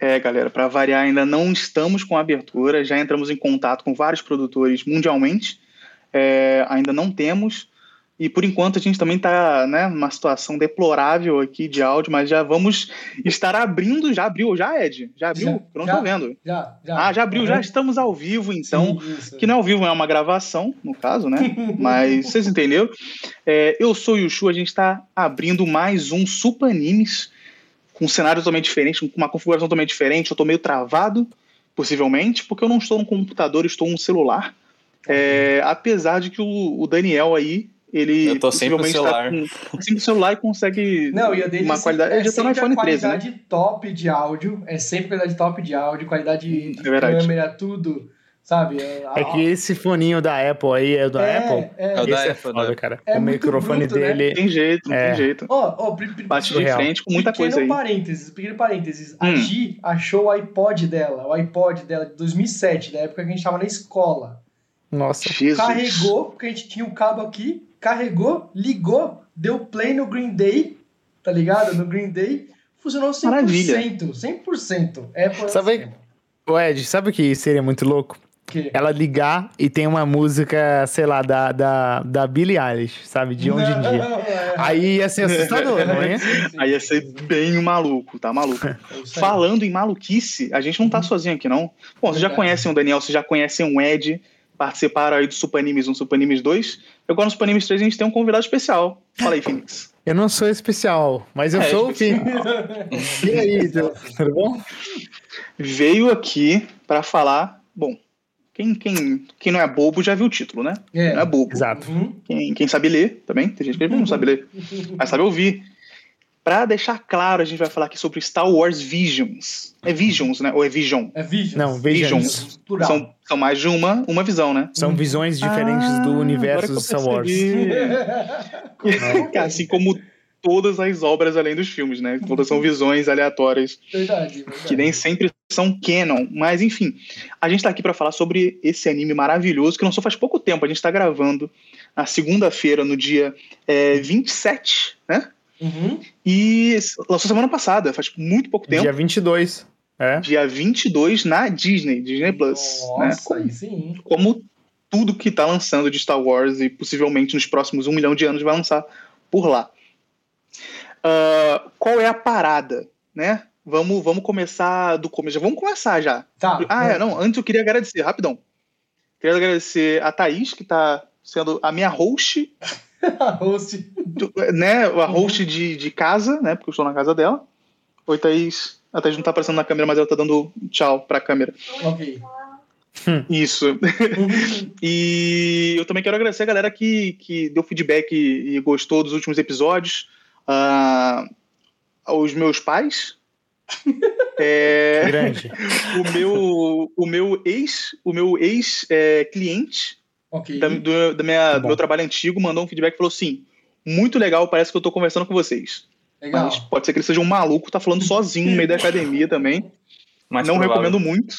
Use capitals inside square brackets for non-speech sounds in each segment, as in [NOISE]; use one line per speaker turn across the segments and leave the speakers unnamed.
É, galera, para variar, ainda não estamos com abertura, já entramos em contato com vários produtores mundialmente, é, ainda não temos, e por enquanto a gente também está né, numa situação deplorável aqui de áudio, mas já vamos estar abrindo, já abriu, já, Ed? Já abriu?
Já,
Eu não
já, Tá
estou vendo.
Já, já.
Ah, já abriu, já estamos ao vivo, então.
Sim, isso.
que não é ao vivo, é uma gravação, no caso,
[LAUGHS]
né? Mas vocês entenderam. É, eu sou o Yushu, a gente está abrindo mais um Supanimes, com um cenário totalmente diferente, com uma configuração totalmente diferente. Eu estou meio travado, possivelmente, porque eu não estou no computador, eu estou no celular. É, apesar de que o, o Daniel aí, ele.
Eu tô sempre no
possivelmente tá com- sempre no celular e consegue
Não, e a dele
uma
sempre-
qualidade.
é
ele já tá no
sempre
iPhone
a
13, né?
qualidade top de áudio, é sempre qualidade top de áudio, qualidade de
É verdade.
câmera, tudo, sabe? É,
É que esse foninho da Apple aí é o da
é,
Apple.
É,
É o da
esse é
Apple,
foda,
né?
cara.
É
o
muito
microfone
bruto, né?
dele.
Não tem jeito, não
É.
tem jeito.
Ó, ó, pri- pri-
Bate de
Surreal.
frente com muita
pequeno
coisa aí.
parênteses, pequeno parênteses. A
Hum.
Gi achou o iPod dela, o iPod dela de 2007, da época que a gente tava na escola.
Nossa.
Jesus.
Carregou, porque a gente tinha o cabo aqui, carregou, ligou, deu play no Green Day, tá ligado? No Green Day, funcionou 100%.
Maravilha.
100%. Apple
Sabe-
é o sistema.
Ô, Ed, sabe o que seria muito louco?
Que-
É
Ela ligar e tem uma música, sei lá, da, da, da Billie Eilish, sabe? De onde em
Não,
dia.
é.
Ah,
Aí ia ser
[LAUGHS]
assustador, não é?
Sim, sim.
Aí ia ser bem maluco, tá maluco?
É isso aí. Uhum.
Falando em maluquice, a gente não tá sozinho aqui, não. Bom, vocês já
Verdade.
conhecem o Daniel, vocês já conhecem o Ed, participaram aí do um, Supanimes 1, Supanimes 2. Agora no Supanimes 3 a gente tem um convidado especial. Fala aí, Phoenix.
Eu não sou especial, mas eu
É,
sou o
tipo,
especial.
Fim. E aí, tudo tudo bom?
Veio aqui pra falar. Bom, quem, quem, quem não é bobo já viu o título, né? Não é
É.
bobo.
Exato.
Uhum.
Quem, quem sabe ler também, tem gente que não sabe ler, mas sabe ouvir. Pra deixar claro, a gente vai falar aqui sobre Star Wars Visions. É Visions, né? Ou é Vision?
É Visions.
Não, vejam.
Visions.
Plural.
São, são mais de uma, uma visão, né?
São visões diferentes
Ah,
do
agora
universo
que
do
eu
Star Wars.
percebi.
Plural.
Cara, assim como todas as obras além dos filmes, né? Todas são visões aleatórias
Verdade, é verdade.
que nem sempre são canon, mas enfim, a gente tá aqui pra falar sobre esse anime maravilhoso que lançou faz pouco tempo. A gente tá gravando na segunda-feira, no dia eh, 27, né?
Uhum.
E lançou semana passada, faz muito pouco tempo.
Dia 22. É?
Dia 22 na Disney, Disney Plus, né?
Nossa, aí sim.
como tudo que está lançando de Star Wars e possivelmente nos próximos um milhão de anos vai lançar por lá. Ah, qual é a parada, né? Vamos, vamos começar do começo. Já Vamos começar já.
Tá.
Ah, é, não. Antes eu queria agradecer, rapidão. Queria agradecer a Thaís, que está sendo a minha host, é.
[LAUGHS] Host.
do- né? A host de, de casa, né? Porque eu estou na casa dela. Oi, Thaís. A Thaís não está aparecendo na câmera, mas ela está dando tchau para a câmera. [LAUGHS]
Ok. Uhum.
Isso. E eu também quero agradecer a galera que, que deu feedback e, e gostou dos últimos episódios. Ah, aos meus pais. É,
Grande.
o meu o meu ex o meu ex é, cliente
ok.
da, do, da minha,
Tá
do
bom.
meu trabalho antigo mandou um feedback e falou assim muito legal parece que eu tô conversando com vocês
Legal.
mas pode ser que ele seja um maluco tá falando sozinho no meio da academia também
Mais
não
provável.
recomendo muito,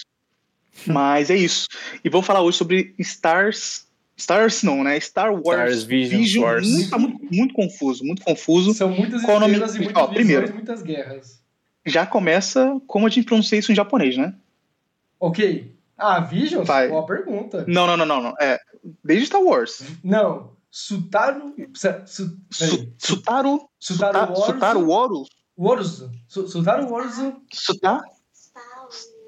mas é isso. E vou falar hoje sobre Stars. Stars não, né? Star Wars.
Stars, Vision,
Vision.
Wars.
Muito, tá muito, muito confuso, muito confuso.
São muitas
Qual o nome-
estrelas e muitas
Ó, primeiro.
visões, muitas guerras.
Já começa como a gente pronuncia isso em japonês, né?
Ok. Ah, Visions?
Vai.
Boa pergunta.
Não, não, não, não. não. É, desde Star Wars.
Não. Sutaru... Sa- Su-
Su,
peraí.
Sutaru.
Sutaru Waruzu.
Sutaru Waru.
Waruzu. Su- Sutaru Waruzu.
Suta.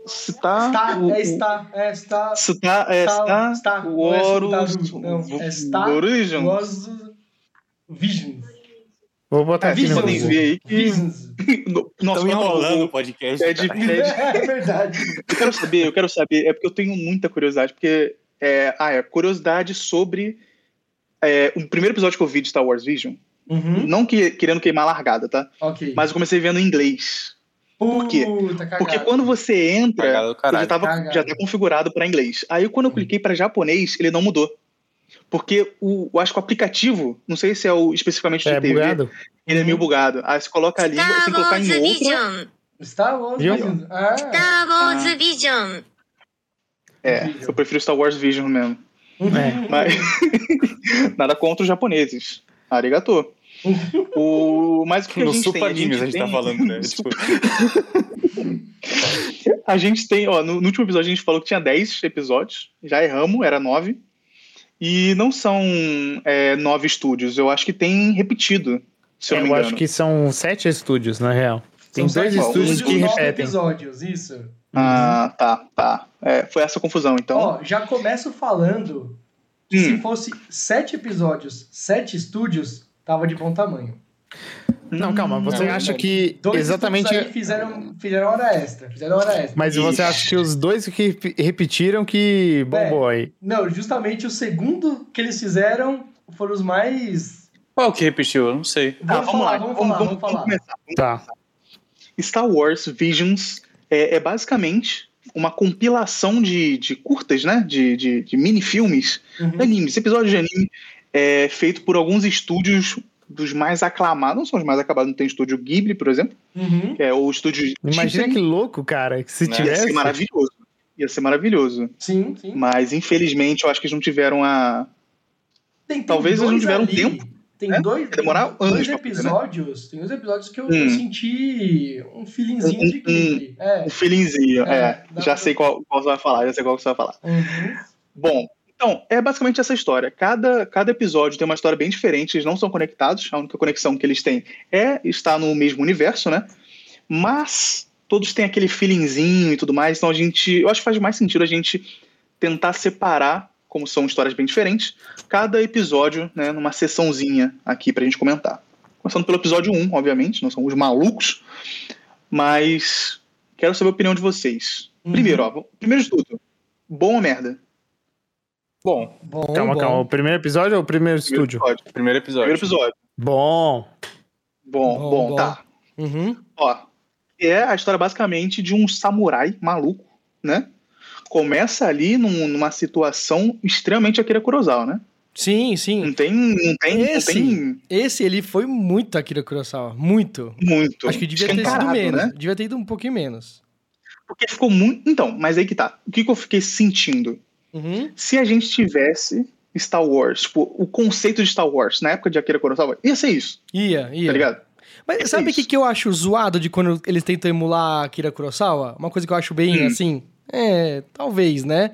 Suta.
Está. É está. É está.
Suta. Ah, É,
Está-
Suta.
está. Não é
Waru.
Sutaru, não. É Star
Warujon.
Waruzu. Visions.
Vou botar
É,
aqui
vocês
no
podem
Vision.
Google.
ver aí que. [LAUGHS]
Visions.
Nossa, tá
Estão enrolando o
enrolando.
podcast.
Pede,
cara.
pede,
[LAUGHS] É verdade.
Eu quero saber, eu quero saber, é porque eu tenho muita curiosidade, porque é, ah, é curiosidade sobre é, o primeiro episódio que eu vi de Star Wars Vision,
Uhum.
não que, querendo queimar a largada, tá?
Ok.
Mas eu comecei vendo em inglês. por quê?
Puta, cagada.
Porque quando é. você entra,
Cagada do
ele já,
caralho.
tava,
Cagada.
já tá configurado para inglês. Aí quando eu cliquei para japonês, ele não mudou. Porque o, eu acho que o aplicativo, não sei se é o especificamente de
É,
TV,
bugado?
ele é meio bugado. Aí você coloca a língua, você colocar em outra.
Vision!
Star Wars
Viu?
Visions. Ah.
Star Wars
Ah.
Vision!
É, eu prefiro Star Wars Vision mesmo.
Uhum.
É.
Mas [LAUGHS] nada contra os japoneses. Arigato. O, mas o que a
No
gente tá tem?
tá né?
[LAUGHS]
Super Animes a gente
tem-
tá falando, né? tipo,
A gente tem, ó, no, no último episódio a gente falou que tinha 10 episódios, já erramos, era 9. E não são é, nove estúdios, eu acho que tem repetido, se eu não
É, eu
me engano.
acho que são sete estúdios, na real. Tem
São
dois
sete
estúdios
um
que
com nove
repetem.
episódios, isso.
Ah, tá, tá. É, foi essa a confusão, então. Hum.
Ó, já começo falando que se fosse sete episódios, sete estúdios, tava de bom tamanho.
Não, calma, você
Hum, não,
acha
não.
que
Dois
exatamente...
estúdios aí fizeram, fizeram hora extra, fizeram hora extra.
Mas você acha que os dois que rep- repetiram que
É.
bombou aí?
Não, justamente o segundo que eles fizeram foram os mais...
[LAUGHS] Qual que repetiu? Eu não sei.
Tá,
Vamos falar, vamos falar, vamos falar.
começar.
Tá.
Star Wars Visions é, é basicamente uma compilação de, de curtas, né? De, de, de mini-filmes, de
Uhum.
animes, episódios de É anime, é, feito por alguns estúdios dos mais aclamados, não são os mais acabados, não tem estúdio Ghibli, por exemplo,
Uhum.
que é o estúdio
Imagina
Ghibli.
que louco, cara, que se
Né?
Ia ser
tivesse...
maravilhoso. Ia ser maravilhoso.
Sim, sim.
Mas, infelizmente, eu acho que eles não tiveram a.
Tem- tem
Talvez eles não
dois
tiveram
ali,
tempo,
Tem
né?
dois,
Vai demorar
tem
anos
dois
pra fazer, né?
episódios. Tem dois episódios que eu
Hum.
senti um feelingzinho de
Um-
clipe. É.
O feelinzinho.
É,
É,
dá
já
pra-
sei qual, qual você vai falar, já sei qual que você vai falar.
Uhum.
Bom, então, é basicamente essa história. Cada, cada episódio tem uma história bem diferente, eles não são conectados, a única conexão que eles têm é estar no mesmo universo, né? Mas todos têm aquele feelingzinho e tudo mais, então a gente. Eu acho que faz mais sentido a gente tentar separar, como são histórias bem diferentes, cada episódio, né, numa sessãozinha aqui pra gente comentar. Começando pelo episódio 1, obviamente, não somos malucos, mas quero saber a opinião de vocês.
Uhum.
Primeiro, ó, primeiro de tudo, bom ou merda?
Bom,
Bom,
Calma,
bom.
calma. O primeiro episódio ou o primeiro
Primeiro
estúdio?
episódio. tá?
primeiro episódio.
Primeiro episódio.
Bom.
Bom,
Bom,
bom,
bom.
tá.
Uhum.
Ó, é a história basicamente de um samurai maluco, né? Começa ali num- numa situação extremamente Akira Kurosawa, né?
Sim, sim.
Não tem, não tem,
Esse?
não tem
Esse ele foi muito Akira Kurosawa, muito.
muito.
Acho que devia ter sido
Escancarado, né?
menos, devia ter ido um pouquinho menos.
Porque ficou muito. Então, mas aí que tá. O que, que eu fiquei sentindo?
Uhum.
Se a gente tivesse Star Wars, tipo, o conceito de Star Wars na época de Akira Kurosawa, ia ser isso,
Ia, ia.
tá ligado?
Mas
Isso,
sabe o que,
isso.
que eu acho zoado de quando eles tentam emular Akira Kurosawa? Uma coisa que eu acho bem
Hum.
assim. É, talvez, né?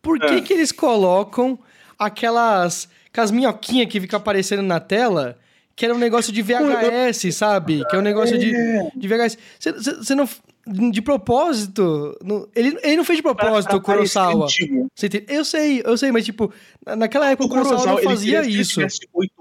Por que,
É.
que eles colocam aquelas. aquelas minhoquinhas que ficam aparecendo na tela? Que era um negócio de VHS, sabe? Que é um negócio de, de VHS. Você- Você você não. De propósito. não- ele, ele não fez de propósito o
parecer
Kurosawa.
antigo.
Você entende? Eu sei, eu sei, mas tipo, na- naquela época o Kurosawa, não
ele
fazia
queria que
isso.
tivesse 8K,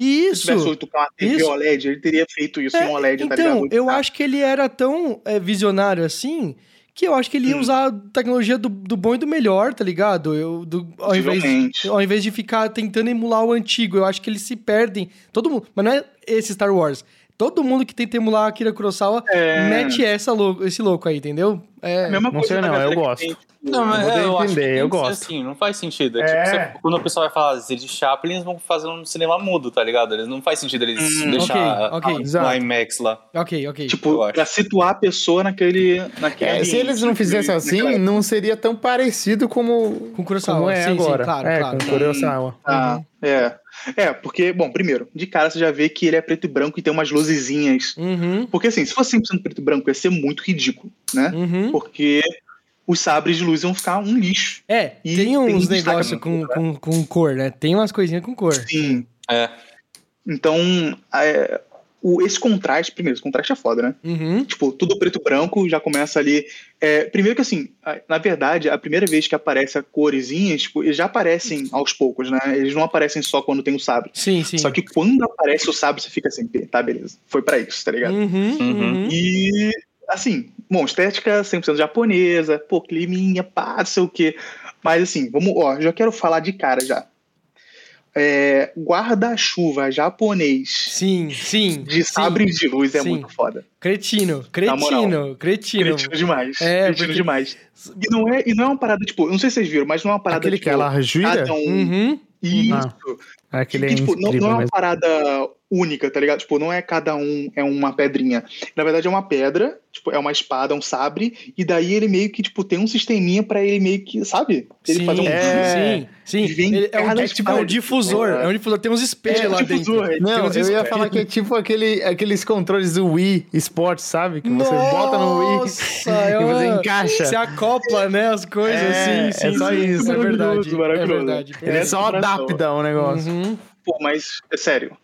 se
Isso.
tivesse 8K uma TV
Isso.
OLED, ele teria feito isso
É,
em um OLED, tá ligado?
então, eu
8K.
acho que ele era tão é, visionário assim que eu acho que ele ia
Hum.
usar a tecnologia do, do bom e do melhor, tá ligado? Eu, do, ao, invés,
Possivelmente.
ao invés de ficar tentando emular o antigo, eu acho que eles se perdem. Todo mundo. Mas não é esse Star Wars. Todo mundo que tenta emular Akira Kurosawa
É.
mete essa louco, esse louco aí, entendeu? É.
mesma
Não sei
na
não,
verdade,
eu
que
gosto.
tem, tipo,
Não, mas
Eu vou
é, eu
entender,
acho que tem
eu
que ser
gosto.
assim, não faz sentido. É,
É.
tipo, você- quando o pessoal vai falar Zed Chaplin, eles vão fazer um cinema mudo, tá ligado? Eles não faz sentido eles
Hum,
deixar
ok, ok,
a,
exato.
o IMAX lá.
Ok, ok.
Eu
Tipo,
acho.
pra situar a pessoa naquele. naquele
É, se eles não
ambiente,
fizessem
naquele-
né?
assim, não seria tão parecido como,
Com Kurosawa,
como é
sim, sim,
agora.
claro,
é,
claro.
com Kurosawa.
Ah, é. É, porque, bom, primeiro, de cara você já vê que ele é preto e branco e tem umas luzezinhas.
Uhum,
Porque assim, se fosse 100% preto e branco, ia ser muito ridículo, né?
uhum.
Porque os sabres de luz iam ficar um lixo.
É,
E
tem
tem
uns
destaque
negócios
no
com, com, com cor, né? Tem umas coisinhas com cor.
Sim.
É.
Então, é, o- esse contraste, primeiro, esse contraste é foda, né?
Uhum.
Tipo, tudo preto e branco, já começa ali. É, primeiro que assim, a- na verdade, a primeira vez que aparece a coresinhas, tipo, eles já aparecem aos poucos, né? Eles não aparecem só quando tem o sabre.
Sim, sim.
Só que quando aparece o sabre, você fica assim, "Pê, tá, beleza. Foi pra isso, tá ligado?
Uhum,
Uhum.
uhum.
E assim, bom, estética 100% japonesa, pô, climinha, pá, não sei o quê. Mas assim, vamos, ó, já quero falar de cara já. É, guarda-chuva japonês
Sim, sim.
de
sim.
sabres de luz é
Sim.
muito foda.
Cretino, cretino,
moral.
cretino.
Cretino demais.
É,
É,
porque-
demais. E não, é, e não é uma parada, tipo, eu não sei se vocês viram, mas não é uma parada
Aquele
tipo,
que ela arjuda?
cada um.
Uhum.
Isso.
Ah, Aquele é
Que, tipo, não,
incrível
não é uma
mesmo.
parada única, tá ligado? Tipo, não é cada um é uma pedrinha. Na verdade, é uma pedra, tipo, é uma espada, um sabre, e daí ele meio que, tipo, tem um sisteminha pra ele meio que, sabe? Ele
Sim,
fazer um.
É.
sim, sim.
E vem
Ele é, um,
cada
é tipo um
espada.
difusor, é um difusor. Tem uns espelhos
É,
lá
difusor,
dentro.
é.
Não,
Tem uns
eu ia
espelhos.
falar que é tipo aquele, aqueles controles do Wii Sports, sabe? Que você bota no Wii
Nossa, é
[LAUGHS] e você
uma-
encaixa.
Você acopla, né, as coisas,
É,
sim, sim.
é só
sim.
isso,
é verdade.
maravilhoso, maravilhoso.
É verdade.
Ele
É,
é só
coração.
adapta o negócio.
Uhum.
Pô, mas é sério.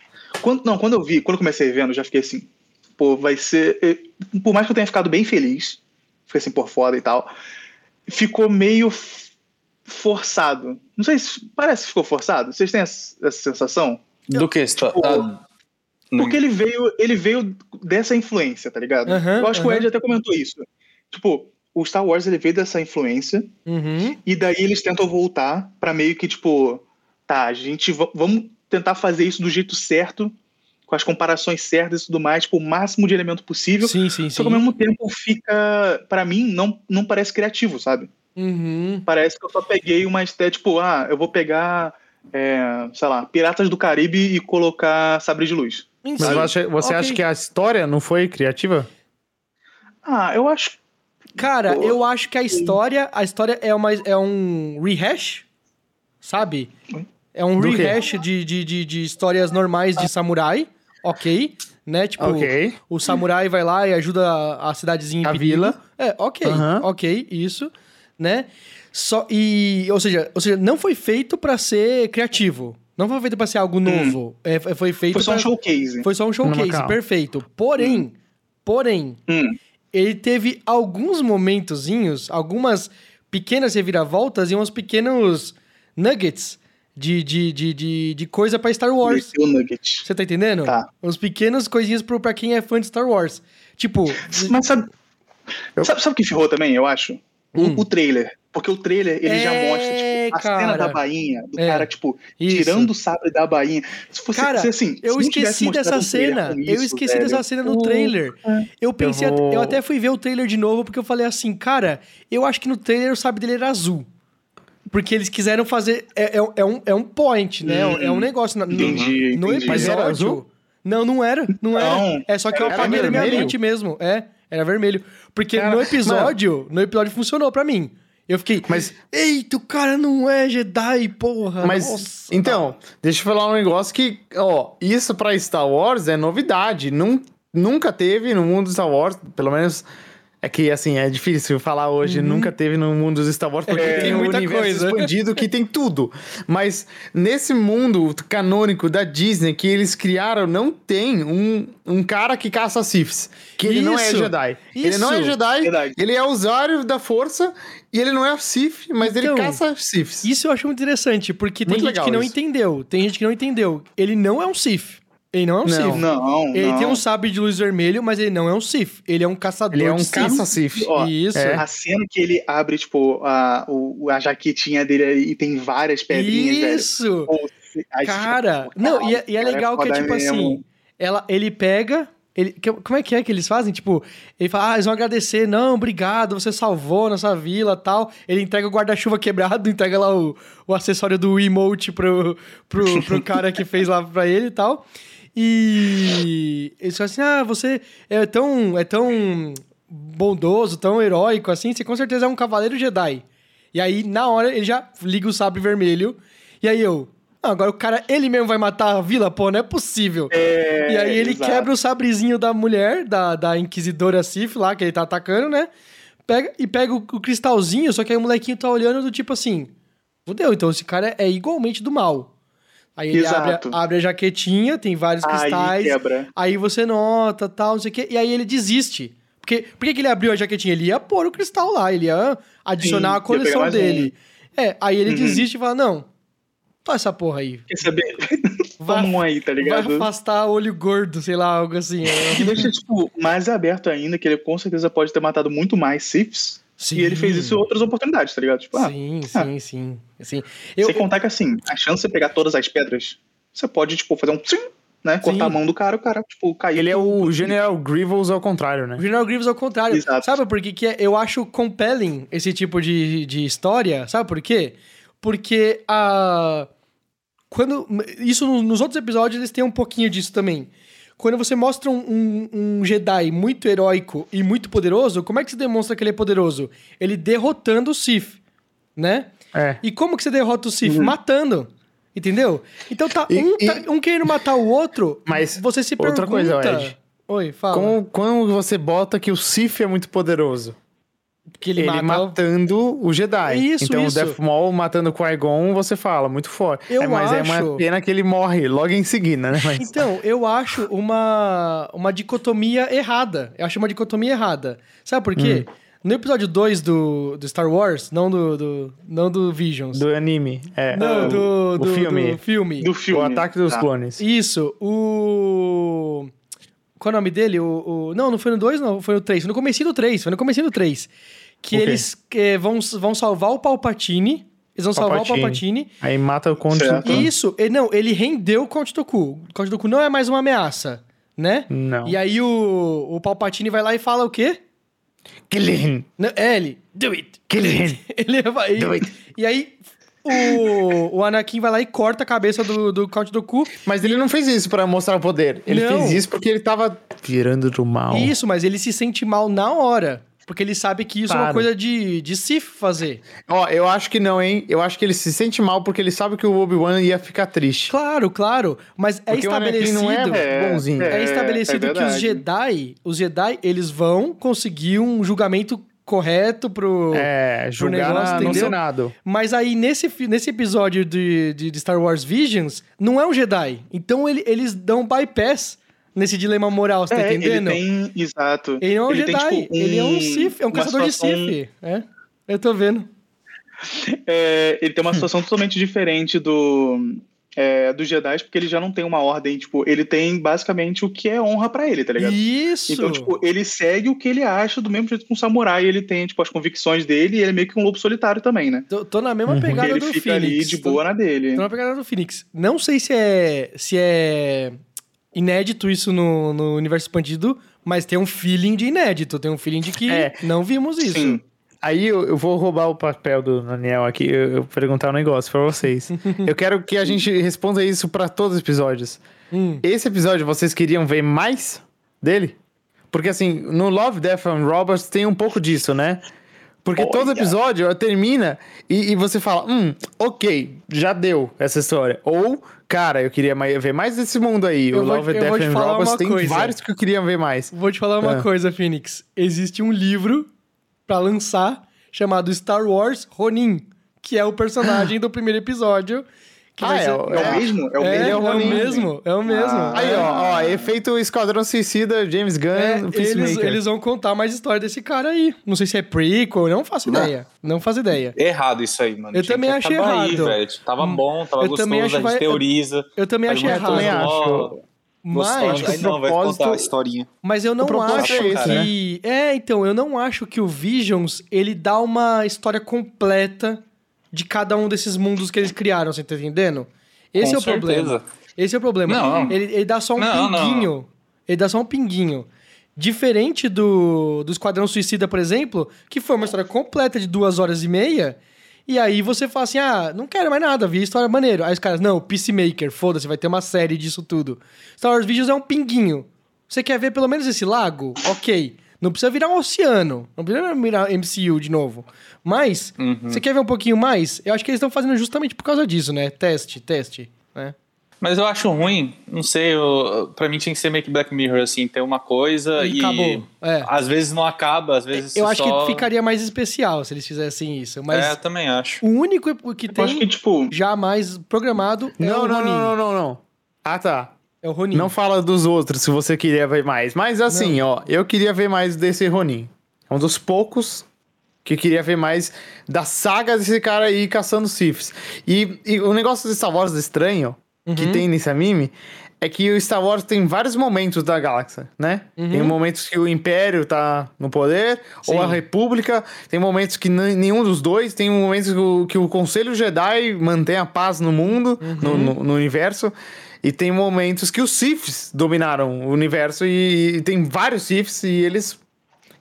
Quando, não, quando eu vi, quando eu comecei vendo, eu já fiquei assim, pô, vai ser. eh, Por mais que eu tenha ficado bem feliz, fiquei assim, pô, foda e tal, ficou meio f- forçado. Não sei se parece que ficou forçado. Vocês têm essa, essa sensação?
Do que? Está,
Tipo,
tá-
Hum.
Porque ele veio, ele veio dessa influência, tá ligado?
Aham,
eu acho que o
aham.
Ed até comentou isso. Tipo, o Star Wars ele veio dessa influência.
Uhum.
E daí eles tentam voltar pra meio que tipo, tá, a gente va- vamos tentar fazer isso do jeito certo, com as comparações certas e tudo mais, tipo, o máximo de elemento possível.
Sim, sim,
Só
sim.
que ao mesmo tempo fica, Pra mim, não, não parece criativo, sabe?
Uhum.
Parece que eu só peguei uma estética, tipo, ah, eu vou pegar, é, sei lá, Piratas do Caribe e colocar Sabre de Luz.
Mas
Uhum. Sim.
eu acho- você
Ok.
acha que a história não foi criativa?
Ah, eu acho.
Cara,
Pô.
eu acho que a história, a história é, uma, é um rehash, sabe? É um
Do quê?
rehash de, de, de, de histórias normais de samurai, ok? Né? Tipo,
ok.
o samurai vai lá e ajuda a, a cidadezinha em
A
perigo.
vila.
É, ok,
Aham.
ok, isso, né? Só, e, ou seja, ou seja, não foi feito pra ser criativo. Não foi feito pra ser algo novo. É, foi- foi feito
Hum. Foi só um
pra-
showcase.
foi só um
Não,
showcase,
mas calma.
perfeito. Porém, porém,
Hum.
ele teve alguns momentozinhos, algumas pequenas reviravoltas e uns pequenos nuggets de, de, de, de, de coisa pra Star Wars.
Meteu o Nugget.
Você tá entendendo?
Tá.
Uns pequenos coisinhas pro, pra quem é fã de Star Wars. Tipo,
Mas sabe.
Eu-
Sabe, sabe o que ferrou também, eu acho? O-
Hum.
O, trailer. Porque o trailer, ele já
É,
mostra, tipo, a
cara.
cena da bainha, do
É,
cara, tipo,
isso.
tirando o sabre da bainha. Se fosse,
Cara,
se, assim, se
eu
não tivesse
esqueci
mostrado
dessa
um trailer
cena.
com
eu
isso,
esqueci
velho, é.
dessa cena no trailer. Eu pensei,
vou-
eu até fui ver o trailer de novo porque eu falei assim, cara, eu acho que no trailer o sabre dele era azul. Porque eles quiseram fazer. É, é- é um, é um point, né?
Hum.
é um negócio. na- no-
Entendi,
No
entendi.
episódio.
Mas era azul?
Não, não era. Não, era.
Não.
É só que eu
Era
apaguei na minha
vermelho?
mente mesmo. É, era vermelho. Porque
Cara,
no episódio, no episódio funcionou pra mim. Eu fiquei.
Mas-
Eita, o cara não é Jedi, porra.
Mas,
nossa."
então, deixa eu falar um negócio que, ó, isso pra Star Wars é novidade. Nun- nunca teve no mundo dos Star Wars, pelo menos. É que, assim, é difícil falar hoje, nunca teve no mundo dos Star Wars, porque
Uhum. É, tem
tem um
muita
universo
coisa.
expandido que tem tudo. Mas nesse mundo canônico da Disney que eles criaram, não tem um, um cara que caça Siths. Que ele não é
Isso.
Jedi. Ele não é
Isso.
Jedi,
Verdade.
ele é usuário da força e ele não é Sith, mas
Então,
ele caça Siths.
Isso eu acho muito interessante, porque tem
Muito
gente
legal
que não
isso.
entendeu. Tem gente que não entendeu. Ele não é um Sith. Ele não é um
Não.
Sith.
Não,
Ele
não.
tem um sabre de luz vermelho, mas ele não é um Sith. Ele é um caçador
Ele é
de
um
Sith.
caça-Sith.
Ó,
Isso.
é.
A cena que ele abre, tipo, a, o, a jaquetinha dele aí, e tem várias pedrinhas, velho.
Isso.
Pô, se- aí você fica,
Cara,
pô,
não, e é,
caralho,
e é
cara,
legal que é
tipo, foda
tipo
mesmo.
assim, ela, ele pega, ele, que- como é que é que eles fazem? Tipo, ele fala, ah, eles vão agradecer, não, obrigado, você salvou nossa vila tal. Ele entrega o guarda-chuva quebrado, [LAUGHS] entrega lá o, o acessório do emote pro, pro, pro cara que fez lá pra ele e tal. E eles falam assim, ah, você é tão, é tão bondoso, tão heróico assim, você com certeza é um cavaleiro Jedi. E aí, na hora, ele já liga o sabre vermelho. E aí eu. "Ah, agora o cara, ele mesmo vai matar a vila? Pô, não é possível.
É,
e aí ele
exato.
quebra o sabrezinho da mulher, da, da inquisidora Sif lá, que ele tá atacando, né? Pega, e pega o, o cristalzinho, só que aí o molequinho tá olhando do tipo assim: fudeu, então esse cara é igualmente do mal. Aí ele abre, a-
Exato.
abre a jaquetinha, tem vários
Aí é
cristais.
quebra.
Aí você nota, tal, não sei o quê. E aí ele desiste. Porque, por que que ele abriu a jaquetinha? Ele ia pôr o cristal lá, ele ia adicionar
Sim,
a coleção
ia pegar mais um.
dele. É, aí ele
Uhum.
desiste e fala, não, tá essa porra aí.
Quer saber?
Vai-
Toma um aí, tá
Vai
ligado?
afastar olho gordo, sei lá, algo assim.
que deixa, tipo, mais aberto ainda, que ele com certeza pode ter matado muito mais Siths.
Sim.
E ele fez isso em outras oportunidades, tá ligado? Tipo, ah,
Sim, sim, sim. Assim, eu,
sem contar que assim, a chance de você pegar todas as pedras, você pode, tipo, fazer um tsim, né? Cortar
Sim.
a mão do cara, o cara, tipo, cair.
Ele é o General Grievous ao contrário, né?
O General Grievous ao contrário.
Exato.
Sabe por que, que é? eu acho compelling esse tipo de, de história? Sabe por quê? Porque a. Quando. Isso no- nos outros episódios eles têm um pouquinho disso também. Quando você mostra um, um- um Jedi muito heróico e muito poderoso, como é que se demonstra que ele é poderoso? Ele derrotando o Sith, né?
É.
E como que você derrota o Sif? Matando. Entendeu? Então tá,
Uhum. E-
um, tá- um querendo matar o outro,
Mas
você se pergunta...
outra coisa, Ed.
Oi, fala.
Como, como você bota que o Sif é muito poderoso?
Que ele,
Ele,
mata.
matando o Jedi.
Isso,
então
isso.
o Death Maul matando o Qui-Gon, você fala, muito forte.
Eu
é, mas é
acho-
uma pena que ele morre logo em seguida, né? Mas-
Então, eu acho uma, uma dicotomia errada. Eu acho uma dicotomia errada. Sabe por quê?
Hum.
No episódio 2 do, do Star Wars, não do, do- não do Visions.
do anime. É,
não,
o,
do,
o
do-
filme.
do filme.
Do filme.
O Ataque dos
Tá.
Clones.
Isso, o. Qual é o nome dele? O, o- Não, não foi no 2, não, foi no 3. Foi no comecinho do 3, foi no comecinho do 3. Que
O quê?
eles eh, vão, vão salvar o Palpatine. Eles vão salvar o
Palpatine.
Palpatine.
Tá. Aí mata o Conde
Certo.
Dooku.
Isso, ele, não, ele rendeu o Count Dooku. O Count Dooku não é mais uma ameaça, né?
Não.
E aí o, o Palpatine vai lá e fala o quê?
Kill him.
Não, é ele, do it. [LAUGHS]
Kill him.
Ele vai...
Do
E,
it.
aí o, o Anakin vai lá e corta a cabeça do, do Count Dooku.
Mas ele não fez isso pra mostrar o poder. Ele
Não.
fez isso porque ele tava virando do mal.
Isso, mas ele se sente mal na hora. Porque ele sabe que isso é uma
Claro.
coisa de, de Sith fazer.
Ó, eu acho que não, hein? Eu acho que ele se sente mal porque ele sabe que o Obi-Wan ia ficar triste.
Claro, claro. Mas é
Porque o Anakin
estabelecido.
não é
É,
bonzinho.
é estabelecido
é
que
verdade.
os Jedi, os Jedi, eles vão conseguir um julgamento correto pro.
É, julgar
negócio,
na- no
entendeu?
Senado.
Mas aí, nesse, fi- nesse episódio de, de, de Star Wars Visions, não é um Jedi. Então ele- eles dão bypass nesse dilema moral, você tá
É,
entendendo?
ele tem, exato.
Ele não é um
ele tem,
Jedi,
tipo, um-
ele é um Sith, é um
uma
caçador
situação- Tá
de Sith. É, eu tô vendo.
É, ele tem uma situação totalmente diferente do é, dos Jedi, porque ele já não tem uma ordem, tipo, ele tem basicamente o que é honra pra ele, tá ligado?
Isso!
Então, tipo, ele segue o que ele acha do mesmo jeito que um samurai, ele tem, tipo, as convicções dele e ele é meio que um lobo solitário também, né?
Tô, tô na mesma
Uhum.
Porque
pegada
ele
do então,
fica
Phoenix.
ali de boa na
Tô,
dele.
tô na pegada do Phoenix. Não sei se é, se é inédito isso no, no universo expandido, mas tem um feeling de inédito. Tem um feeling de que
É.
não vimos isso.
Sim.
Aí eu, eu vou roubar o papel do Daniel aqui, eu, eu perguntar um negócio pra
[LAUGHS]
vocês. eu quero que a gente responda isso pra todos os episódios.
Hum.
Esse episódio vocês queriam ver mais dele? Porque assim, no Love, Death and Robots tem um pouco disso, né? Porque todo
Olha.
episódio termina e, e você fala, hum, ok, já deu essa história. Ou, cara, eu queria mai- ver mais desse mundo aí.
Eu
o
vou-
Love,
eu vou
Death
te
and
falar
Robots
uma
tem
coisa.
vários que eu queria ver mais.
Vou te falar uma
Ah.
coisa, Phoenix. Existe um livro pra lançar chamado Star Wars Ronin, que é o personagem do primeiro episódio. Que
Ah,
vai
é,
ser-
É o mesmo? É o
É,
mesmo?
é o
Ronin.
mesmo, é o mesmo.
Ah.
Aí, ó, ó, efeito Esquadrão Suicida, James Gunn,
É, eles,
Peacemaker.
eles vão contar mais história desse cara aí. Não sei se é prequel, não faço ideia. Não faço ideia.
Errado isso aí, mano.
Eu
Tinha
também
que
achei
acabar aí,
errado.
velho. Tava
Hum,
bom, tava
eu
gostoso,
também acho
a gente
vai-
teoriza.
Eu também achei
Eu também
errado.
acho.
Mas,
acho
Aí não, vai
propósito-
contar a historinha.
mas eu não
propósito
acho
é esse,
que. É, então, eu não acho que o Visions ele dá uma história completa de cada um desses mundos que eles criaram, você tá entendendo? Esse
Com
é o problema.
certeza.
Esse é o problema.
Não.
Ele, ele dá só um
Não, não.
pinguinho. Ele dá só um pinguinho. Diferente do, do Esquadrão Suicida, por exemplo, que foi uma história completa de duas horas e meia. E aí você fala assim: ah, não quero mais nada, vi a história maneiro. Aí os caras, não, Peacemaker, foda-se, vai ter uma série disso tudo. Star Wars Videos é um pinguinho. Você quer ver pelo menos esse lago? Ok. Não precisa virar um oceano. Não precisa virar um MCU de novo. Mas,
Uhum.
você quer ver um pouquinho mais? Eu acho que eles estão fazendo justamente por causa disso, né? Teste, teste, né?
Mas eu acho ruim, não sei, eu, pra mim tinha que ser meio que Black Mirror, assim, tem uma coisa
E
e...
acabou, é.
Às vezes não acaba, às vezes
Eu
você
acho
só-
que ficaria mais especial se eles fizessem isso. Mas
É, eu também acho.
o único que
Eu acho que,
tem
tipo,
jamais programado é
Não,
o
não,
Ronin.
não, não, não, não. Ah, tá.
É o Ronin.
Não fala dos outros se você queria ver mais. Mas assim, ó, eu queria ver mais desse Ronin. É um dos poucos que eu queria ver mais da saga desse cara aí caçando Siths. E, e o negócio de Star Wars estranho
Uhum.
que tem nesse anime é que o Star Wars tem vários momentos da galáxia, né?
Uhum.
Tem momentos que o Império tá no poder, ou a
Sim.
República, tem momentos que n- nenhum dos dois, tem momentos que o, que o Conselho Jedi mantém a paz no mundo,
Uhum.
no, no- no universo, e tem momentos que os Siths dominaram o universo, e, e tem vários Siths, e eles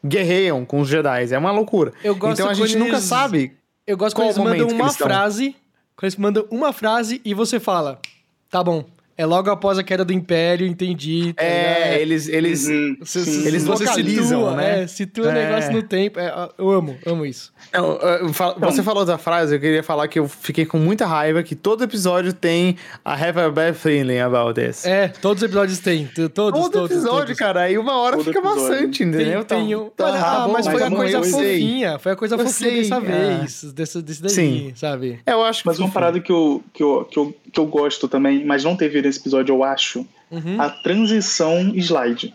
guerreiam com os Jedi, é uma loucura.
Eu gosto
então a
quando
gente nunca
eles-
sabe
Eu gosto quando
Qual
eles
o momento
mandam
que
uma
eles estão?
frase. Quando eles mandam uma frase e você fala, tá bom. É logo após a queda do Império, entendi. tá ligado?
É, eles, eles,
Uhum.
Se-
Sim.
se-
Eles
se
vocalizam,
situa,
né?
É, situa o
É.
negócio no tempo. É, eu amo, amo isso.
Não, É, eu falo-
Então,
você falou da frase, eu queria falar que eu fiquei com muita raiva que todo episódio tem a Have a Bad Feeling about this.
É, todos os episódios têm. t- Todos,
todo
todos,
episódio,
todos.
cara, aí uma hora
Todo
fica
episódio.
bastante, entendeu? Então, tá
Tem, tem um- Olha, ah,
bom,
mas foi
mas
a
amanhã
coisa
eu usei.
fofinha. Foi a coisa
Eu
fofinha
sei,
dessa
é.
vez. Desse, desse daí,
Sim.
sabe?
Eu acho que
Mas uma
foi-
parada que eu, que, eu, que, eu, que eu gosto também, mas não teve nesse episódio, eu acho,
Uhum.
a transição slide.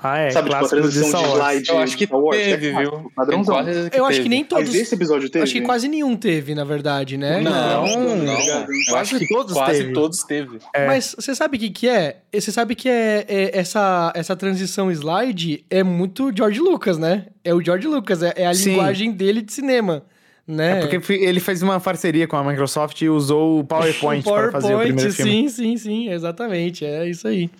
Ah, é,
sabe, tipo, a
clássico do
transição
Star
de
Wars.
slide.
Eu acho que
Star Wars,
teve,
é clássico,
viu?
padrãozão.
Tenho quase
Eu acho que
teve.
nem todos.
Mas esse episódio teve?
Acho que quase nenhum teve, na verdade, né?
Não,
Não,
não. Eu
quase
acho que
todos
quase
teve.
todos teve.
É.
Mas você sabe o que, que é? Você sabe que é, é essa, essa transição slide é muito George Lucas, né? É o George Lucas, é, é a
Sim.
linguagem dele de cinema, né?
É porque fi- ele fez uma parceria com a Microsoft e usou o PowerPoint,
[LAUGHS] O PowerPoint,
para fazer o primeiro filme.
Sim, sim, sim, exatamente. É isso aí.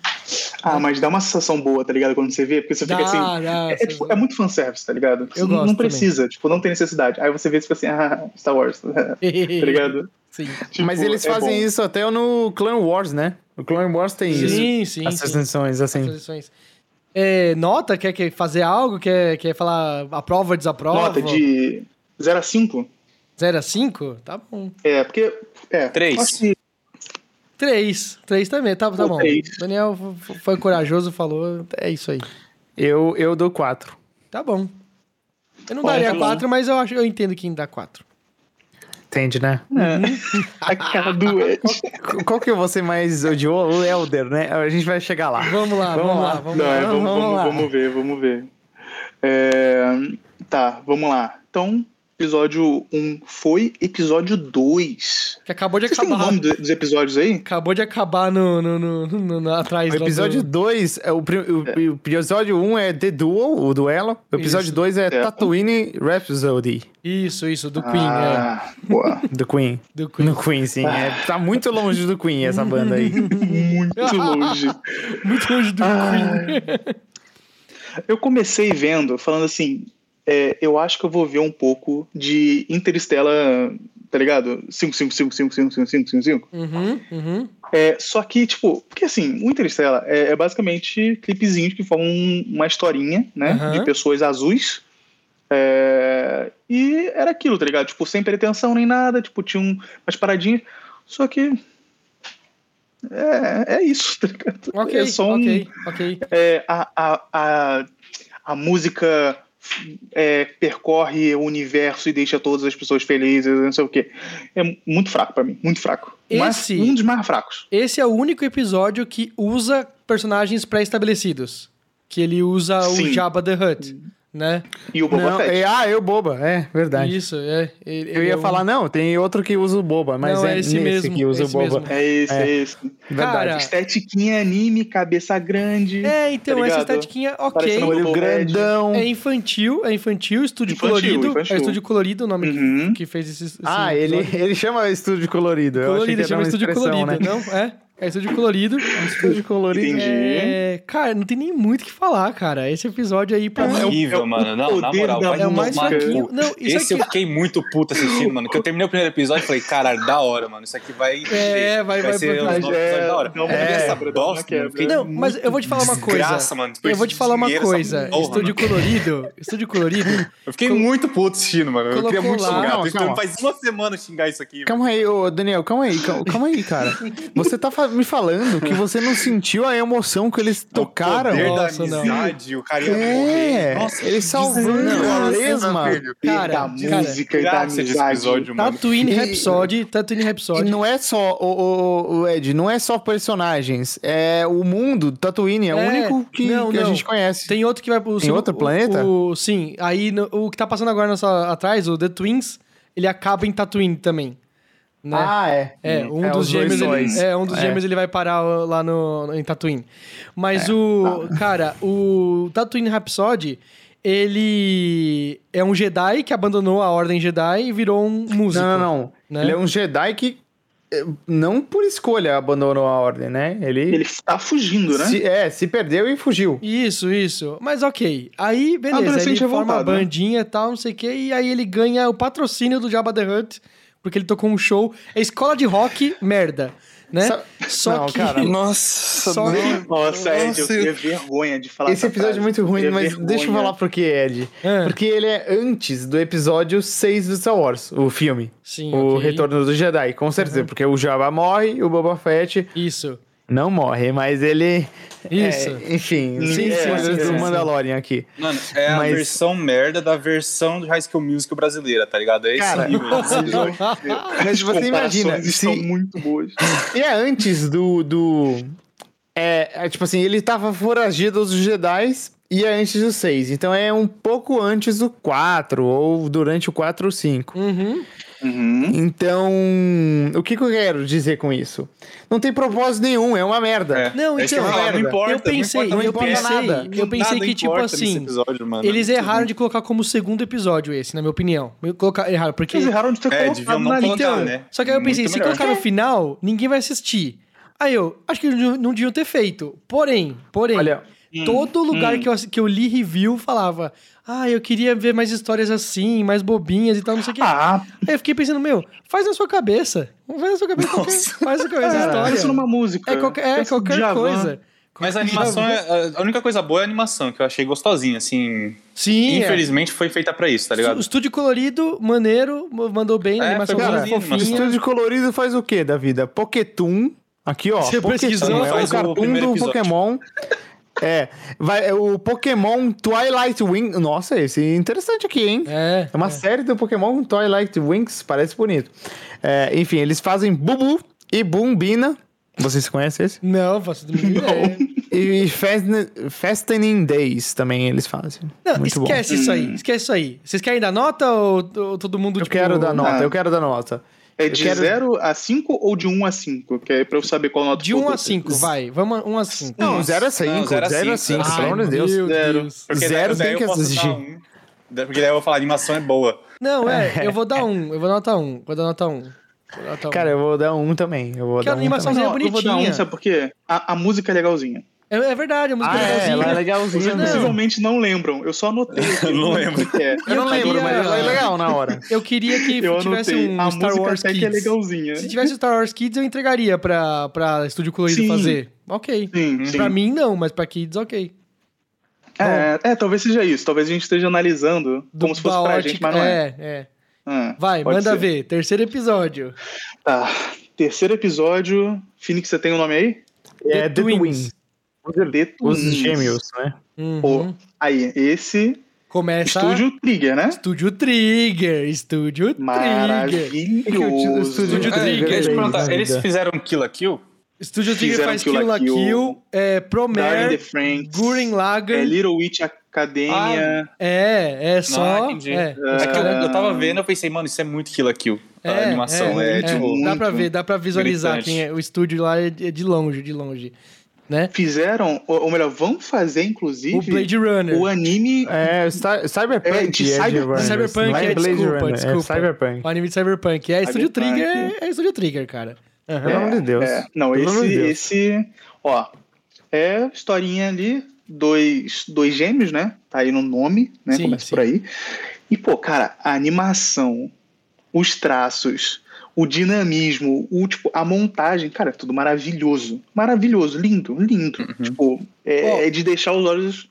Ah, mas dá uma sensação boa, tá ligado? Quando você vê, porque você fica assim.
dá,
É, é,
cê-
tipo, é muito fanservice, tá ligado? Você
Eu
não,
gosto
não
também.
precisa, tipo, não tem necessidade. Aí você vê e fica assim, [LAUGHS] ah, Star Wars, tá ligado?
[LAUGHS] Sim,
Tipo,
Mas eles
é
fazem
bom.
isso até no Clone Wars, né? O Clone Wars tem isso.
sim, sim.
Essas
sim. As
transições, assim.
transições. É, nota? Quer, quer fazer algo? Quer, quer falar aprova, desaprova?
Nota de 0 a 5?
0 a 5? Tá bom.
É, porque. É,
Três.
acho que
3. 3 também, tá, tá
Ou
bom.
três.
Daniel f- f- foi corajoso, falou. É isso aí.
Eu, eu dou quatro.
Tá bom. Eu não
Bom, tá
daria
bom.
4, mas eu, acho, eu entendo quem dá 4.
Entende, né?
a cara doente.
Qu- Qual que é você mais odiou? O Elder, né? A gente vai chegar lá.
Vamos lá, vamos,
Vamos
lá,
lá.
vamos
Não,
lá.
é,
Vamos
vamos, vamos,
lá.
vamos ver, vamos ver. É, tá, vamos lá. Então, episódio 1 foi episódio 2.
Que acabou de
Vocês têm o
acabar.
nome do- dos episódios aí?
Acabou de acabar no, no, no, no- no- atrás
O
lá
episódio
do...
2, o, pri- o- o episódio 1 um é The Duel, o duelo. O episódio
Isso.
2 é
Certo.
Tatooine Rhapsody,
Isso, isso, do Queen, é.
ah, boa.
do Queen.
Do Queen.
No Queen, sim. É, tá muito longe do Queen essa banda [LAUGHS] aí.
Muito longe.
[LAUGHS] Muito longe do
Ah.
Queen.
Eu comecei vendo, falando assim, é, eu acho que eu vou ver um pouco de Interestela, tá ligado? 5555555555.
Uhum, uhum.
É, só que, tipo, porque assim, o Interestela é, é basicamente clipezinhos que formam um- uma historinha, né?
Aham.
De pessoas azuis. É, e era aquilo, tá ligado? Tipo, sem pretensão nem nada, tipo, tinha um, umas paradinhas. Só que. É, é isso, tá ligado?
Ok,
é só um,
ok, ok.
é, a, a, a, a música é, percorre o universo e deixa todas as pessoas felizes, não sei o quê. É muito fraco pra mim, muito fraco. Mas
Esse-
um dos mais fracos.
Esse é o único episódio que usa personagens pré-estabelecidos. Que ele usa o
Sim.
Jabba the Hutt,
Hum.
né?
E o Boba
Não,
Fett.
é- ah, eu boba, é verdade.
Isso, é. Ele-
Eu
ele é
ia
um-
falar, não, tem outro que usa o boba, mas
Não,
é,
é esse
esse
mesmo,
que usa
esse
o boba.
mesmo.
É isso,
É.
é isso.
Verdade.
Cara,
Estetiquinha anime, cabeça grande.
É, então,
Tá
essa
ligado?
estatiquinha,
Parece um
ok.
olho
Olho É grandão.
É infantil, é infantil, estúdio
Infantil,
colorido.
infantil.
É estúdio colorido o nome que-
Uhum.
que, fez esse. esse
Ah, ele,
episódio.
ele chama estúdio colorido. Eu achei
Colorido,
que era
chama
uma
estúdio
expressão,
colorido,
né?
não? É, é estúdio colorido.
[LAUGHS]
Estúdio colorido.
Entendi.
É, cara, não tem nem muito o que falar, cara. Esse episódio aí, pra mim,
É o-
Horrível,
é o
mano. Não, na
poder
moral,
da
vai
é o mais
tomar no cu.
fraquinho. Não, isso
é
Esse eu
aqui.
fiquei muito puto assistindo, mano. Que eu terminei o primeiro episódio e falei, caralho, da hora, mano. Isso aqui vai.
É, vai- vai
ser
pro-
um
Mas
novo episódio
é-
da hora.
dá uma
Eu vi essa
quebra, dá uma
bosta, mano.
quebra.
eu fiquei
Não, mas eu vou te falar uma coisa.
desgraça, mano. Depois
Eu vou te falar uma
dinheiro, essa
coisa.
porra,
Estúdio colorido, estúdio colorido.
Eu fiquei muito puto assistindo, mano. Eu queria
Colocou
muito
lá.
xingar.
Não,
Tô esperando
calma.
faz uma semana xingar isso aqui.
[LAUGHS] Calma aí, ô Daniel, calma aí, calma, calma aí, cara. Você tá fa- me falando que você não sentiu a emoção que eles tocaram.
O poder
Nossa,
da
não.
amizade, o cara ia
É,
morrer. Nossa,
ele salvando a lesma.
Cara,
da
cara,
música e da
Graça esse
amizade.
episódio, mano.
Tatooine
E-
tá Rhapsody, Tatooine
E
Rhapsody.
não é só, o, Ed, não é só personagens, é o mundo, Tatooine, é, o
É,
único que,
não,
que a
não.
gente conhece.
Tem outro que vai pro.
Tem outro
o-
planeta?
o- sim. Aí no- o que tá passando agora nossa, atrás, o The Twins, ele acaba em Tatooine também. Né?
Ah, é.
é, um dos
os dois
gêmeos.
dois.
Ele, é, um dos
É.
gêmeos ele vai parar ó, lá no, no- em Tatooine. Mas
É.
o.
Tá.
Cara, o Tatooine Rhapsody, ele é um Jedi que abandonou a Ordem Jedi e virou um músico.
Não, não, não.
né?
Ele é um Jedi que eh, não por escolha abandonou a ordem, né? Ele,
Ele tá fugindo, né?
se, é, se perdeu e fugiu.
Isso, isso. Mas ok. Aí, beleza, ele
Adolescente
forma a
revoltado, né?
bandinha e tal, não sei o quê, e aí ele ganha o patrocínio do Jabba the Hutt, porque ele tocou um show. É escola de rock, [LAUGHS] merda. né?
Sabe-
Só
Não,
que. [LAUGHS]
cara,
Nossa,
Só-
mano.
Nossa, Ed, eu
Nossa,
tenho vergonha de falar
Esse
essa
episódio
frase.
é muito ruim,
Teria
mas
vergonha.
deixa eu falar por que, Ed.
Ah,
Porque ele é antes do episódio 6 do Star Wars, o filme.
sim,
O
ok. Uhum.
Retorno do Jedi, com certeza. Porque o Jabba morre, o Boba Fett
Isso.
não morre, mas ele.
Isso.
é, enfim,
Sim,
sim,
sim,
spoilers
sim,
do
sim.
Mandalorian aqui.
Mano, é a
Mas-
versão merda da versão do High School Musical brasileira, tá ligado? É esse
Cara,
nível. esse jogo.
[LAUGHS] Mas
As
você imagina,
comparações estão
se
muito boas.
e é antes do. do é, é, tipo assim, ele tava foragido dos Jedi e é antes do 6. Então é um pouco antes do 4, ou durante o 4 ou 5.
Uhum.
Uhum.
Então, o que, que eu quero dizer com isso? Não tem propósito nenhum, é uma merda.
É.
Não,
É isso que
então,
eu falo,
merda.
não importa.
eu pensei,
não
eu
importa
pensei,
nada.
eu pensei
Nada
que tipo
importa nesse
assim,
episódio, mano.
eles erraram de colocar como segundo episódio esse, na minha opinião. Me Colocar erraram porque
Eles erraram de ter
É, deviam
colocado
não
na lista.
colocar,
então,
né?
só que aí eu
Muito
pensei, se
melhor.
colocar no final, ninguém vai assistir. Aí eu, acho que não não deviam ter feito. Porém, porém,
Olha,
todo lugar
hum.
que, eu, assi- que eu li review falava, ah, eu queria ver mais histórias assim, mais bobinhas e tal, não sei o quê.
Ah,
Aí eu fiquei pensando, meu, faz na sua cabeça. Faz na sua cabeça qualquer, faz na sua cabeça a
cara,
história.
Ah, pensa numa música.
É qualquer, é
Pensa no
qualquer
Djavan.
coisa.
Mas a animação é. A única coisa boa é a animação, que eu achei gostosinha, assim.
Sim, é.
Infelizmente foi feita pra isso, tá
Su-
ligado?
Estúdio colorido, maneiro, ma- mandou bem,
É,
animação
foi
cara,
bonzinho, animação.
fofinha.
estúdio colorido faz o que da vida? Pokétoon. Aqui, ó.
Você pesquisou,
Pokétoon é o
faz o
cartoon
primeiro
do
episódio.
Pokémon. É, vai, é o Pokémon Twilight Wings. Nossa, esse é interessante aqui, hein?
É.
É uma série do Pokémon Twilight Wings, parece bonito. É, enfim, eles fazem Bubu e Bumbina. Vocês conhecem esse?
Não, faço do mesmo ideia.
E Fesne- Festening Days também eles fazem.
Não,
Muito bom.
esquece isso
Hum.
aí, esquece isso aí. Vocês querem dar nota ou, ou todo mundo,
Eu
tipo...
quero dar nota,
Ah.
eu quero dar nota.
É
Eu
de
quero-
0 a 5 ou de 1 um a 5? Que é pra eu saber qual nota
De
que eu
1
dou.
a 5, vai. Vamos 1 a 5.
Não,
Nossa.
0 a 5,
Não, zero a
0 a
cinco,
5,
zero a
pelo amor de
meu
Deus.
Deus.
daí-
Zero
daí
tem
eu
que
posso dar
assistir.
um, daí- Porque daí eu vou falar, a animação é boa.
Não,
[LAUGHS]
é, eu vou dar 1, eu vou dar nota 1, vou dar nota 1. Vou dar nota 1.
Cara, eu vou dar um também. Eu vou
tá Que
dar um
animação-
também.
Mas
Não,
é
eu vou dar
bonitinha.
um, sabe por quê? A, a música é legalzinha.
é, é verdade, a música
Ah,
é
é, ela é
legalzinha.
legalzinha
Vocês
Não.
mesmo.
possivelmente não lembram. Eu só
[LAUGHS]
anotei. aqui.
Não lembro.
Que é.
Eu não
Eu
lembro,
queria-
mas ela é legal na hora.
Eu queria
[LAUGHS]
que
Eu
tivesse
anotei.
um
a
Star
música
Wars
até que é
Kids.
legalzinha.
Se tivesse Star Wars Kids, eu entregaria pra, pra Estúdio Colorido
Sim.
fazer. Ok.
Sim, sim.
Pra mim, não, mas pra Kids, ok.
É, é, talvez seja isso. Talvez a gente esteja analisando como se fosse
da
pra
ótica-
gente, mas não é.
É, é.
Ah,
Vai,
pode
manda
ser.
ver. Terceiro episódio.
Tá. Terceiro episódio. Phoenix, você tem o nome aí?
É The
Twins.
Twins.
The
Os
Twins.
gêmeos, né?
Uhum.
Pô, aí, esse
Começa...
estúdio Trigger, né?
Estúdio Trigger, Estúdio Trigger.
Maravilhoso.
Estúdio
Ah,
Trigger,
deixa eu te perguntar,
ainda.
eles fizeram um Kill la Kill?
Estúdio Trigger
Fizeram
faz
Kill
Kill
la
la Kill,
Kill,
é,
Darling the
Promare,
Franks.
Gurren
é,
Lagann, Ah,
Little Witch Academia.
é, é só...
Ah, entendi.
é.
É que eu, eu tava vendo, eu pensei, mano, isso é muito Kill la Kill. a animação é,
é,
tipo.
Dá
muito
pra ver, dá pra visualizar
gritante.
quem é. O estúdio lá é de é de longe, de longe. Né?
Fizeram, ou ou melhor, vão fazer, inclusive,
O Blade Runner.
o anime.
É, Cy-
É,
Cyberpunk.
de
é
cyber-
Runners,
Cyberpunk,
não
é,
Blade
desculpa,
Runner,
desculpa.
É Cyberpunk.
O anime de Cyberpunk. É, Estúdio
Cyberpunk.
Trigger é, é Estúdio Trigger, cara. Aham.
Pelo amor de Deus.
É, não,
Pelo amor
esse,
de Deus.
esse. Ó, é historinha ali, dois, dois gêmeos, né? Tá aí no nome, né?
Sim,
Começa
sim.
por aí. E, pô, cara, a animação, os traços, o dinamismo, o, tipo, a montagem, cara, é tudo maravilhoso. Maravilhoso, lindo, lindo.
Uhum.
Tipo, é,
Ó.
é de deixar os olhos.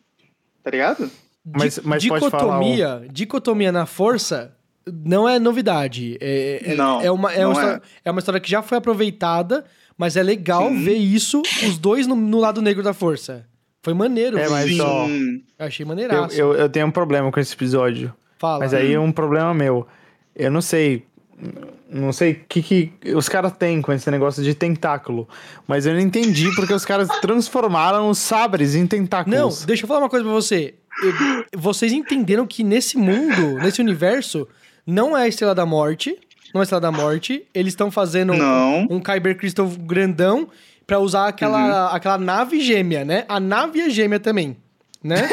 Tá ligado?
Mas- mas pode falar um.
dicotomia, dicotomia na força não é novidade. É, é-
Não,
é uma, é,
não
uma
é.
História, é uma história que já foi aproveitada, mas é legal ver isso, os dois no, no lado negro da força. Foi maneiro.
É, mas
Sim.
ó,
Eu achei
Eu,
maneiraço.
eu, eu tenho um problema com esse episódio.
Fala.
Mas aí é um problema meu. Eu não sei. Não sei o que, que os caras têm com esse negócio de tentáculo. Mas eu não entendi porque os caras transformaram os sabres em
Não,
tentáculos.
deixa eu falar uma coisa pra você. Eu- vocês entenderam que nesse mundo, nesse universo, não é a Estrela da Morte. Não é a Estrela da Morte. Eles estão fazendo um-
Não.
um Kyber Crystal grandão pra usar aquela, aquela nave gêmea, né? A nave é gêmea também, né?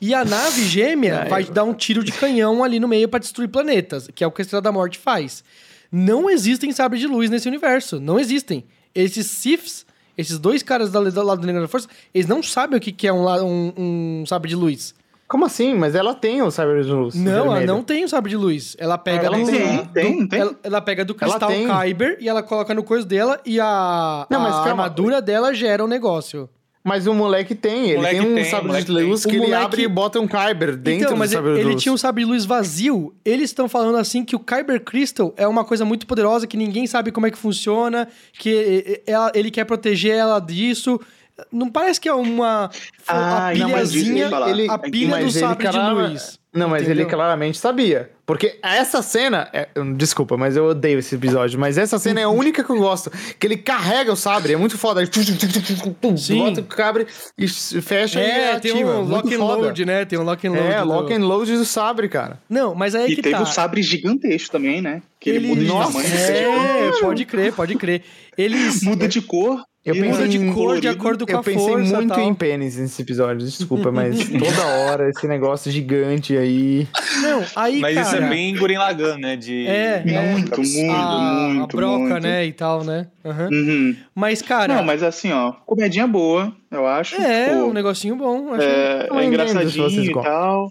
E a nave gêmea vai dar um tiro de canhão ali no meio pra destruir planetas, que é o que a Estrela da Morte faz. Não existem sabres de luz nesse universo. Não existem. Esses Siths, esses dois caras da- do lado negro da força, eles não sabem o que que é um, la- um, um sabre de luz.
Como assim? Mas ela tem o Cyber Luz.
Não, ela
vermelho.
não tem o sabre de luz. Ela pega
Ela
do-
tem,
do-
tem, não tem?
Ela, ela pega do
Ela
cristal
tem.
Kyber e ela coloca no coiso dela e a,
Não,
a
mas calma.
armadura dela gera um negócio.
Mas o moleque tem. Ele
Moleque
tem um
tem,
Sabre
moleque
de luz
tem.
que
O
ele
moleque-
abre e bota um Kyber dentro
então, mas ele,
do Sabre de
ele
luz.
tinha um sabre de luz vazio. Eles estão falando assim que o Kyber Crystal é uma coisa muito poderosa que ninguém sabe como é que funciona, que e- e- ela- ele quer proteger ela disso. Não parece que é uma
Ah,
a
não, mas isso eu ia
pilhazinha,
falar.
a
Entendi.
pilha do
É mas ele
sabre de
clara-
luz.
Não, mas ele
entendeu?
claramente sabia. Porque essa cena. é- Desculpa, mas eu odeio esse episódio. Mas essa cena é a única que eu gosto. Que ele carrega o sabre, é muito foda. Ele tum, tum, tum, tum, tum, tum,
Sim.
Bota o cabre e s- fecha
É,
e
tem
ativa.
um
Muito
lock and
foda.
load, né? Tem um lock and load.
É,
do-
lock and load do sabre, cara.
Não, mas aí é
E
que
teve
tá.
um sabre gigantesco também, né? Que ele, muda de
Nossa,
tamanho. assim, tipo, né?
É, pode crer, pode crer.
[LAUGHS]
Eles
Muda de cor.
Eu
ele
pensei
mudam de
em
cor de
colorido.
acordo com
Eu
a
pensei
força
muito
tal.
em pênis nesse episódio,
[LAUGHS]
desculpa, mas toda hora esse negócio gigante aí.
Não, aí,
Mas
cara...
isso é bem Gurren Lagann, né? De...
É.
Muito, muito,
a, a
muito.
broca,
muito.
né, e tal, né? Aham.
Uhum.
Mas, cara,
Não, mas assim, ó, comedinha boa, eu acho.
é
Pô,
um negocinho bom. acho.
é,
Eu
é
entendo se vocês
engraçadinho e
gostam.
tal.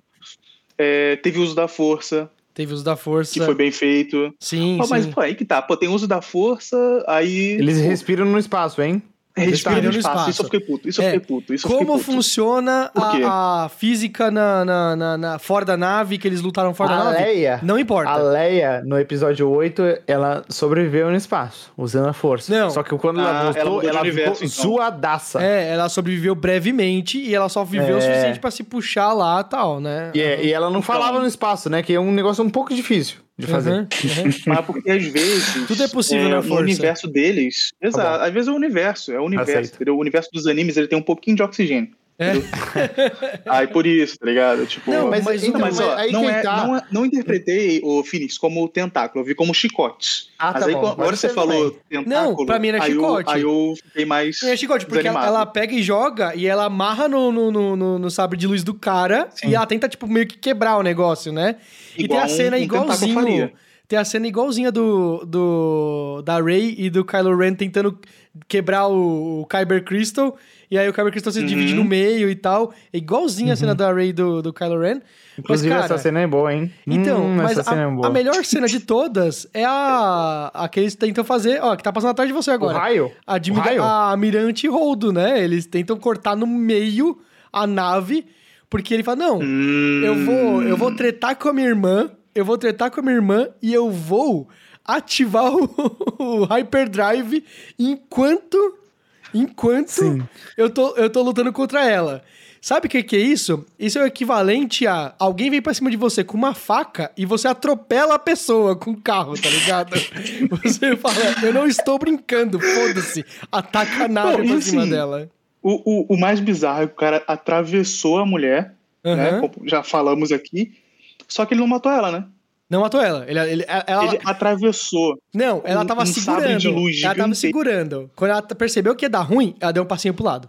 É, teve o uso da força,
Teve os da força.
que foi bem feito.
Sim,
Pô, mas
sim.
pô, aí que tá, pô, tem uso da força, aí.
Eles respiram no espaço, hein?
respiram
respiram
no
no
espaço.
espaço.
Isso eu fiquei puto, isso eu
É.
fiquei puto. Isso eu
Como
fiquei puto.
funciona
Por quê?
a, a física na, na, na- na- fora da nave, que eles lutaram fora
a
da nave?
Ah, Leia,
Não importa.
a Leia, no episódio 8, ela sobreviveu no espaço, usando a força.
Não.
Só que quando ela
Ah, ela
voltou,
mudou de
ela,
universo,
ficou
então.
zoadaça.
É, ela sobreviveu brevemente e ela só viveu o
É.
suficiente pra se puxar lá e tal, né?
E, é- e ela não falava no espaço, né? Que é um negócio um pouco difícil de fazer.
Uhum, uhum.
Mas porque às vezes.
Tudo é possível na
no
força. Tá
universo deles. Exato. às vezes é o universo, é o universo.
Aceito.
entendeu? O universo dos animes ele tem um pouquinho de oxigênio.
É. [LAUGHS]
entendeu? Aí por isso, tá ligado? Tipo,
Não, mas,
mas-
então,
Não, mas,
mas
ó,
aí
não,
que
é,
tá.
não, é- não interpretei o Phoenix como tentáculo, eu vi como chicote.
Ah,
mas
tá
aí,
bom,
quando-
mas
agora você
tudo
falou tentáculo.
Não, pra mim era
aí
chicote.
Eu, aí eu fiquei mais.
É chicote, porque ela,
desanimado.
ela pega e joga e ela amarra no, no, no, no- no sabre de luz do cara e ela tenta, tipo, meio que quebrar o negócio, né? e tem
Igual
a cena
um- um
igualzinho.
tentáculo faria.
tem a cena igualzinha do, do da Rey e do Kylo Ren tentando quebrar o, o Kyber Crystal. E aí o Kyber Crystal se divide
Uhum.
no meio e tal. É igualzinha a cena da Rey e do, do Kylo Ren.
Inclusive,
mas, cara,
essa cena é boa, hein?
Então,
Hum,
mas
essa cena
a,
é boa.
a melhor cena de todas é a, a que eles tentam fazer, ó, que tá passando atrás de você
O
agora.
raio?
A,
O
admira-
raio?
a Almirante Holdo, né? Eles tentam cortar no meio a nave, porque ele fala: Não,
Hum.
eu, vou, eu vou tretar com a minha irmã, eu vou tretar com a minha irmã e eu vou ativar o, [LAUGHS] o Hyperdrive enquanto. Enquanto eu tô, eu tô lutando contra ela. Sabe o que, que é isso? Isso é o equivalente a alguém vem pra cima de você com uma faca e você atropela a pessoa com o carro,
[LAUGHS]
tá ligado? você fala, eu não estou brincando, foda-se. Ataca a nave
Não, e
pra cima
assim,
dela.
O, o, o mais bizarro é que o cara atravessou a mulher, né?
Aham.
Como já falamos aqui. Só que ele não matou ela, né?
Não matou ela. Ele, ele- ela,
Ele atravessou.
Não, ela
um-
tava
um
segurando.
sabre de luz
ela tava
gigante.
segurando. Quando ela t- percebeu que ia dar ruim, ela deu um passinho pro lado.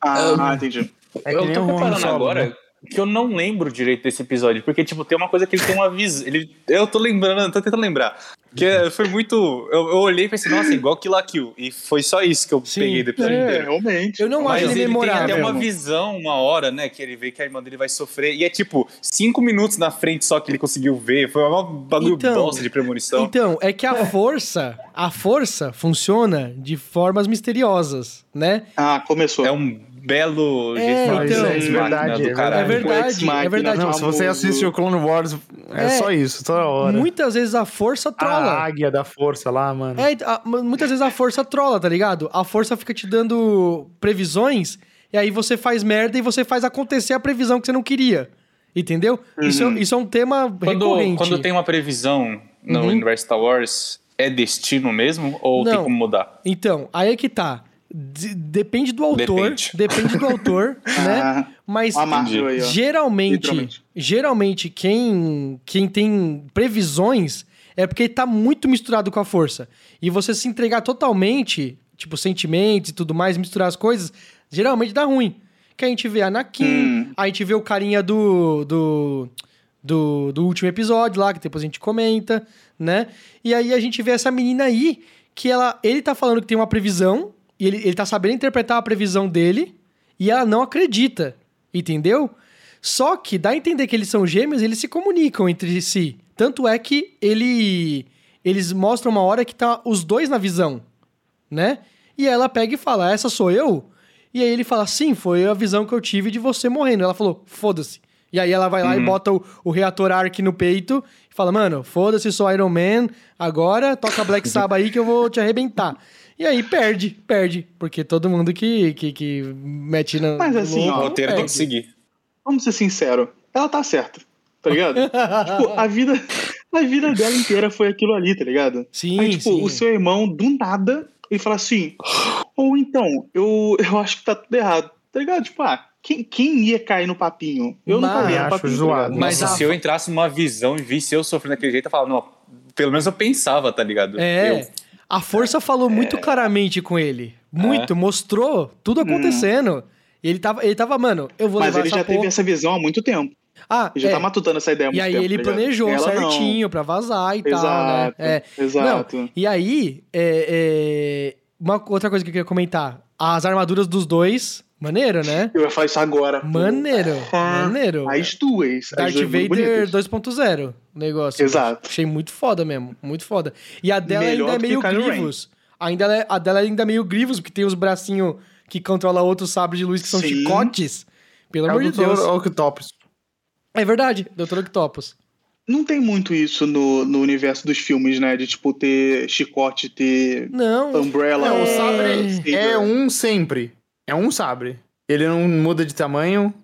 Ah, entendi.
É que
eu
nem
tô
o Han
reparando
Solo,
agora
né?
que eu não lembro direito desse episódio, porque, tipo, tem uma coisa que ele tem uma visão. Ele... Eu tô lembrando, eu tô tentando lembrar. Que é- foi muito. Eu, eu olhei e pensei, nossa, igual que La Kill. E foi só isso que eu
Sim.
peguei do episódio
É,
inteiro.
realmente.
Eu não
Mas
acho
ele
ele memorável.
tem até uma
mesmo.
visão, uma hora, né? Que ele vê que a irmã dele vai sofrer. E é tipo, cinco minutos na frente só que ele conseguiu ver. Foi uma bagulho
Então-
bosta de premonição.
Então, é que a força, a força funciona de formas misteriosas, né?
Ah, começou.
É um belo
É,
jeito de
então-
fazer esse
É
máquina
verdade, é
do caralho.
É verdade,
Ex Machina,
é verdade.
Não, se você
famoso.
assiste o Clone Wars, é,
É,
só isso, toda hora.
Muitas vezes a força
A
trola.
águia da força lá, mano.
É, a- mu- muitas vezes a força trola, tá ligado? A força fica te dando previsões e aí você faz merda e você faz acontecer a previsão que você não queria. Entendeu? Isso, é- isso é um tema
Quando,
recorrente.
quando tem uma previsão no
Uhum.
universo Star Wars, é destino mesmo ou
Não.
tem como mudar?
Então, aí é que tá. De- depende do autor.
Depende.
Depende, do autor, né?
Ah,
Mas
a Marvel aí, ó.
geralmente,
Literalmente.
geralmente quem, quem tem previsões é porque tá muito misturado com a força. E você se entregar totalmente, tipo, sentimentos e tudo mais, misturar as coisas, geralmente dá ruim. Que a gente vê a Anakin,
Hum.
a gente vê o carinha do, do, do, do último episódio lá, que depois a gente comenta, né? E aí a gente vê essa menina aí, que ela, ele tá falando que tem uma previsão, e ele, ele tá sabendo interpretar a previsão dele, e ela não acredita, entendeu? Só que dá a entender que eles são gêmeos, eles se comunicam entre si. Tanto é que ele eles mostram uma hora que tá os dois na visão, né? E ela pega e fala: "Essa sou eu?" E aí ele fala: "Sim, foi a visão que eu tive de você morrendo". Ela falou: "Foda-se". E aí ela vai
Uhum.
lá e bota o, o reator Ark no peito e fala: "Mano, foda-se, sou Iron Man, agora toca Black Sabbath aí que eu vou te arrebentar". E aí perde, perde, porque todo mundo que que, que mete na
Mas
no
assim,
O
ó,
louco,
roteiro tem
perde.
que seguir.
Vamos ser sinceros, ela tá certa, tá
[LAUGHS]
ligado? tipo, a vida, a vida dela inteira foi aquilo ali, tá ligado?
Sim,
Aí, tipo,
sim.
o seu irmão, do nada, ele fala assim: ou então, eu, eu acho que tá tudo errado, tá ligado? Tipo, ah, quem, quem ia cair no papinho? Eu não
Mas
caí no
acho
papinho. tá
zoado.
ligado?
Mas
Nossa,
a-
se eu entrasse numa visão e visse eu sofrendo daquele jeito, eu falava, não, pelo menos eu pensava, tá ligado?
É.
Eu-
A força falou
É.
muito claramente com ele. Muito, mostrou tudo acontecendo. Ele tava, ele tava, mano, eu vou
Uhum. Mas
levar
ele
essa
já
porra.
teve essa visão há muito tempo.
Ah,
Ele já
é.
tá matutando essa ideia há
e
muito
aí
tempo.
ele
tá ligado?
planejou
Ela não.
certinho pra vazar e tal, né?
Exato.
É.
Exato.
Não, e aí, é, é, uma outra coisa que eu queria comentar. As armaduras dos dois,
[LAUGHS]
maneiro, né?
Eu ia falar isso agora.
Maneiro,
Ah,
maneiro.
As duas. as
Darth
duas É um muito
Vader
bonitas.
2.0, o negócio.
Exato.
Achei muito foda mesmo, muito foda. E a dela
Melhor
ainda é
do que
meio
Kylo Ren.
Grievous. Ainda ela é- a dela ainda é meio Grievous, porque tem os bracinhos que controla outros sabres de luz que são
Sim.
chicotes. Pelo
É
amor
o
de Deus.
Dr. Octopus.
É verdade, Dr. Octopus.
Não tem muito isso no, no universo dos filmes, né? De, tipo, ter chicote, ter
Não,
umbrella.
Não, o
ou-
sabre é um sempre. É um sabre. Ele não muda de tamanho,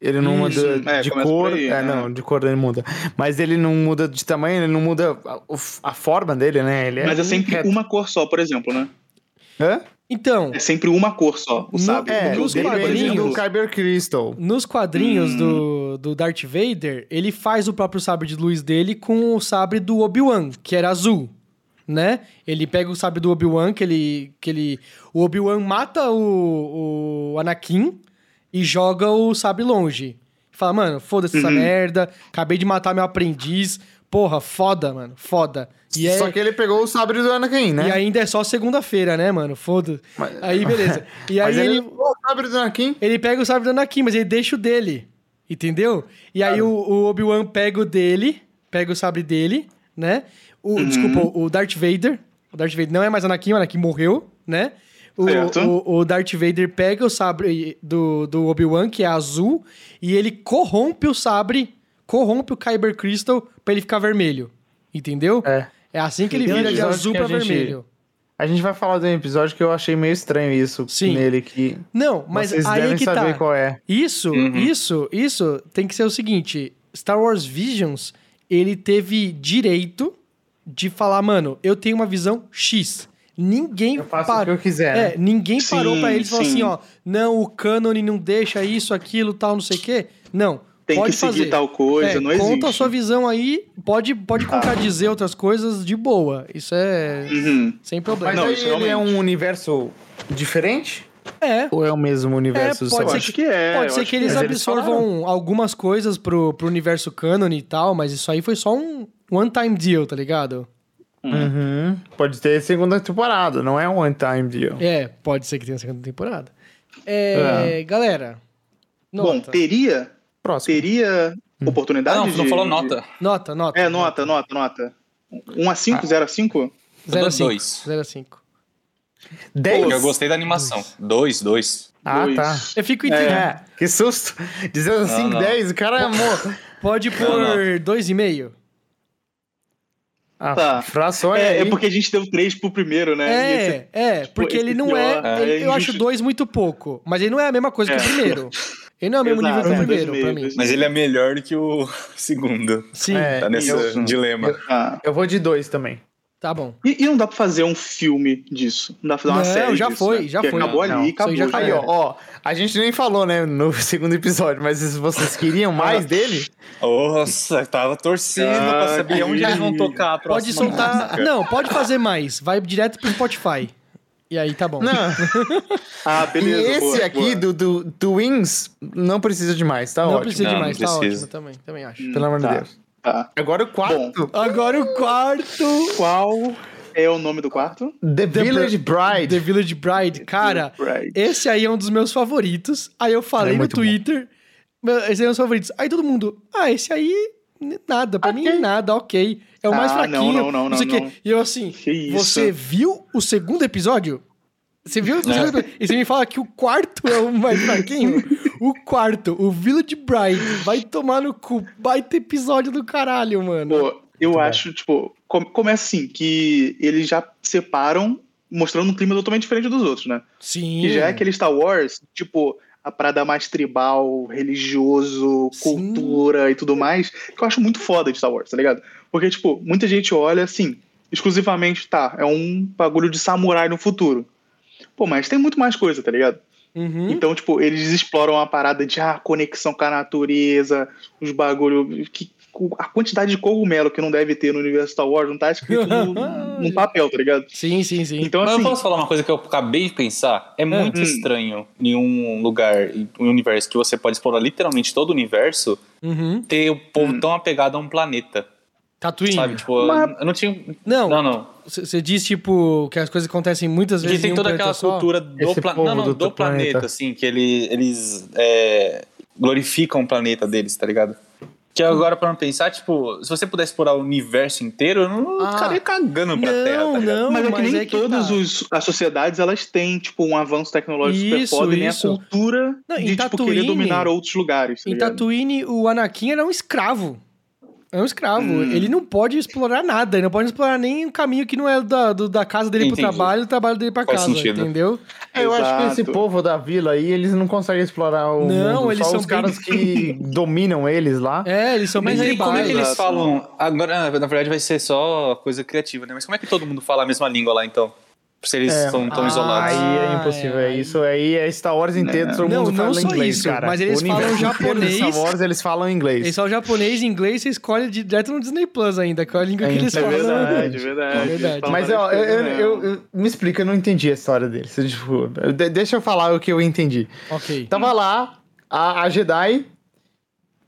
ele não
Isso.
muda
É,
de
começa
cor.
por aí, né?
é, não, de cor ele muda. Mas ele não muda de tamanho, ele não muda a, o f- a forma dele, né? Ele é
Mas é sempre
reto.
uma cor só, por exemplo, né?
Hã?
então,
É sempre uma cor só, o
No-
sabre.
É,
O
Nos
dele, por
depende
exemplo,
do
quadrinhos.
Kyber Crystal.
nos quadrinhos
Hum.
do, do Darth Vader, ele faz o próprio sabre de luz dele com o sabre do Obi-Wan, que era azul, né? Ele pega o sabre do Obi-Wan, que ele, que ele... O Obi-Wan mata o, o Anakin e joga o sabre longe. Fala, mano, foda-se essa
Uhum.
merda, acabei de matar meu aprendiz, porra, foda, mano, foda. E é...
Só que ele pegou o sabre do Anakin, né?
E ainda é só segunda-feira, né, mano? Foda.
Mas-
Aí,
[LAUGHS]
beleza. E aí
Mas ele é
ele,
levou o sabre do Anakin.
ele pega o sabre do Anakin, mas ele deixa o dele. Entendeu? E aí o, o Obi-Wan pega o dele, pega o sabre dele, né? O, Desculpa, o Darth Vader. O Darth Vader não é mais Anakin, o Anakin morreu, né? O,
Certo.
o, o Darth Vader pega o sabre do, do Obi-Wan, que é azul, e ele corrompe o sabre, corrompe o Kyber Crystal pra ele ficar vermelho. Entendeu?
É.
É assim que ele
Tem um
vira de
episódio
azul
que
pra
a gente-
vermelho.
A gente vai falar de um episódio que eu achei meio estranho isso
Sim.
nele que
Não, mas
vocês
aí
devem
que
saber
tá.
qual é.
Isso,
Uhum.
isso, isso tem que ser o seguinte: Star Wars Visions, ele teve direito de falar, mano, eu tenho uma visão X. Ninguém
Eu faço o que
parou.
eu quiser. né?
É, ninguém
Sim,
parou pra ele e falou
sim.
assim, ó, não, o cânone não deixa isso, aquilo, tal, não sei o quê. Não,
Tem
pode
que seguir
fazer.
tal coisa,
É,
não
conta
existe.
a sua visão aí, pode,
Ah.
pode contradizer outras coisas de boa. Isso é
Uhum.
sem
Mas
problema.
Não,
aí
isso
ele é
realmente.
um universo diferente?
é,
Ou é o mesmo universo
É,
do
pode
Eu
ser
Star
acho
que-
que é. eu
Pode ser
acho
que eles
é. Eles
absorvam algumas coisas pro, pro universo cânone e tal, mas isso aí foi só um one-time deal, tá ligado?
Wars? Uhum. Pode ter segunda temporada, não é um one time deal.
É, pode ser que tenha segunda temporada. É, Galera,
Bom,
nota, Hum.
teria,
Próximo.
teria oportunidade
Não,
de...
não falou
de-
nota.
nota, nota.
É, nota, nota, nota. 1 a
Ah.
5, 0 a 5?
Eu dou
0 a 5.
dois.
0 a 5.
Dez?
Eu gostei da animação. Dois, dois.
Ah,
Dois.
tá.
Eu fico entre...
É, que susto. Dizer
Não,
5,
não.
10, o cara
[LAUGHS]
é amou.
Pode
não.
pôr 2,5?
Ah,
Tá.
frações
É,
aí.
é porque a gente deu 3 pro primeiro, né? E esse-
É, é, porque
esse
ele não
pior,
é...
é,
ele-
é
eu acho
injusto.
2 muito pouco, mas ele não é a mesma coisa que o
É.
primeiro. Ele não é o mesmo
Exato,
nível
é,
que o primeiro, pra
2,5,
mim.
2,5.
Mas ele é melhor que o [LAUGHS] segundo.
Sim,
É.
Tá nesse
isso.
dilema.
Ah.
Eu vou de dois também.
tá bom.
E, e não dá pra fazer um filme disso. Não dá pra fazer uma
Não,
série
já
disso,
foi,
né?
já
Porque
foi.
Acabou
Não,
ali,
isso aí
acabou.
já
né?
Aí, ó, ó, a gente nem falou, né, no [LAUGHS] segundo episódio, mas se vocês queriam mais dele,
Nossa, eu tava torcendo pra
Ah,
saber onde
que-
eles vão tocar a
Pode
próxima
soltar.
música.
Não, pode fazer mais. Vai direto pro Spotify. E aí tá bom.
[LAUGHS] não.
Ah,
E
beleza.
esse
boa,
aqui
boa.
Do, do, do Wings não precisa de mais, tá
Não
ótimo.
precisa
Não,
de
não
mais, tá
precisa.
ótimo também, também acho.
Pelo amor de
Tá.
Deus.
Tá.
Agora o quarto,
Agora o quarto.
Qual é o nome do quarto?
The, Village
The
Bride.
Village Bride, cara.
Right.
Esse aí é um dos meus favoritos. Aí eu falei
É
no
muito
Twitter. Meu, Esses eram os favoritos. Aí todo mundo, ah, esse aí, n- nada, pra mim nada, ok. É o mais
Ah, não,
fraquinho.
não, não, não,
sei o quê.
não.
E eu assim,
Que isso? É.
você viu o segundo episódio? Você viu o segundo episódio? E você me fala que o quarto é o mais fraquinho? o quarto, o Village Bride, vai tomar no cu. Baita episódio do caralho, mano.
Pô, eu acho, tipo, com- começa assim, que eles já separam, mostrando um clima totalmente diferente dos outros, né?
Sim.
Que já é aquele Star Wars, tipo, a parada mais tribal, religioso,
Sim.
cultura e tudo mais, que eu acho muito foda de Star Wars, tá ligado? Porque, tipo, muita gente olha assim, exclusivamente, tá, é um bagulho de samurai no futuro. Pô, mas tem muito mais coisa, tá ligado?
Uhum.
Então, tipo, eles exploram a parada de ah, conexão com a natureza, os bagulho. Que, a quantidade de cogumelo que não deve ter no universo Star Wars não tá escrito no,
[LAUGHS]
num papel, tá ligado?
Sim, sim, sim.
Então,
Mas eu
assim.
posso falar uma coisa que eu acabei de pensar? É muito estranho em um lugar, em um universo que você pode explorar literalmente todo o universo,
Uhum.
ter o povo tão apegado a um planeta.
Tatooine.
Sabe? Tipo,
Mas-
eu não tinha.
Não,
Não, não.
Você diz, tipo, que as coisas acontecem muitas
Porque
vezes.
tem
em um
toda
planeta
aquela
só.
cultura do,
Esse
pla-
povo
não, não,
do
do,
teu
planeta,
planeta.
assim, que ele- eles é, glorificam o planeta deles, tá ligado? Que agora, pra não pensar, tipo, se você pudesse explorar o universo inteiro, eu não
Ah.
ficaria é cagando pra
Não,
Terra, tá ligado?
não,
mas é que nem
é que
todas
tá.
os- as sociedades elas têm, tipo, um avanço tecnológico super
Isso,
foda e nem a
isso.
cultura
Não, em
de, tipo,
Tatooine-
querer dominar outros lugares. Tá
Em
ligado?
Tatooine, o Anakin era um escravo. É um escravo.
Hum.
Ele não pode explorar nada. Ele não pode explorar nem o caminho que não é da, do- da casa dele pro
Entendi.
trabalho, do trabalho dele pra
Faz
casa,
sentido.
entendeu?
É, eu acho que esse
Exato.
povo da vila aí, eles não conseguem explorar o
Não,
mundo,
eles
só
são
os
bem-
caras
[LAUGHS]
que dominam eles lá.
É, eles são
Mas
bem
aí, como é que
tribais.
eles
Exato.
falam? Agora, na verdade, vai ser só coisa criativa, né? Mas como é que todo mundo fala a mesma língua lá, então? Se eles
É,
são tão
ah,
isolados.
Aí é
Ah,
impossível,
é,
é
aí-
isso aí, é Star Wars inteiro, todo
Não,
mundo
não
fala
só
inglês,
isso,
cara.
mas eles
O universo
falam
inteiro de
japonês.
Star Wars, eles falam inglês.
Eles falam japonês e inglês, você escolhe direto no Disney Plus ainda, que é a língua que
É,
eles
é
É
falam.
[LAUGHS]
verdade, é verdade.
É verdade.
Fala
Mas ó,
várias
eu,
coisas,
eu-
né?
eu- eu- me explica, eu não entendi a história deles. [LAUGHS] Tipo, de- deixa eu falar o que eu entendi.
Ok.
Tava lá a, a Jedi.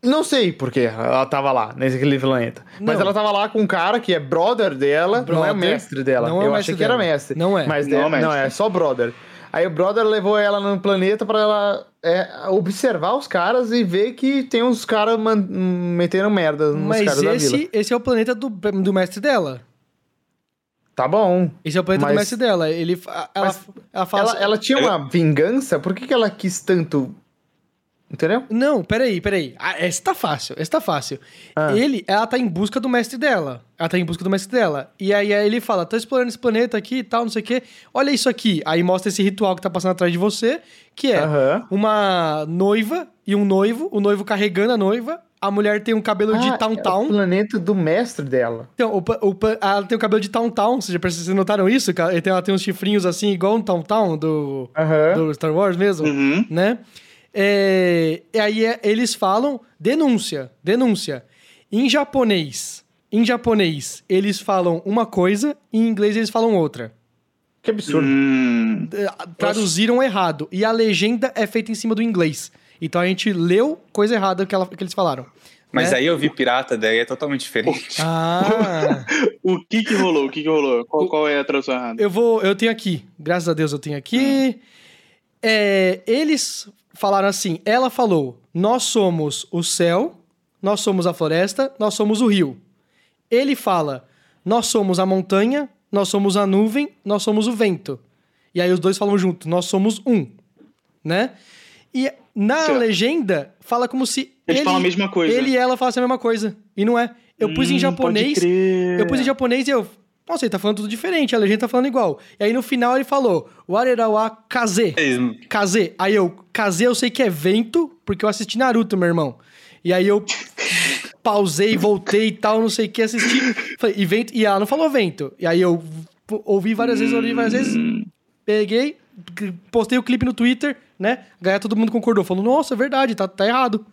Não sei por que ela tava lá, nesse aquele planeta. Mas
Não.
ela tava lá com um cara que é brother dela, não é o
Brother.
mestre dela.
Não é o
eu
mestre
achei que
dela.
era mestre.
Não é.
Mas
Não é
é-
o mestre.
não, é só brother. Aí o brother levou ela no planeta pra ela é, observar os caras e ver que tem uns caras man- metendo merda nos
Mas
caras da vila.
esse, esse é o planeta do, do mestre dela.
Tá bom.
Esse é o planeta do
Mas-
mestre dela. Ele, fa- ela,
Mas
ela fala. assim,
Ela, ela tinha uma vingança? Por que, que ela quis tanto? Entendeu?
Não, peraí, peraí. Ah, essa tá fácil, essa tá fácil.
Ah.
Ele, ela tá em busca do mestre dela. Ela tá em busca do mestre dela. E aí, aí ele fala, tô explorando esse planeta aqui e tal, não sei o quê. Olha isso aqui. Aí mostra esse ritual que tá passando atrás de você, que é
Aham.
uma noiva e um noivo, o noivo carregando a noiva, a mulher tem um cabelo de
Ah,
Town
É o
Town.
planeta do mestre dela.
Então, o pa- o pa- ela tem o cabelo de Town Town, vocês já perce- vocês notaram isso? cara? Ele tem- Ela tem uns chifrinhos assim, igual um Town Town do,
Aham.
do Star Wars mesmo
Uhum.
né? É, e aí é- eles falam denúncia, denúncia. Em japonês, em japonês, eles falam uma coisa, em inglês eles falam outra.
Que absurdo.
Hum.
É, Traduziram errado. E a legenda é feita em cima do inglês. Então a gente leu coisa errada que, ela- que eles falaram.
Mas
né?
aí eu vi pirata, daí é totalmente diferente.
Ah,
O que que rolou? O que que rolou? Qual, qual é a tradução errada?
eu vou. Eu tenho aqui. Graças a Deus eu tenho aqui. É, eles falaram assim: ela falou, nós somos o céu, nós somos a floresta, nós somos o rio. Ele fala, nós somos a montanha, nós somos a nuvem, nós somos o vento. E aí os dois falam junto, nós somos um, né? E na
Certo.
legenda fala como se
Eles falam a mesma coisa.
Ele e ela falassem a mesma coisa. E não é. Eu pus em
Hum,
japonês,
pode crer.
eu pus em japonês e eu. Nossa, ele tá falando tudo diferente, a legenda tá falando igual. E aí no final ele falou: Warerawa kaze. Kaze. Aí eu, Kaze eu sei que é vento, porque eu assisti Naruto, meu irmão. E aí eu [LAUGHS] pausei, voltei e tal, não sei o que, assisti. Falei, e, vento, e ela não falou vento. E aí eu p- ouvi várias vezes, ouvi várias vezes,
Hum,
peguei, c- postei o clipe no Twitter, né? Ganhar todo mundo concordou. Falou, nossa, é verdade, tá, tá errado.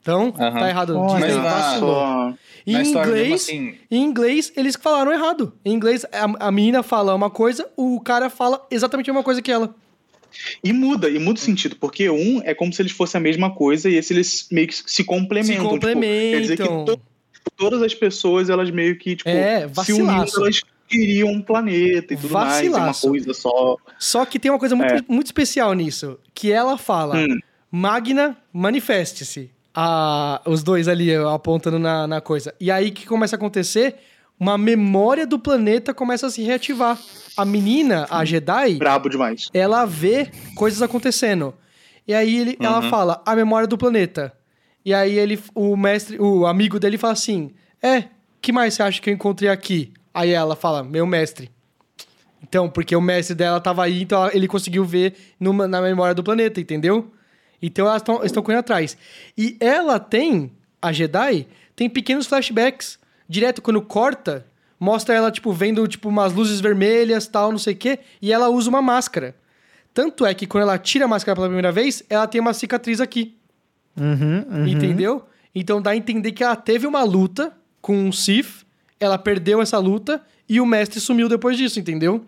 Então,
Aham.
tá errado.
Olha
Disney
Mas na-
vacilou.
só.
E
Na
em
história mesmo,
inglês,
assim-
em inglês, eles falaram errado. Em inglês, a, a menina fala uma coisa, o cara fala exatamente a mesma coisa que ela.
E muda, e muda o sentido, porque um é como se eles fossem a mesma coisa e esse eles meio que se complementam.
Se
tipo, quer dizer que
complementam.
to- todas as pessoas, elas meio que, tipo,
É,
se unindo,
vacilaço.
elas queriam um planeta e tudo mais,
Vacilaço.
é uma coisa só.
Só que tem uma coisa muito, muito especial nisso, que ela fala,
É. Hum.
Magna, manifeste-se. a- os dois ali ó, apontando na, na coisa. E aí o que começa a acontecer? Uma memória do planeta começa a se reativar. A menina, a Jedi,
Brabo demais.
ela vê coisas acontecendo. E aí ele, ela fala, a memória do planeta. E aí ele, o mestre, o amigo dele fala assim: É, que mais você acha que eu encontrei aqui? Aí ela fala, meu mestre. Então, porque o mestre dela tava aí, então ela- ele conseguiu ver numa- na memória do planeta, entendeu? Então elas tão- estão correndo atrás. E ela tem, a Jedi, tem pequenos flashbacks. Direto quando corta, mostra ela, tipo, vendo, tipo, umas luzes vermelhas, tal, não sei o quê, e ela usa uma máscara. Tanto é que quando ela tira a máscara pela primeira vez, ela tem uma cicatriz aqui.
Uhum, uhum.
Entendeu? Então dá a entender que ela teve uma luta com um Sith, ela perdeu essa luta e o mestre sumiu depois disso, entendeu?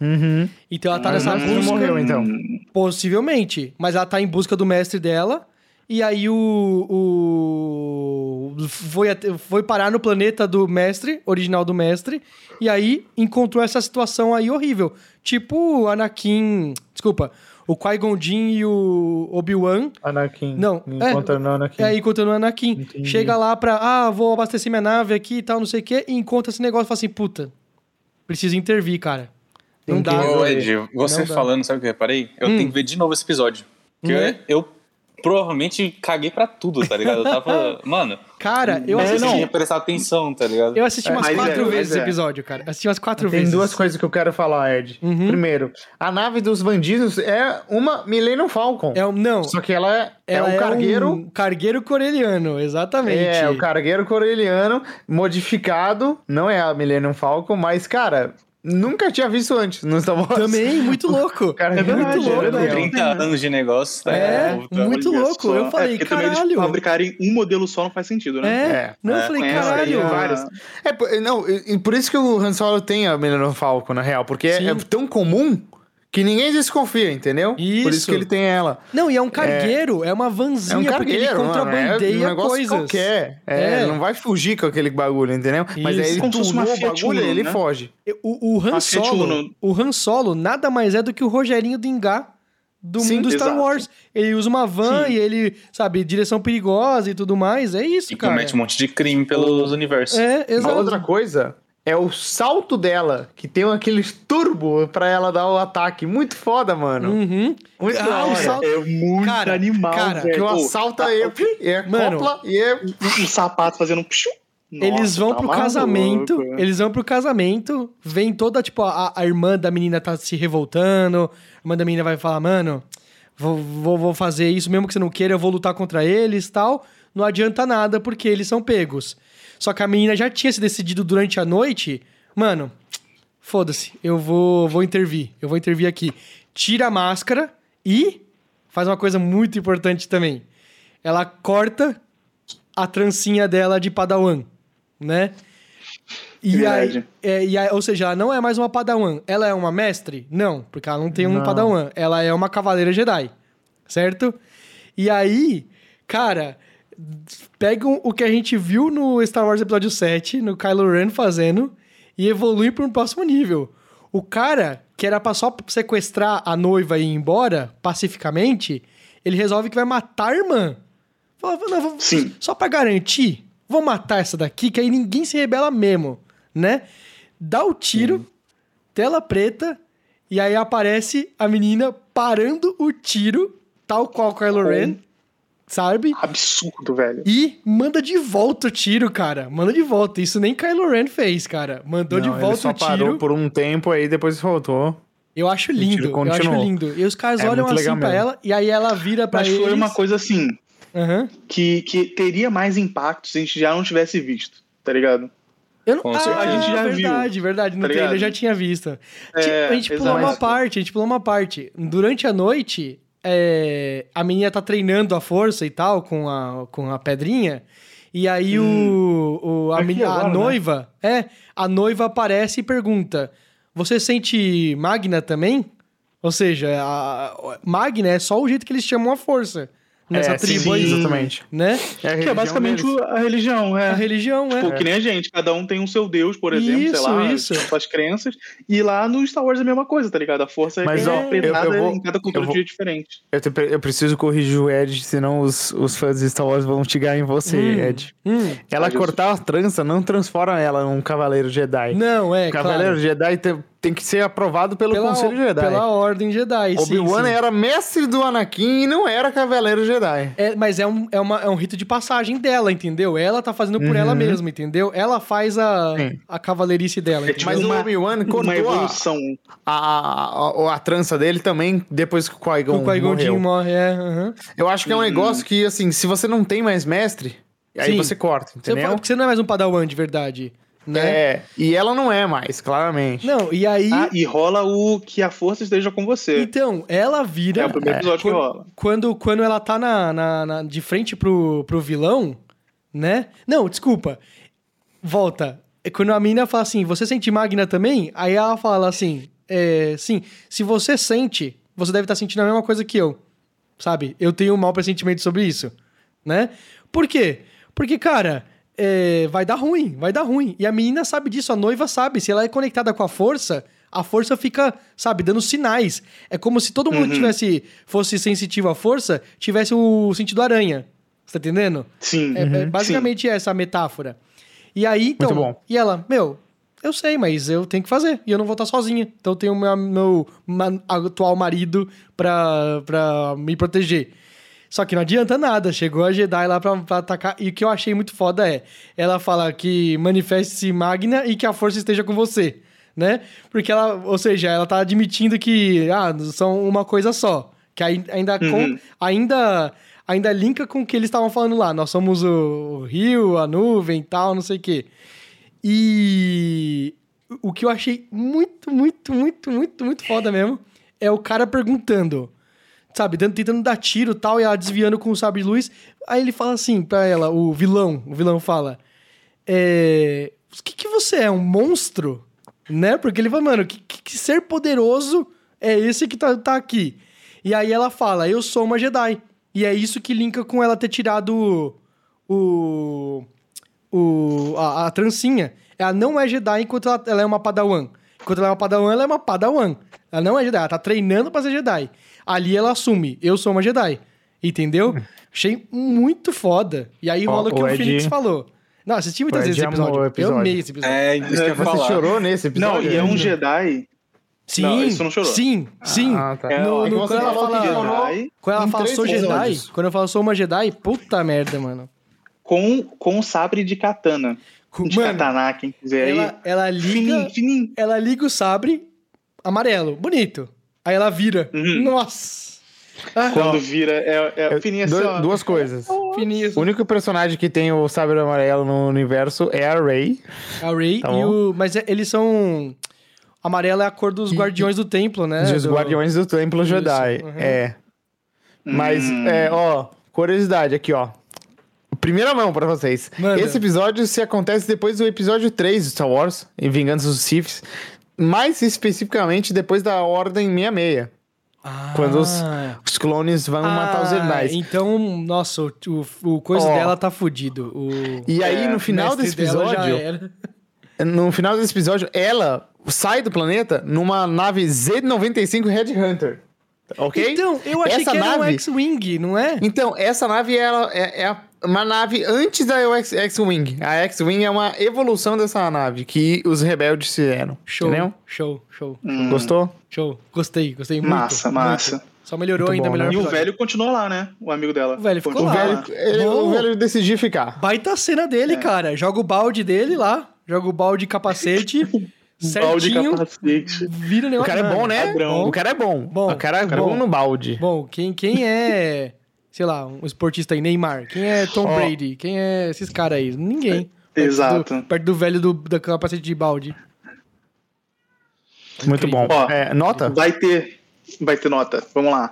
Uhum.
Então ela tá nessa
Mas não
busca.
morreu, então.
Possivelmente. Mas ela tá em busca do mestre dela. E aí o. o foi, até- foi parar no planeta do mestre, original do mestre. E aí encontrou essa situação aí horrível. Tipo o Anakin. Desculpa. O Qui-Gon Jinn e o Obi-Wan
Anakin.
Não, é.
Encontrando Anakin.
e aí continua o Anakin.
Entendi.
Chega lá pra, ah, vou abastecer minha nave aqui e tal, não sei o quê, e encontra esse negócio e fala assim, puta, preciso intervir, cara.
Tem
Não
que
dá.
Ô, Ed, você
Ah, Não dá.
falando, sabe o que eu reparei? Eu
Hum.
tenho que ver de novo esse episódio. Porque
Né?
eu, eu provavelmente caguei pra tudo, tá ligado? Eu
[LAUGHS]
tava. mano,
Cara, eu
eu
assisti,
tinha que prestar atenção, tá ligado?
eu assisti umas
mas é,
quatro
mas
vezes esse
é.
episódio, cara. Assisti umas quatro
Tem
vezes.
duas coisas que eu quero falar, Ed.
Uhum.
Primeiro, a nave dos bandidos é uma Millennium Falcon.
É um, não,
Só que ela é, é
ela
um cargueiro.
um cargueiro coreliano, exatamente.
É, o cargueiro coreliano, modificado. Não é a Millennium Falcon, mas, cara, nunca tinha visto antes no Star Wars.
Também, muito louco.
cara, é
verdade,
muito louco,
é verdade.
meu.
30 anos de negócio, tá
É,
ligado? Puta,
muito
olha
louco.
só.
Eu falei,
É, porque também eles
caralho.
fabricarem um modelo só não faz sentido, né?
É,
É,
não, eu
é,
falei,
Tem essa aí,
caralho.
várias.
[LAUGHS] É, por- não, e e por isso que o Han Solo tem a Millennium Falcon, na real, porque é,
Sim.
é tão comum que ninguém desconfia, entendeu? Por
Isso.
isso que ele tem ela.
Não, e é um cargueiro, é, uma vanzinha,
É um
porque ele
cargueiro, mano, é um
contrabandeia
negócio
coisas.
qualquer. É,
É.
não vai fugir com aquele bagulho, entendeu? Mas
Isso.
aí ele
Como se fosse
tunou
uma
o
Fiat
bagulho e
Uno,
ele
né?
foge.
O, o Han
Mas
é
sente
Solo,
o-
tipo
o Han Solo nada mais é do que o Rogerinho Dingá do
Sim,
mundo Star
exato.
Wars. Ele usa uma van
Sim.
e ele, sabe, direção perigosa e tudo mais. É isso,
E
cara.
comete um monte de crime pelos universos.
É,
A
exato.
outra coisa é o salto dela, que tem aqueles turbo pra ela dar o ataque. Muito foda, mano.
Uhum.
Muito
Ah,
da
o
hora.
salto-
É muito
Cara,
animal,
cara,
velho.
Que o
Pô,
assalto
tá-
aí, é, é
Mano,
copla e é...
o sapato fazendo um pshu.
eles
Nossa,
vão
tá
pro
maluco. é né?
casamento, eles vão pro casamento, vem toda, tipo, a, a irmã da menina tá se revoltando, a irmã da menina vai falar, mano, vou, vou, vou fazer isso mesmo que você não queira, eu vou lutar contra eles e tal. Não adianta nada, porque eles são pegos. Só que a menina já tinha se decidido durante a noite, mano, foda-se, eu vou, vou intervir, eu vou intervir aqui. Tira a máscara e faz uma coisa muito importante também. Ela corta a trancinha dela de Padawan, né? E aí,
Verdade.
é, e aí- ou seja, ela não é mais uma Padawan. Ela é uma mestre? Não, porque ela não tem um Padawan. Ela é uma Cavaleira Jedi, certo? E aí, cara, pegam o que a gente viu no Star Wars Episódio 7, no Kylo Ren fazendo, e evoluem para um próximo nível. O cara, que era pra só sequestrar a noiva e ir embora, pacificamente, ele resolve que vai matar a irmã. Fala, não, vou-
Sim.
Só pra garantir, vou matar essa daqui, que aí ninguém se rebela mesmo, né? Dá o tiro, tela preta, e aí aparece a menina parando o tiro, tal qual
Tá
Kylo Ren, sabe?
Absurdo, velho.
E manda de volta o tiro, cara. Manda de volta. Isso nem Kylo Ren fez, cara. Mandou de
Não, ele
volta
só
o
parou
tiro.
por um tempo aí, depois voltou.
Eu acho
tiro
lindo. eu acho
continuou.
lindo. E os caras
É
olham
muito legal
assim pra
mesmo.
ela, e aí ela vira pra
Mas
eles.
foi uma coisa assim,
Aham.
que, que teria mais impacto se a gente já não tivesse visto, tá ligado?
Eu não...
Com
ah,
certeza.
a gente já
viu.
verdade, verdade. No
Tá
trailer eu
ligado?
já tinha visto.
É,
Ti- a gente pulou
exato.
uma parte, a gente pulou uma parte. Durante a noite, é, a menina tá treinando a força e tal, com a, com a pedrinha. E aí o, o- a,
Aqui
meni- a
agora, né?
noiva, é, a noiva aparece e pergunta: Você sente Magna também? Ou seja, a- a- Magna é só o jeito que eles chamam a força, nessa
é,
tribo
sim,
aí,
exatamente.
né?
a
Que é
religião
basicamente
deles.
o- a religião,
A
é.
religião,
Tipo,
é.
que nem a gente, cada um tem um seu Deus, por exemplo, sei
Isso,
lá,
isso.
suas crenças. E lá no Star Wars é a mesma coisa, tá ligado? A força
Mas,
é
ó, eu-
interpretada
eu vou-
em cada cultura
eu vou-
de jeito diferente.
Eu, te- eu preciso corrigir o Ed, senão os, os fãs de Star Wars vão chegar em você,
Hum.
Ed.
Hum,
Ela
Ah, justo.
cortar a trança não transforma ela num cavaleiro Jedi.
Não, é,
o cavaleiro
claro.
Jedi tem, tem que ser aprovado pelo Conselho Jedi.
Pela ordem Jedi, sim,
Obi-Wan é
sim.
era mestre do Anakin e não era cavaleiro Jedi.
É, mas é um, é, uma- é um rito de passagem dela, entendeu? Ela tá fazendo por ela
Uhum.
mesma, entendeu? Ela faz a,
Sim.
a cavalerice dela.
É
entendeu?
tipo
Mas
uma-
o Obi-Wan
Uma
cortou a,
evolução.
a, a, a trança dele também depois que o Qui-Gon
o Qui-Gon
morreu.
Jinn morre, é. aham.
Eu acho que é
Uhum.
um negócio que, assim, se você não tem mais mestre, aí
Sim.
você corta,
Você fala
entendeu?
porque você não é mais um padawan de verdade, né?
É, e ela não é mais, claramente.
Não, e aí...
Ah, e rola o que a força esteja com você.
Então, ela
É
vira...
o primeiro episódio que
Quando-
rola.
quando, quando ela tá na, na- na- de frente pro, pro vilão, né? Não, desculpa. Volta. É Quando a menina fala assim, você sente magna também? Aí ela fala assim, é, sim, se você sente, você deve estar sentindo a mesma coisa que eu. Sabe? Eu tenho um mau pressentimento sobre isso. Né? Por quê? Porque, cara, é, vai dar ruim, vai dar ruim. E a menina sabe disso, a noiva sabe. Se ela é conectada com a força, a força fica, sabe, dando sinais. É como se todo mundo tivesse, fosse sensitivo à força, tivesse o sentido aranha. Você tá entendendo?
Sim.
É, é
Uhum.
Sim.
basicamente essa a metáfora. E aí, então.
Muito bom.
E ela, meu, eu sei, mas eu tenho que fazer. E eu não vou estar sozinha. Então eu tenho meu, meu ma- atual marido pra, pra me proteger. Só que não adianta nada. Chegou a Jedi lá pra, pra atacar. E o que eu achei muito foda é: ela fala que manifeste-se magna e que a força esteja com você. Né? Porque ela, ou seja, ela tá admitindo que ah, são uma coisa só. Que ai- ainda, con-
Uhum.
ainda ainda linka com o que eles estavam falando lá. Nós somos o, o rio, a nuvem, tal, não sei o quê. E o que eu achei muito, muito, muito, muito, muito foda mesmo é o cara perguntando, sabe, dando- tentando dar tiro e tal, e ela desviando com o sabre de luz. Aí ele fala assim pra ela, o vilão, o vilão fala, é, o que que você é, um monstro? Né? Porque ele fala, mano, que, que- que ser poderoso é esse que tá, tá aqui? E aí ela fala, eu sou uma Jedi. E é isso que linka com ela ter tirado o... o a, a trancinha. Ela não é Jedi enquanto ela, ela é uma Padawan. Enquanto ela é uma Padawan, ela é uma Padawan. Ela não é Jedi, ela tá treinando pra ser Jedi. Ali ela assume, eu sou uma Jedi.
[LAUGHS]
Entendeu? Achei muito foda. E aí
Ó,
rola o que
o
o
Ed-
Phoenix falou. Não, assisti muitas
O Ed
vezes esse
amou
episódio.
o episódio.
Eu amei esse episódio.
É, isso que eu ia
Você
falar.
chorou nesse
Não,
episódio?
e é um
ainda?
Jedi.
Sim,
É, Não, isso não chorou.
sim, sim.
Ah, tá.
É, ó,
no,
é
no-
como
quando ela
falou
fala,
que
Jedi
quando ela
em
fala
três
sou Jedi,
episódios.
quando eu falo sou uma Jedi, puta merda, mano.
com, com sabre de katana.
Com-
De
Mano,
katana, quem quiser tá, aí.
ela, ela liga,
Fininho, fininho.
ela liga o sabre amarelo, bonito. Aí ela vira.
Uhum.
Nossa. Ah,
Quando vira, é, é
Eu-
fininho assim,
dois-
ó.
duas coisas.
fininho.
O único personagem que tem o sabre amarelo no universo é a Rey.
A Rey
Tá
e
bom.
o, mas é- eles são amarelo é a cor dos
E-
guardiões do templo, né?
um dos
Do-
Guardiões do Templo
Isso,
Jedi.
uhum.
É. Mas,
Hum.
é, ó, curiosidade aqui, ó. Primeira mão pra vocês.
Manda.
Esse episódio se acontece depois do episódio 3 do Star Wars, em Vingança dos Siths. Mais especificamente depois da Ordem 66.
Ah.
Quando os- Os clones vão matar os
Ah,
Jedi.
Então, nossa, o, o, o coisa
Ó.
dela tá fudido. O
E aí,
É,
no final
mestre
desse
dela já é.
episódio,
era.
no final desse episódio, ela sai do planeta numa nave Z95 Headhunter. Ok?
Então, eu achei
Essa
que era um
nave-
X-Wing, não é?
Então, essa nave ela é, é a- uma nave antes da X- X-Wing. A X-Wing é uma evolução dessa nave que os rebeldes fizeram.
Show,
Entendeu?
show, show,
Hum.
Gostou?
show. Gostei, gostei muito.
Massa,
muito.
massa.
Só melhorou
Muito
ainda,
bom,
melhor
né?
E o
episódio.
velho continuou lá, né? O amigo dela.
O velho ficou
O
Continuou
lá.
velho, ele-
Bom.
o velho decidiu ficar.
Baita cena
É.
dele, cara. Joga o balde dele lá, joga o balde
[LAUGHS]
e capacete,
Balde
certinho,
capacete.
vira o
O
negócio.
cara é bom,
Mano,
né?
padrão.
O cara é bom.
Bom.
O cara é
Cara
bom
bom.
no balde.
Bom, quem, quem é, sei lá, um esportista aí, Neymar? Quem é Tom
Ó.
Brady? Quem é esses caras aí? Ninguém. Perto
É, Exato.
do- perto do velho do, da capacete de balde.
Muito bom.
Ó,
É, nota?
Vai ter. Vai ter nota. Vamos lá.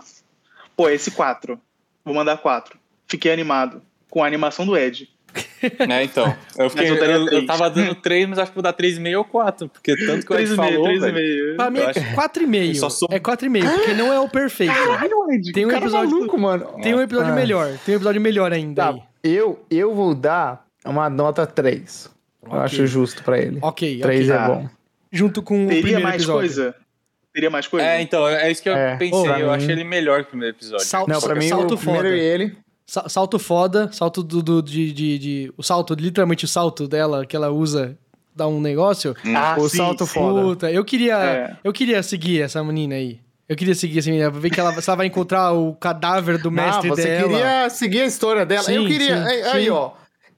Pô, esse 4. Vou mandar 4. Fiquei animado. Com a animação do Ed.
É, então. Eu, fiquei,
Mas eu daria
eu, eu
três.
tava dando 3, mas acho que vou dar 3,5 ou 4, porque tanto
é
que o Ed falou, velho.
3,5.
Pra mim é
Eu acho-
4,5.
Eu só sou-
É 4,5, porque não é o perfeito. Tem um
Cara é
é
episódio,
maluco, mano.
tem um episódio
Ah.
melhor. Tem um episódio melhor ainda.
Tá,
aí.
eu, eu vou dar uma nota 3. Eu
Ok.
acho justo pra ele.
Ok,
3
ok.
é
Tá.
bom.
Junto com o
Teria
primeiro
mais
episódio.
coisa? Teria mais coisa?
É, então, é isso que eu
É,
pensei.
pra
eu
mim-
achei ele melhor que o primeiro episódio.
Salto,
Não, pra mim,
salto
o
foda.
primeiro e ele.
Sa- Salto foda, salto do, do- de, de, de- O salto, literalmente o salto dela que ela usa, dá um negócio.
Hum.
Ah, o
sim,
salto
sim.
foda.
Puta, eu queria.
É.
Eu queria seguir essa menina aí. Eu queria seguir essa menina, pra ver que ela, se ela vai encontrar o cadáver do mestre
ah, você
dela.
queria seguir a história dela.
Sim,
eu queria.
sim,
aí, aí,
sim.
ó.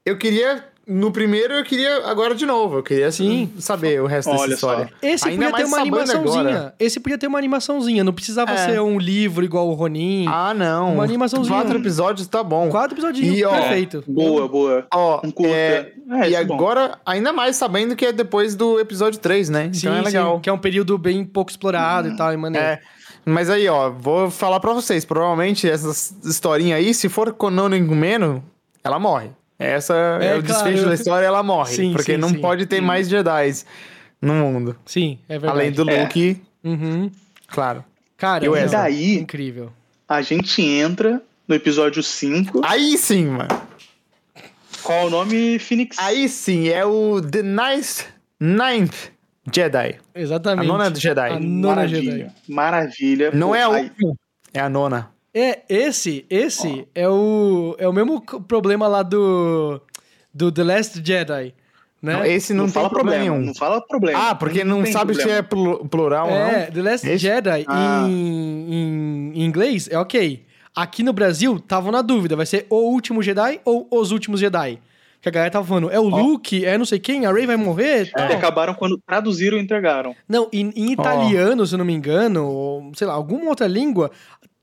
Eu queria. No primeiro, eu queria agora de novo. Eu queria assim,
Sim.
saber o resto dessa
Olha só.
história.
Esse
Ainda
podia ter
mais
uma
sabendo
animaçãozinha.
agora.
Esse podia ter uma animaçãozinha. Não precisava
É.
ser um livro igual o Ronin.
Ah, não.
Uma animaçãozinha.
Quatro episódios tá bom.
Quatro episodinhos,
E, ó,
perfeito.
Boa, boa.
Ó,
Um curta.
então, é,
É,
e
isso é bom.
agora, ainda mais sabendo que é depois do episódio 3, né? Então
Sim,
é
sim,
legal.
que é um período bem pouco explorado e tal, e maneiro.
É. Mas aí, ó, vou falar pra vocês. Provavelmente essa historinha aí, se for Conan Encumeno, ela morre. Essa é,
É,
o
claro.
desfecho da história, ela morre.
Sim,
porque
sim,
não
sim.
pode ter mais Jedi no mundo.
Sim, é verdade.
Além do
É.
Luke,
Uhum.
claro.
Cara,
E o
não,
Ezra?
Daí-
incrível.
A gente entra no episódio 5.
Aí sim, mano.
Qual o nome, Phoenix?
Aí sim, é o The Ninth, Ninth Jedi.
Exatamente.
A nona do Jedi.
A nona
Maravilha.
Jedi.
Maravilha.
Não
Pô,
é a
aí-
última, é a nona.
É, esse, esse é o é o mesmo c- problema lá do do The Last Jedi,
Não,
né?
Esse não, tem
fala
problema, nenhum.
Não fala problema.
Ah, porque não,
tem
sabe se
problema.
é plu- plural ou
é,
não.
The Last
Esse-
Jedi
Ah.
em, em, em inglês é ok. Aqui no Brasil, tava na dúvida, vai ser O Último Jedi ou Os Últimos Jedi? Que a galera tava falando, é o Luke, é não sei quem, a Rey vai morrer e
É.
tal.
E acabaram quando traduziram e entregaram.
Não, em, em italiano, se eu não me engano, ou, sei lá, alguma outra língua,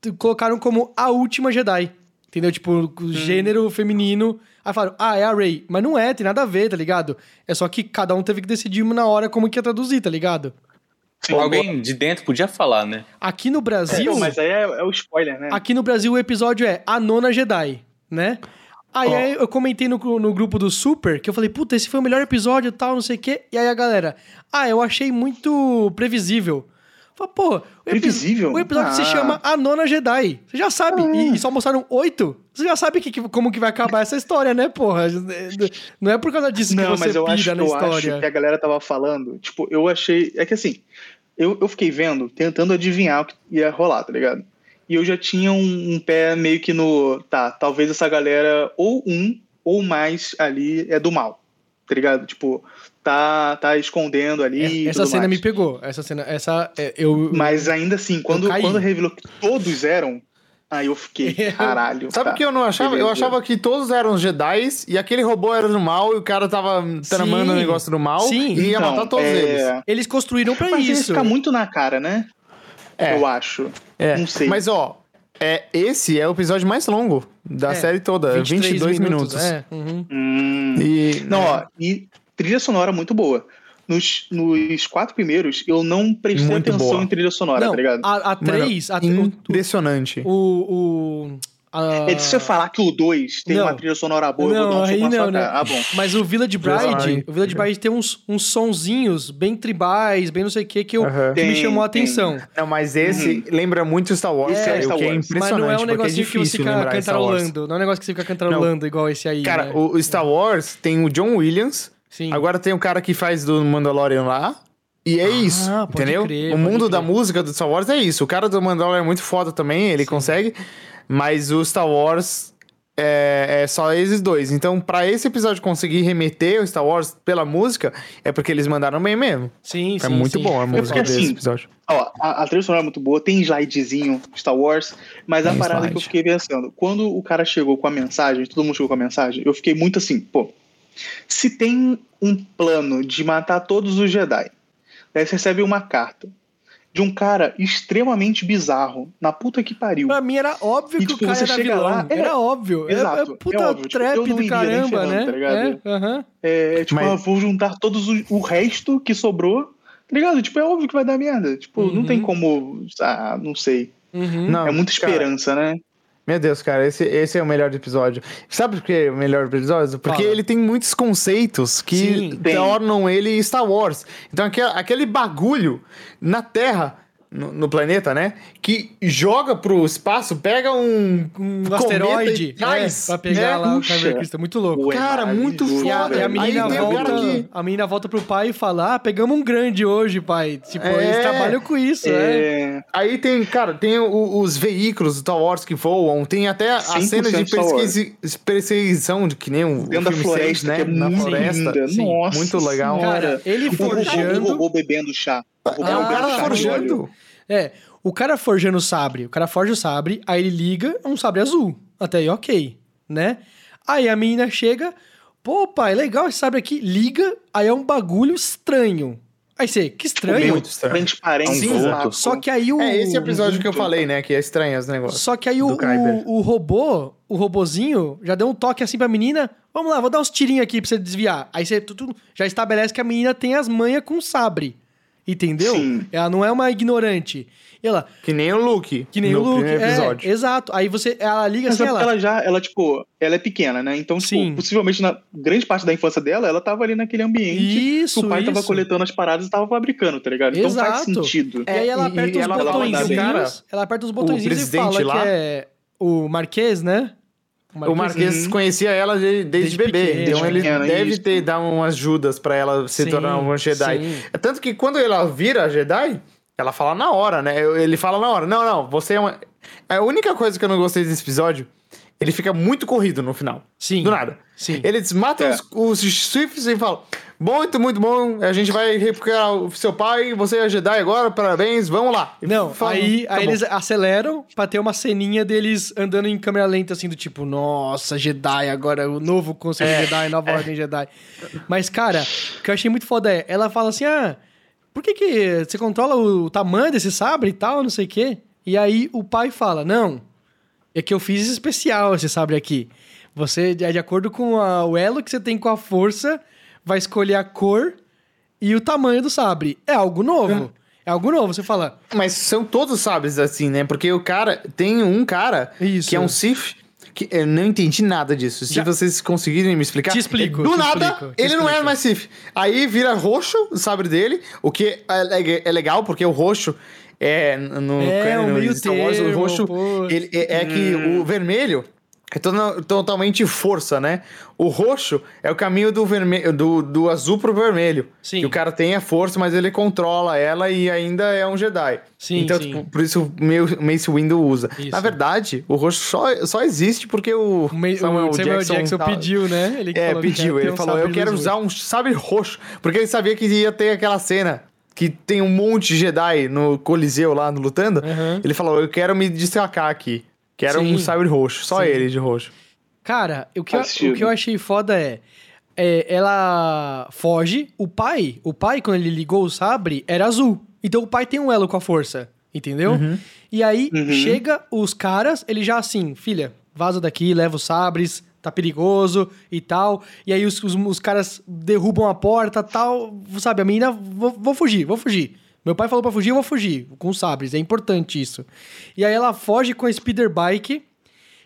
t- colocaram como a última Jedi. Entendeu? Tipo,
Hum.
o gênero feminino. Aí falaram, ah, é a Rey. Mas não é, tem nada a ver, tá ligado? É só que cada um teve que decidir na hora como que ia traduzir, tá ligado?
Tipo, Alguém de dentro podia falar, né?
Aqui no Brasil.
Pô, mas aí é, é o spoiler, né?
Aqui no Brasil o episódio é A Nona Jedi, né? Aí, aí eu comentei no, no grupo do Super que eu falei, puta, esse foi o melhor episódio e tal, não sei o quê. E aí a galera, ah, eu achei muito previsível. Falei, pô, o epi-
Previsível?
O episódio se
Ah. é.
chama A Nona Jedi. Você já sabe. E, e só mostraram oito. Você já sabe que, que- como que vai acabar essa história, né, porra? Não é por causa disso que
Não,
você
mas eu
pira
acho,
na
eu acho
história.
que a galera tava falando. Tipo, eu achei. É que assim, eu, eu fiquei vendo, tentando adivinhar o que ia rolar, tá ligado? E eu já tinha um, um pé meio que no. Tá, talvez essa galera, ou um, ou mais ali é do mal, tá ligado? Tipo, tá, tá escondendo ali.
Essa-
e
É, Essa
tudo
cena
mais.
me pegou. Essa cena, essa. é, Eu,
Mas ainda assim, quando,
caí.
quando revelou que todos eram, aí eu
[LAUGHS]
fiquei, caralho.
Sabe o
tá,
que eu não achava? Eu
beleza.
achava que todos eram Jedi e aquele robô era do mal e o cara tava tramando o
Sim.
negócio do mal
Sim.
e ia
Então,
matar todos
é,
eles.
Eles construíram pra
Mas isso.
isso.
fica muito na cara, né?
É.
Eu acho.
É.
Não sei.
Mas ó, é, esse é o episódio mais longo da
É.
série toda, 22 minutos.
É. Uhum.
Hum.
E né?
Não, ó, e trilha sonora muito boa. Nos, nos quatro primeiros, eu não prestei
Muito
atenção
boa. Ah.
em trilha sonora,
não,
tá ligado?
A, a
Mano, um
3, a,
impressionante.
o. o, o a-
É de você falar que o 2 tem
Não.
uma trilha sonora boa, eu vou
Não,
dar um
aí
soco na
não,
sua
né?
cara. Ah, bom.
Mas o Village Bride,
Ai.
o Village Bride tem uns, uns sonzinhos bem tribais, bem não sei o que, que, eu,
Aham.
que me
Tem,
chamou a
tem.
atenção.
Não, mas esse lembra muito Star Wars,
Esse é
cara,
Star
o que é
Wars.
Mas
impressionante,
não é um
porque é
negocinho que você
difícil
fica
lembrar Star Wars.
cantarolando. Não é um negócio que você fica cantarolando igual esse aí.
Cara,
né?
o o Star Wars tem o John Williams,
Sim. Ah,
Agora tem o cara que faz do Mandalorian lá. E é isso,
pode
entendeu?
crer,
o
pode
mundo
crer.
da música do Star Wars é isso. O cara do Mandalorian é muito foda também, ele consegue. Mas o Star Wars é, é só esses dois. Então, pra esse episódio conseguir remeter o Star Wars pela música, é porque eles mandaram bem mesmo.
sim,
é
sim,
muito
sim.
bom a música
porque,
desse
assim,
episódio.
Ó, a, a trilha sonora é muito boa, tem slidezinho Star Wars, mas a
Tem
parada
slide.
que eu fiquei pensando, quando o cara chegou com a mensagem, todo mundo chegou com a mensagem, eu fiquei muito assim, pô, se tem um plano de matar todos os Jedi, daí você recebe uma carta de um cara extremamente bizarro, na puta que pariu.
Pra mim era óbvio
E,
que
tipo,
o cara
você
era
chega
vilão.
lá, é-
era óbvio. É-
Exato,
é
é
puta
óbvio. Tipo,
trap
eu não iria
do
nem
caramba,
ferrando,
né?
tá ligado?
É, aham.
É, tipo,
Mas-
ah, vou juntar todos os- o resto que sobrou. Tá ligado? Tipo, é óbvio que vai dar merda. Tipo,
Uhum.
não tem como. Ah, não sei.
Uhum.
Não,
é muita
cara,
esperança, né?
Meu Deus, cara, esse, esse é o melhor episódio. Sabe por que é o melhor episódio? Porque
Fala.
ele tem muitos conceitos que
Sim,
tem.
tornam ele Star Wars. Então, aquele, aquele bagulho na Terra, no, no planeta, né? Que joga pro espaço, pega um.
Um
Cometa e
asteroide
traz,
é, pra pegar
né?
lá o
Puxa.
Kyber Crystal. Muito louco.
Ué, é
Cara, muito
maravilhoso,
E a,
foda.
e a
velho.
menina
Aí tem o
volta,
cara que-
a menina volta pro pai e fala: Ah, pegamos um grande hoje, pai. Tipo,
É.
eles trabalham com isso, é.
É,
Aí tem, cara, tem o- os veículos do Star Wars que voam, tem até a
100%
cena de
Star Wars.
perseguição, perseguição de que nem um
dentro da floresta,
né?
que é
na
muito
floresta.
linda.
Sim,
Nossa
muito legal.
Cara,
Senhora.
ele
O robô- O
forjando.
Então, um
Ah,
robô bebendo chá. O robô
É o
bebendo
cara
chá de óleo.
forjando.
É, o cara forjando o sabre. O cara forja o sabre, aí ele liga, é um sabre azul. Até aí, ok, né? Aí a menina chega, pô, pai, legal esse sabre aqui. Liga, aí é um bagulho estranho. Aí você, que estranho.
Muito transparente.
É um vulto.
Só que aí o.
É esse episódio que eu falei, né? Que é estranho os negócios.
Só que aí o,
Do Kyber.
o, o robô, o robozinho, já deu um toque assim pra menina. Vamos lá, vou dar uns tirinhos aqui pra você desviar. Aí você tu- tu- já estabelece que a menina tem as manhas com sabre. Entendeu?
Sim.
Ela não é uma ignorante. E ela,
Que nem o Luke.
que nem
no
o Luke.
primeiro
é,
episódio.
exato. Aí você, ela liga
Mas
assim,
é porque
ela.
ela já, ela, tipo, ela é pequena, né? Então, tipo,
Sim.
possivelmente na grande parte da infância dela, ela tava ali naquele ambiente
Isso,
que o pai
isso.
tava coletando as paradas e tava fabricando, tá ligado? Então faz
Exato.
sentido.
E aí ela
É, e-
aperta
e
os
ela
fala
botõezinhos.
da-
cara,
ela aperta os botõezinhos e fala
presidente lá-
que é o Marquês, né?
O Marquês
Uhum.
conhecia ela de-
Desde
desde, bebê.
pequeno,
então ele
pequeno,
deve
isso.
ter dado umas ajudas pra ela se
Sim,
tornar uma Jedi. É
sim.
Tanto que quando ela vira Jedi, ela fala na hora, né? Ele fala na hora. Não, não, você é uma. A única coisa que eu não gostei desse episódio, ele fica muito corrido no final.
Sim.
Do nada.
Sim.
Eles matam
É.
os, os Swifts e falam: Muito, muito bom. A gente vai recuperar o seu pai, você é Jedi agora, parabéns, vamos lá. E
Não,
falam,
aí,
"Tá
aí
bom."
eles aceleram pra ter uma ceninha deles andando em câmera lenta, assim, do tipo, nossa, Jedi, agora o novo Conselho
É.
Jedi, nova ordem Jedi. Mas, cara, o que eu achei muito foda é, ela fala assim, ah, por que que você controla o tamanho desse sabre e tal, não sei o quê? E aí o pai fala, não, é que eu fiz especial esse sabre aqui. Você, é de de acordo com a- o elo que você tem com a força, vai escolher a cor e o tamanho do sabre. É algo novo. É algo novo. Você fala,
Mas são todos sabres assim, né? Porque o cara. Tem um cara
Isso.
que é um Sith. Que eu não entendi nada disso. Se
Já-
vocês conseguirem me explicar.
Te explico,
Do
te
nada,
explico, te
ele não é
explico.
mais Sith. Aí vira roxo o sabre dele, o que é, le- é legal, porque o roxo é. No,
É,
canon
o meio
Star Wars,
termo,
o roxo.
pô.
Ele, é, é que o vermelho. É to- totalmente força, né? O roxo é o caminho do vermelho, do, do azul pro vermelho.
Sim.
Que o cara tem a força, mas ele controla ela e ainda é um Jedi.
Sim,
então,
sim.
tipo, por isso o meu- o Mace Windu usa.
Isso.
Na verdade, o roxo só, só existe porque o,
O Ma- o Samuel, Jackson,
tá-
pediu, né? Ele que
É,
falou que
pediu.
quer ter
Ele
um
falou, eu
sabre
quero
luz
usar um sabre roxo. Porque ele sabia que ia ter aquela cena que tem um monte de Jedi no Coliseu lá no lutando.
Aham.
Ele falou, eu quero me destacar aqui. Quero
É. Sim.
um sabre roxo. Só
Sim.
ele de roxo.
Cara, o que, eu,
Faz sentido.
o que eu achei foda é, é, Ela foge. O pai, o pai, quando ele ligou o sabre, era azul. Então o pai tem um elo com a força, entendeu? E aí
Uhum.
chega os caras, ele já assim, filha, vaza daqui, leva os sabres, tá perigoso e tal. E aí os, os, os caras derrubam a porta tal. Sabe, a menina, vou, vou fugir, vou fugir. Meu pai falou pra fugir, eu vou fugir. Com os sabres, é importante isso. E aí ela foge com a speeder bike.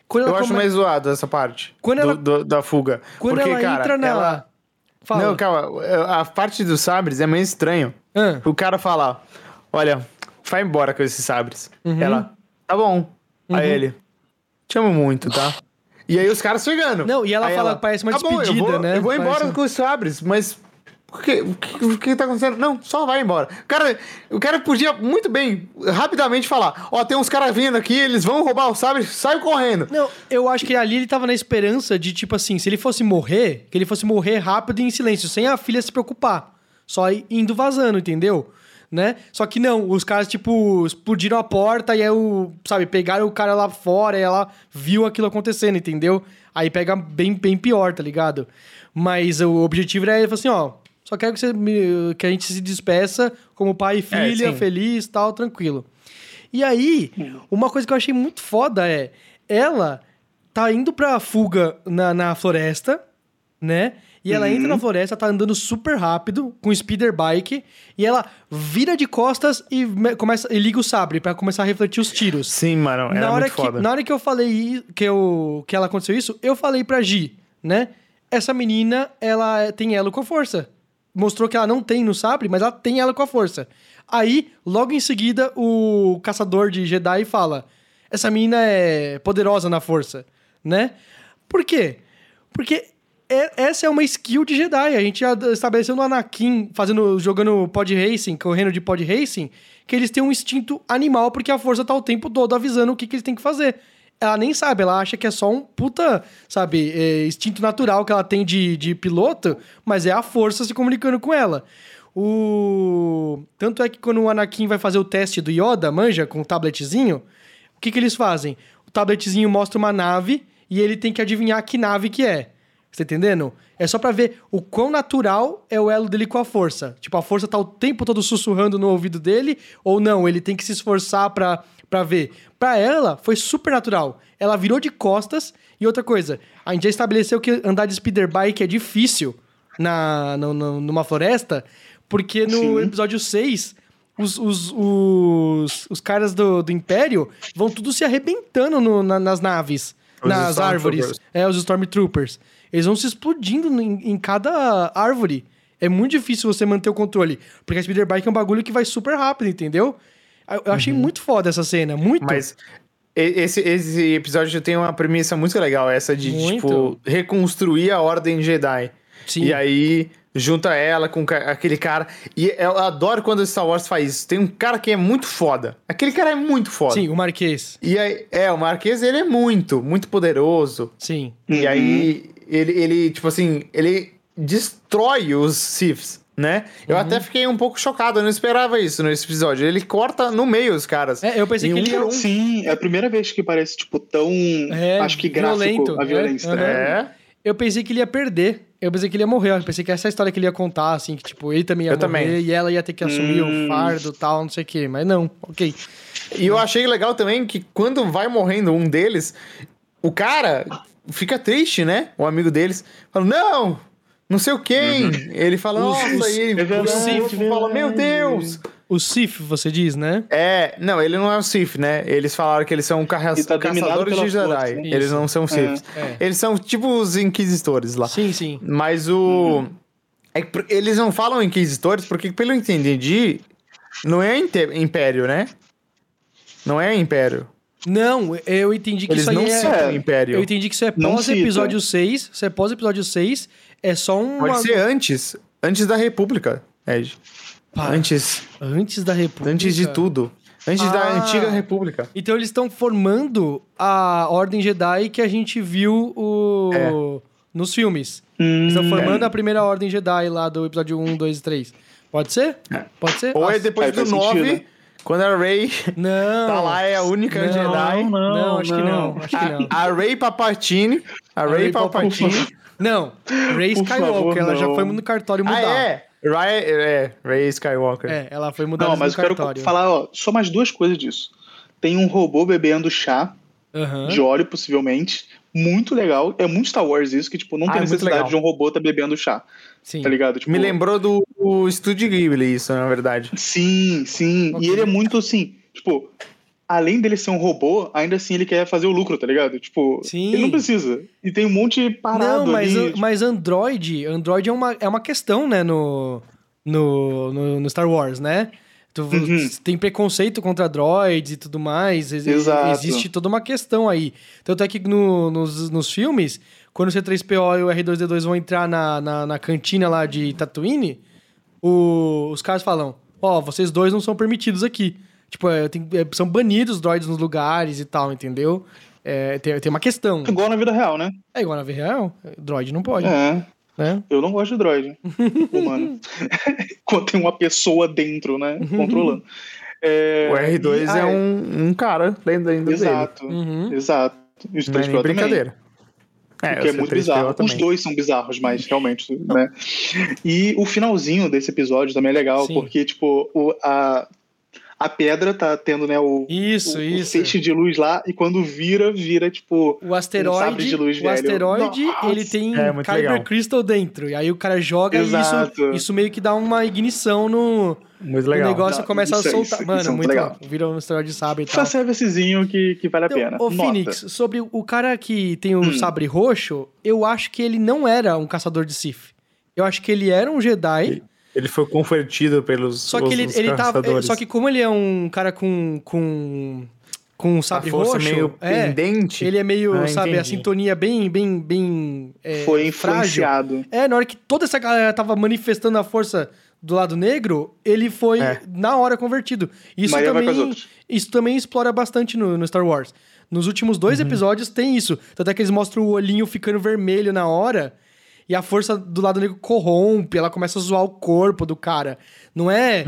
Quando
Eu
ela
acho
come-
mais zoado essa parte
é- Quando
do-
ela-
do- da fuga.
quando
Porque,
ela
cara,
entra na.
ela-
Fala.
Não, calma. A parte dos sabres é meio estranho.
Ah,
O cara fala, olha, vai embora com esses sabres.
Uhum.
Ela, tá bom. Aí ele, te amo muito, tá? E aí os caras chegando.
Não, e ela
Aí
fala que parece uma
"Tá bom, eu
despedida,
vou-
né?
Eu vou embora
Parece um-
com os sabres, mas... O que, o, que, o que tá acontecendo? Não, só vai embora. O cara, o cara podia muito bem, rapidamente falar: Ó, tem uns caras vindo aqui, eles vão roubar os sabres, sai correndo.
Não, eu acho que ali ele tava na esperança de, tipo assim, se ele fosse morrer, que ele fosse morrer rápido e em silêncio, sem a filha se preocupar. Só i- indo vazando, entendeu? Né? Só que não, os caras, tipo, explodiram a porta e aí o, sabe, pegaram o cara lá fora e ela viu aquilo acontecendo, entendeu? Aí pega bem, bem pior, tá ligado? Mas o objetivo era ele falar assim, ó, só quero que, você me- que a gente se despeça como pai e filha,
sim.
feliz, tal, tranquilo. E aí, uma coisa que eu achei muito foda é, ela tá indo pra fuga na, na floresta, né? E ela entra na floresta, tá andando super rápido, com speeder bike, e ela vira de costas e, me- começa, e liga o sabre pra começar a refletir os tiros.
Sim, mano, era
na hora
muito
que,
foda.
Na hora que eu falei i- que, eu, que ela aconteceu isso, eu falei pra Gi, né? Essa menina, ela é- tem elo com a força. Mostrou que ela não tem no sabre, mas ela tem elo com a força. Aí, logo em seguida, o caçador de Jedi fala: Essa menina é poderosa na força, né? Por quê? Porque é- essa é uma skill de Jedi. A gente já estabeleceu no Anakin, fazendo, jogando pod racing, correndo de pod racing, que eles têm um instinto animal, porque a força tá o tempo todo avisando o que, que eles têm que fazer. Ela nem sabe, ela acha que é só um puta, sabe, é, instinto natural que ela tem de, de piloto, mas é a força se comunicando com ela. O... Tanto é que quando o Anakin vai fazer o teste do Yoda, manja, com o tabletzinho, o que, que eles fazem? O tabletzinho mostra uma nave e ele tem que adivinhar que nave que é. Você tá entendendo? É só pra ver o quão natural é o elo dele com a força. Tipo, a força tá o tempo todo sussurrando no ouvido dele, ou não, ele tem que se esforçar pra, pra ver. Pra ela, foi super natural. Ela virou de costas. E outra coisa, a gente já estabeleceu que andar de speeder bike é difícil na, no- no- numa floresta, porque no
Sim.
episódio 6, os, os, os, os caras do, do Império vão tudo se arrebentando no- na- nas naves,
Os
nas
Stormtroopers.
árvores. É, os Stormtroopers. Eles vão se explodindo em, em cada árvore. É muito difícil você manter o controle. Porque a Speeder Bike é um bagulho que vai super rápido, entendeu? Eu eu achei muito foda essa cena, muito.
Uhum. Mas e- esse, esse episódio tem uma premissa muito legal, essa de,
Muito.
tipo, reconstruir a Ordem Jedi.
Sim.
E aí, junta ela com ca- aquele cara. E eu adoro quando Star Wars faz isso. Tem um cara que é muito foda. Aquele cara é muito foda.
Sim, o Marquês.
E aí, é, o Marquês, ele é muito, muito poderoso.
Sim.
Uhum.
E aí, ele, ele, tipo assim, ele destrói os Siths, né? Eu até fiquei um pouco chocado, eu não esperava isso nesse episódio. Ele corta no meio os caras.
É, eu pensei
E
que
um
ele ia.
por
Sim, é a primeira vez que parece, tipo, tão.
É,
acho que gráfico
violento,
a violência.
é,
né?
É.
Eu pensei que ele ia perder. Eu pensei que ele ia morrer. Eu pensei que essa é a história que ele ia contar, assim, que tipo, ele também ia
Eu
morrer
também.
e ela ia ter que assumir
Hum.
o fardo tal, não sei o quê. Mas não, ok.
E eu achei legal também que quando vai morrendo um deles, o cara fica triste, né? O amigo deles fala, não, não sei o quem. Ele fala, nossa, e
é verdade,
o outro fala, meu
verdade.
Deus.
O Sif, você diz, né?
É, não, ele não é o Sif, né? Eles falaram que eles são carra-
E tá dominado
caçadores de
pelas
Jedi.
forças,
né?
Eles
Isso.
não são Sifs. Eles são tipo os inquisitores lá.
Sim, sim.
Mas o. é que pr- eles não falam inquisitores, porque, pelo que eu entendi, não é inte- império, né? Não é império.
Não, eu entendi que
Eles
isso aí
não
é.
citam o império.
Eu entendi que isso é
Não cita.
pós-episódio 6. Isso é pós-episódio 6. É só um.
Pode ser antes. Antes da República, Ed. Antes.
Antes da República.
Antes de tudo. Antes da
Ah.
antiga República.
Então eles estão formando a Ordem Jedi que a gente viu o...
É.
nos filmes.
Hum,
Eles estão tá formando a primeira Ordem Jedi lá do episódio 1, 2 e 3. Pode ser? Pode ser?
Ou
Ah,
é depois
é,
do
faz
9,
sentido, né?
quando a Rey
Não.
tá lá, é a única
Não,
Jedi.
Não, acho que não. Acho que
[LAUGHS]
não.
A, a Rey Palpatine. A, Rey,
Rey
Palpatine.
Não. Ray
Por
Skywalker,
favor,
ela já
não.
foi no cartório
Ah,
mudar.
é. Rey, é. Rey Skywalker.
É, ela foi mudar
Não,
no
mas eu quero
cartório.
falar ó, só mais duas coisas disso. Tem um robô bebendo chá
Aham.
de óleo, possivelmente. Muito legal. É muito Star Wars isso, que tipo, não
Ah,
tem
é muito legal.
necessidade de um robô tá bebendo chá,
Sim.
tá ligado? Tipo,
Me lembrou do, do Estúdio Ghibli, isso, na verdade.
Sim, sim.
Ok.
E ele é muito assim, tipo, além dele ser um robô, ainda assim ele quer fazer o lucro, tá ligado? Tipo,
Sim.
ele não precisa. E tem um monte parado
Não, mas,
ali. tipo,
mas Android, Android é uma, é uma questão, né, no, no, no, no Star Wars, né? Tu,
Uhum.
Tem preconceito contra droids e tudo mais. Ex-
Exato.
Existe toda uma questão aí. Tanto é que no- nos, nos filmes, quando o C3PO e o R2D2 vão entrar na, na, na cantina lá de Tatooine, o- os caras falam: Ó, vocês dois não são permitidos aqui. Tipo, é, tem- é, são banidos os droids nos lugares e tal, entendeu? É, tem, tem uma questão.
Igual na vida real, né?
É igual na vida real, droid não pode,
É.
né?
Eu não gosto de
[LAUGHS]
droid humano. [LAUGHS] Quando tem uma pessoa dentro, né?
Uhum.
Controlando. É,
O R2
e- ah,
é um, um cara lendo ainda dele.
Exato,
Uhum.
exato. E os
Não é
três
nem
PO também.
brincadeira. É,
que é
o
muito
C3PO
bizarro.
também.
Os dois são bizarros, mas realmente, né? E o finalzinho desse episódio também é legal,
Sim.
porque, tipo, o- a, a pedra tá tendo, né, o,
Isso,
o- o
isso.
feixe de luz lá, e quando vira, vira, tipo,
O
sabre
asteroide,
de luz,
o
velho.
asteroide
Nossa!
ele tem
É, muito
Kyber
legal.
Crystal dentro. E aí o cara joga e
Exato.
isso, isso meio que dá uma ignição no,
Muito
no
legal.
negócio
Não,
e começa
isso
a
é-
soltar.
isso- isso é
Mano,
muito
muito
legal.
legal. Vira um asteroide de sabre e tal. Então,
só servicezinho que, que vale a pena.
Ô,
Nota. Hum.
Phoenix, sobre o cara que tem o sabre roxo, eu acho que ele não era um caçador de Sif. Eu acho que ele era um Jedi,
Ele foi convertido pelos
só que ele,
os
ele tava.
caçadores.
Só que como ele é um cara com. com. com um
a
sabre
força
roxo.
meio
é,
pendente.
ele é meio,
Ah,
sabe, a
entendi.
sintonia bem, bem, bem. é,
Foi
frágil.
influenciado.
É, na hora que toda essa galera tava manifestando a força do lado negro, ele foi
É.
na hora convertido. Isso
Maria vai com as
também,
outras.
isso também explora bastante no, no Star Wars. Nos últimos
Uhum.
dois episódios tem isso. Tanto é que eles mostram o olhinho ficando vermelho na hora e a força do lado negro corrompe, ela começa a zoar o corpo do cara. Não é?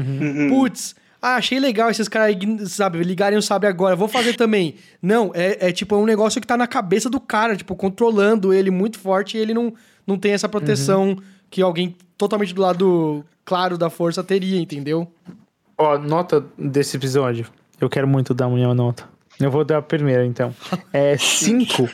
Putz. Ah, achei legal esses caras, ign- sabe, ligarem o sabre agora, vou fazer também. Não, é, é tipo um negócio que tá na cabeça do cara, tipo, controlando ele muito forte e ele não, não tem essa proteção
Uhum.
que alguém totalmente do lado claro da força teria, entendeu?
Ó, nota desse episódio. Eu quero muito dar minha nota. Eu vou dar a primeira, então.
[LAUGHS]
É 5.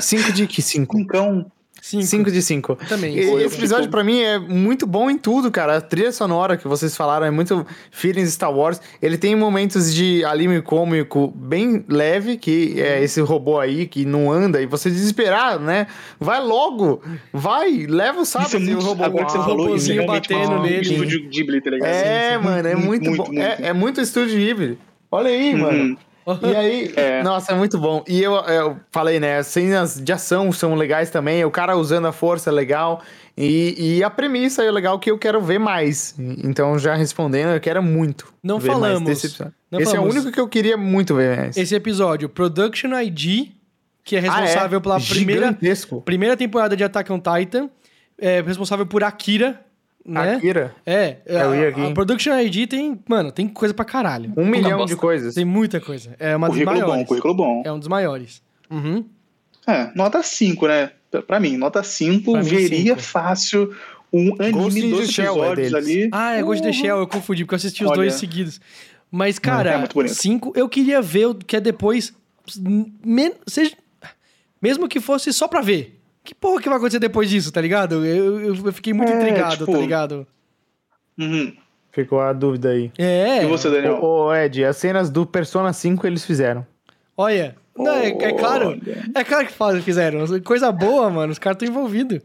5 de que 5?
Então,
Sim,
5 de 5.
também.
E-
Foi, eu
Esse episódio
fico-
pra mim é muito bom em tudo, cara. A trilha sonora que vocês falaram é muito feelings Star Wars. Ele tem momentos de alívio cômico bem leve, que é esse robô aí que não anda e você desesperado, né? Vai logo, vai, leva o sabre
isso
assim,
é
e o
muito,
robô.
agora que você
Ah,
falou, isso é
robôzinho
realmente
batendo
um
nele.
estúdio Ghibli, tá ligado?
É, mano, é muito,
muito,
bom.
muito.
É, é muito estúdio híbrido. Olha aí,
Uhum.
mano.
[LAUGHS]
E
[LAUGHS]
aí,
É.
nossa, é muito bom. E eu, eu falei, né? As cenas de ação são legais também. O cara usando a força é legal. E, e a premissa é legal que eu quero ver mais. Então, já respondendo, eu quero muito.
Não
ver mais
falamos.
desse episódio.
Não
Esse
falamos.
é o único que eu queria muito ver mais.
Esse episódio, Production ID, que é
Ah, é?
responsável pela primeira,
Gigantesco.
primeira temporada de Attack on Titan, é responsável por Akira, né?
Akira.
É,
Eu ia
a,
aqui.
a Production ID tem, mano, tem coisa pra caralho.
Um milhão de
bosta.
coisas.
Tem muita coisa. É uma das
Currículo bom,
maiores.
currículo bom.
É um dos maiores. Uhum.
É, nota 5, né? Pra- Pra mim, nota 5
Pra mim,
veria
cinco.
fácil um
Ghost
anime
in the
dois
Shell é
episódios
deles.
ali.
Ah, é Ghost in the Shell, eu confundi, porque eu assisti os
Uhum. Olha.
dois seguidos. Mas,
É
cara,
muito bonito.
cinco, eu queria ver o que é depois. men- seja- mesmo que fosse só pra ver. Que porra que vai acontecer depois disso, tá ligado? Eu, eu- eu fiquei muito
É,
intrigado,
tipo-
tá ligado?
Uhum.
Ficou a dúvida aí.
É.
E você, Daniel?
Ô, ô, Ed, as cenas do Persona 5
[LAUGHS]
eles fizeram.
Olha. Não, é, é claro.
Olha.
É claro que faz- fizeram. Coisa boa, mano. Os caras estão envolvidos.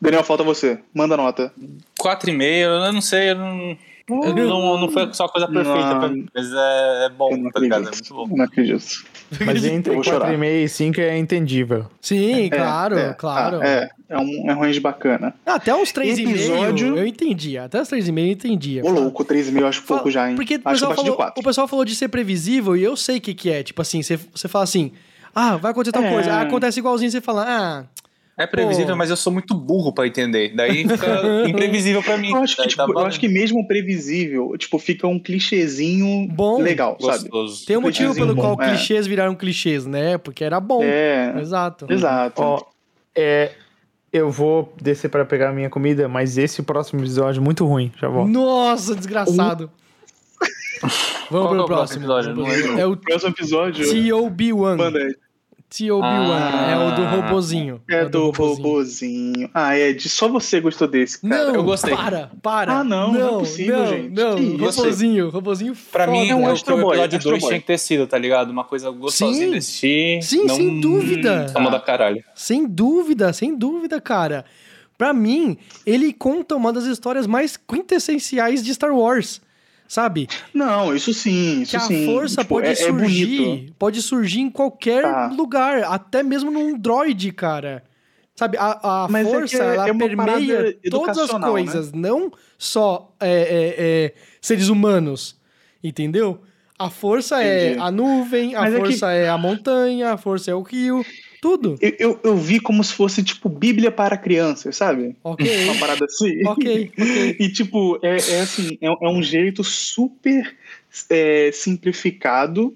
Daniel, falta você. Manda nota.
4,5, eu não sei, eu não, eu não, não foi só a coisa perfeita
Não.
pra mim, mas é, é
Eu
bom,
não
tá ligado? É
acredito.
muito bom.
Eu Não acredito.
Mas
Eu
entre
vou chorar.
4,5 e 5 é entendível.
Sim,
É,
claro,
é,
claro.
ah, é, é um, é um range bacana.
Até uns
Episódio-
3,5 eu entendi. Até os 3,5 eu entendi.
Ô louco, 3,5 eu acho
Fala-
pouco já, hein?
Porque o
acho que eu
pessoal,
bati de
falou,
4.
o pessoal falou de ser previsível e eu sei o que, que é. Tipo assim, você- você fala assim, ah, vai acontecer tal
É.
coisa. Ah, acontece igualzinho, você fala, ah,
É previsível,
Pô.
mas eu sou muito burro pra entender. Daí
[LAUGHS]
fica imprevisível pra mim.
Eu acho, que,
Daí
tipo,
tá
eu acho que mesmo previsível, tipo, fica um clichêzinho
Bom,
legal, sabe?
gostoso.
tem um motivo
Clichêzinho
pelo
bom,
qual
é.
clichês viraram clichês, né? Porque era bom.
É,
Exato.
exato.
Ó, é, eu vou descer pra pegar a minha comida, mas esse próximo episódio é muito ruim. Já volto.
Nossa, desgraçado.
Uh.
[LAUGHS] Vamos
Qual que é
pro
o próximo
próximo.
episódio? Não lembro.
É o
Próximo episódio,
TOB1.
manda aí.
TOB1.
Ah.
É o do robozinho.
É do robozinho. Ah, Ed, só você gostou desse, cara.
Não,
eu gostei.
para, para.
Ah, não, não é possível,
não,
gente.
Não,
Que isso?
robozinho, robozinho
Pra
foda.
mim,
É um
o- o
Astro Boy,
episódio
Astro
2
Boy.
tinha que ter sido, tá ligado? Uma coisa gostosinha
Sim.
de assistir.
Sim,
não-
sem dúvida. Ah.
Toma da caralho.
Sem dúvida, sem dúvida, cara. Pra mim, ele conta uma das histórias mais quintessenciais de Star Wars, sabe?
Não, isso sim, isso
que a
sim.
força
Tipo,
pode
é, é bonito.
surgir, pode surgir em qualquer
Tá.
lugar, até mesmo num droid, cara. Sabe, a, a
Mas é que
força,
é-
ela
é uma parada
permeia todas as
educacional, né?
coisas, não só é, é, é, seres humanos, entendeu? A força
Entendi.
é a nuvem, a
Mas é que-
força é a montanha, a força é o rio, tudo.
Eu, eu, eu vi como se fosse, tipo, Bíblia para crianças, sabe?
Ok.
Uma parada assim.
[LAUGHS] Ok, ok.
E, tipo, é, é assim, é, é um jeito super é, simplificado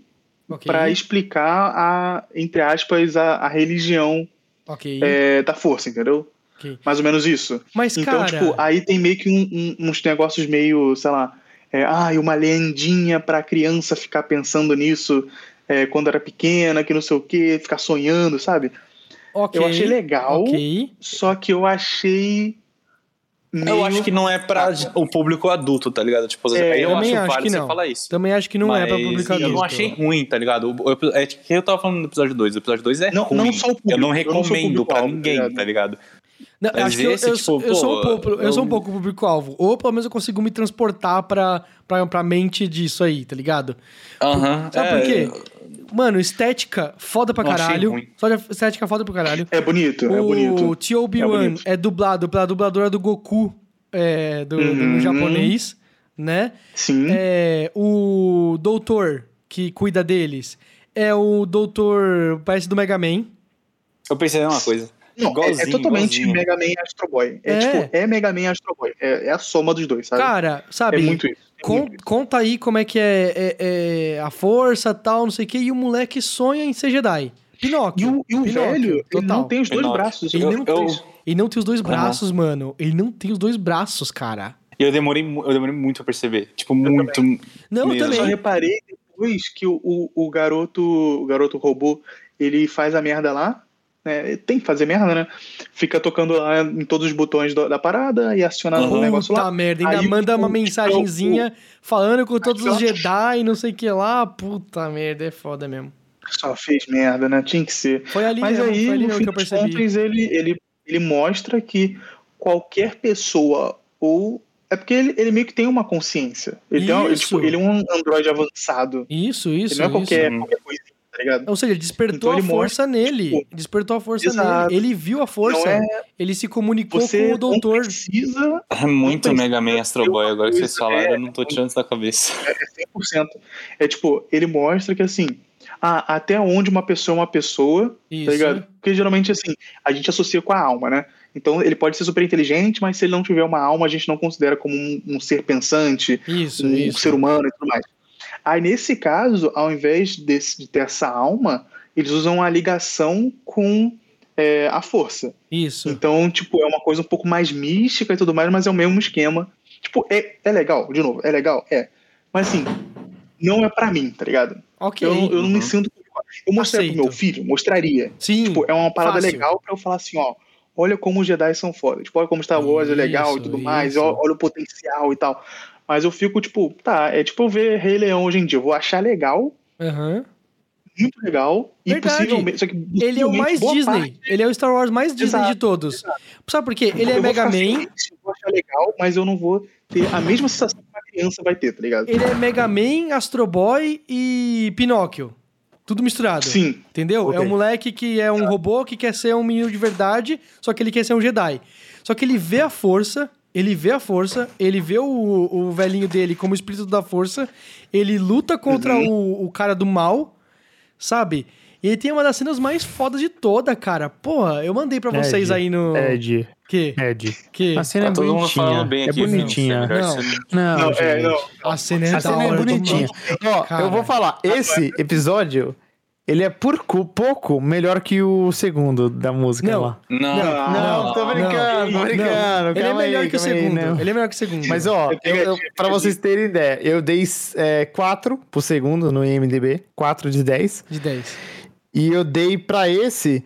Ok.
[LAUGHS] pra explicar a, entre aspas, a, a religião
Ok.
é, da força, entendeu?
Ok.
Mais ou menos isso.
Mas,
Então,
cara.
tipo, aí tem meio que um- um- uns negócios meio, sei lá, é, é, ai, uma lendinha pra criança ficar pensando nisso é, quando era pequena, que não sei o quê, ficar sonhando, sabe?
Ok.
Eu achei legal,
Ok.
só que eu achei. meio-
Eu acho que não é pra o público adulto, tá ligado? Tipo,
É,
aí eu,
também
acho
acho
válido
que
você
não.
falar isso.
Também acho que não é pra
Mas
publicar
Eu não
adulto.
achei ruim, tá ligado? O- o- É que eu tava falando do episódio 2. O episódio 2 é
Não-
ruim.
não só o público,
eu não
eu não sou o
recomendo pra
público-alvo,
ninguém,
tá ligado?
tá ligado?
Não,
Mas
acho que eu,
esse,
eu-
tipo,
eu sou um
pô,
pouco, eu sou um
eu-
pouco o público-alvo. Ou pelo menos eu consigo me transportar pra, pra, pra mente disso aí, tá ligado?
Aham. É,
Sabe
É,
por quê? Mano, estética foda pra
Não achei
caralho.
ruim.
Só de- estética foda pra caralho.
É bonito, é
o
bonito. É
TOB1
bonito.
é, dublado pela dubladora do Goku, é, do, do-
Uhum.
no japonês, né?
Sim.
É, o doutor que cuida deles é o doutor, parece do Mega Man.
Eu pensei na mesma coisa.
Não, é- é,
Igualzinho,
totalmente
igualzinho.
Mega Man e Astro Boy. É,
É.
tipo, é Mega Man e Astro Boy. É, é a soma dos dois, sabe?
Cara, sabe?
é muito isso. é
Con-
muito isso.
conta aí como é que é, é- é a força, tal, não sei o que, e o moleque sonha em ser Jedi. Pinóquio.
E o, e o
Pinóquio,
velho, ele
total.
não tem os dois
Pinóquio.
braços.
Ele
eu-
não,
eu-
tem, ele não tem os dois
Aham.
braços, mano. Ele não tem os dois braços, cara.
E eu demorei, mu- eu demorei muito a perceber. Tipo, muito.
Não, eu
Mesmo.
só
também.
reparei depois que o, o, o garoto, o garoto robô, ele faz a merda lá, né? Ele Tem que fazer merda, né? Fica tocando lá em todos os botões do- da parada e aciona o
Aham.
negócio lá.
Puta merda, ainda
Aí o-
manda uma
o-
mensagenzinha falando com todos os
Acho que-
Jedi e não sei o que lá. Puta merda, é foda mesmo.
Só fez merda, né? Tinha que ser.
Foi ali
Mas
mesmo,
aí,
é, foi ali
no
mesmo
fim
que eu
das
percebi.
contas, ele, ele, ele mostra que qualquer pessoa ou... É porque ele, ele meio que tem uma consciência. Ele, tem uma-
Isso.
tipo, ele é um androide avançado.
Isso, isso,
ele não é
isso. Um
qualquer,
Hum.
qualquer coisa, tá ligado?
Ou seja, despertou
Então
a
ele
força nele.
tipo,
despertou a força
exato.
nele. Ele viu a força.
Não é-
Ele se comunicou
Você um
com o doutor.
não precisa
É [LAUGHS] muito
Não tem
Mega Man Astro Boy. Agora que vocês
coisa,
falaram,
é.
eu não tô tirando isso da cabeça.
é 100%. É tipo, ele mostra que assim, ah, até onde uma pessoa é uma pessoa,
Isso.
tá ligado? Porque geralmente assim, a gente associa com a alma, né? Então ele pode ser super inteligente, mas se ele não tiver uma alma, a gente não considera como um, um ser pensante,
Isso,
um
isso.
ser humano e tudo mais. Aí nesse caso, ao invés desse- de ter essa alma, eles usam a ligação com é, a força.
Isso.
Então, tipo, é uma coisa um pouco mais mística e tudo mais, mas é o mesmo esquema. Tipo, é, é legal, de novo, é legal, é. Mas assim, não é pra mim, tá ligado?
Ok.
Eu, Então, eu não
Uhum.
me sinto. Eu mostraria pro
Aceito.
meu filho, mostraria.
Sim.
Tipo, é uma parada
Fácil.
legal pra eu falar assim, ó. Olha como os Jedi são foda. Tipo, olha como Star Wars é legal
Isso,
e tudo mais.
isso.
ó- Olha o potencial e tal. Mas eu fico, tipo, tá, é tipo eu ver Rei Leão hoje em dia. Eu vou achar legal, é
Aham.
muito legal. E
Verdade.
possivelmente. Só que
Ele é o
possivelmente
mais
boa
Disney.
parte-
Ele é o Star Wars mais Disney de
Exato,
todos. Sabe por quê? Ele é
eu vou
Mega
ficar
Man.
feliz, eu vou achar legal, mas eu não vou ter a mesma sensação que uma criança vai ter, tá ligado?
Ele é Mega Man, Astro Boy e Pinóquio. Tudo misturado.
Sim,
Entendeu? É
Ok. Tá.
um moleque que é um robô que quer ser um menino de verdade, só que ele quer ser um Jedi. Só que ele vê a força, ele vê a força, ele vê o, o velhinho dele como espírito da força, ele luta contra
Uhum.
o, o cara do mal, sabe? E ele tem uma das cenas mais fodas de toda, cara. Porra, eu mandei pra vocês
Ed,
aí no.
É, Ed,
Que?
Ed.
Que?
A cena
Tá
é
todo mundo
bonitinha.
falando bem
é
aqui. viu?
bonitinha.
Isso é melhor
Não.
ser-
Não,
não, é,
Ah, gente.
não.
A cena é
A
da
cena é
hora
bonitinha.
demais.
Ó,
Cara.
eu vou falar, esse episódio, ele é por cu- pouco melhor que o segundo da música
Não.
lá.
Não,
Não,
Não,
não,
tô brincando,
não.
tô brincando.
Não, ele é
calma aí,
melhor que o
calma aí,
segundo.
não.
ele é melhor que o segundo.
Mas ó,
Eu
eu,
peguei,
eu-
eu
pra
peguei.
vocês terem ideia, eu dei 4 pro segundo no IMDB, 4 de 10.
De 10.
E eu dei pra esse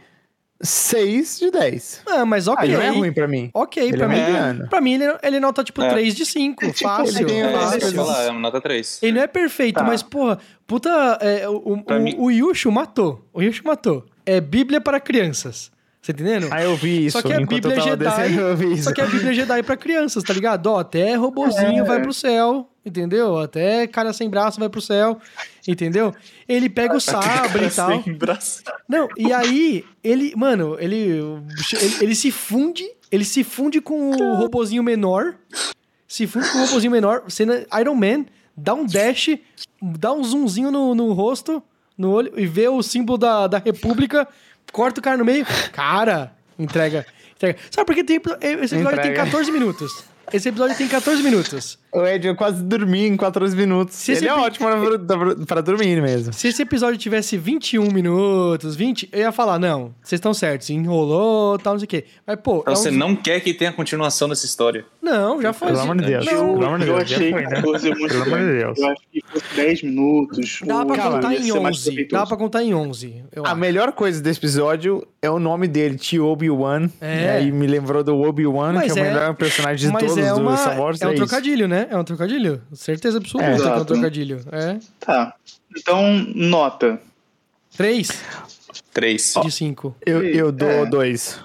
6 de 10.
Ah, mas ok.
Aí não é ruim pra mim.
Ok,
Ele
pra,
é
mim,
mediano.
pra mim ele, ele é nota tipo
É.
3 de 5,
É, tipo,
fácil.
ele tem
É, isso
fácil.
que eu ia
Vários.
falar, é uma nota 3.
Ele não é perfeito,
Tá.
mas porra, puta, é, o, o,
Pra
o-
mim-
o Yushu matou. O Yushu matou. É Bíblia para crianças. Você tá entendendo?
Aí Ah, eu vi isso,
Só que a
enquanto
Bíblia
eu tava
Jedi-
descendo, eu vi isso.
Só que a Bíblia Jedi pra crianças, tá ligado? Ó, até
É.
robozinho vai pro céu, entendeu? Até cara sem braço vai pro céu, entendeu? Ele pega o sabre e
é
tal.
um
Não, e aí, ele, mano, ele, ele, ele se funde, ele se funde com o robozinho menor, se funde com o robozinho menor, cena Iron Man, dá um dash, dá um zoomzinho no, no rosto, no olho, e vê o símbolo da, da república, corta o cara no meio, cara, entrega, entrega. Sabe por que tem, esse episódio tem
Entrega.
14 minutos? Esse episódio tem 14 minutos.
O Ed, eu quase dormi em 14 minutos.
Se esse
Ele é
epi-
ótimo pra- pra, pra dormir mesmo.
Se esse episódio tivesse 21 minutos, 20, eu ia falar, não, vocês estão certos, enrolou, tal, não sei o quê. Mas, pô, é
Então, você
um-
não quer que tenha continuação dessa história.
não, já foi.
Pelo amor de Deus.
Não,
Pelo amor de
eu
Deus. já
achei
foi, né?
14 muito
Pelo amor de
grande.
Deus.
Eu acho que fosse 10 minutos.
Dá pra
Cara,
contar
ia
em
ser mais
11.
proveitoso.
Dá pra contar em 11. Eu
A
acho.
melhor coisa desse episódio é o nome dele, Tio Obi-Wan.
É.
E aí me lembrou do Obi-Wan, que
Mas
é o
é-
melhor personagem de todos
é, uma-
do Star Wars.
é um
isso.
trocadilho, né? É um trocadilho. Certeza absoluta
É.
que é um
Exato.
trocadilho. É.
Tá. Então, nota.
3
Três.
de 5.
Eu, eu dou
É.
dois.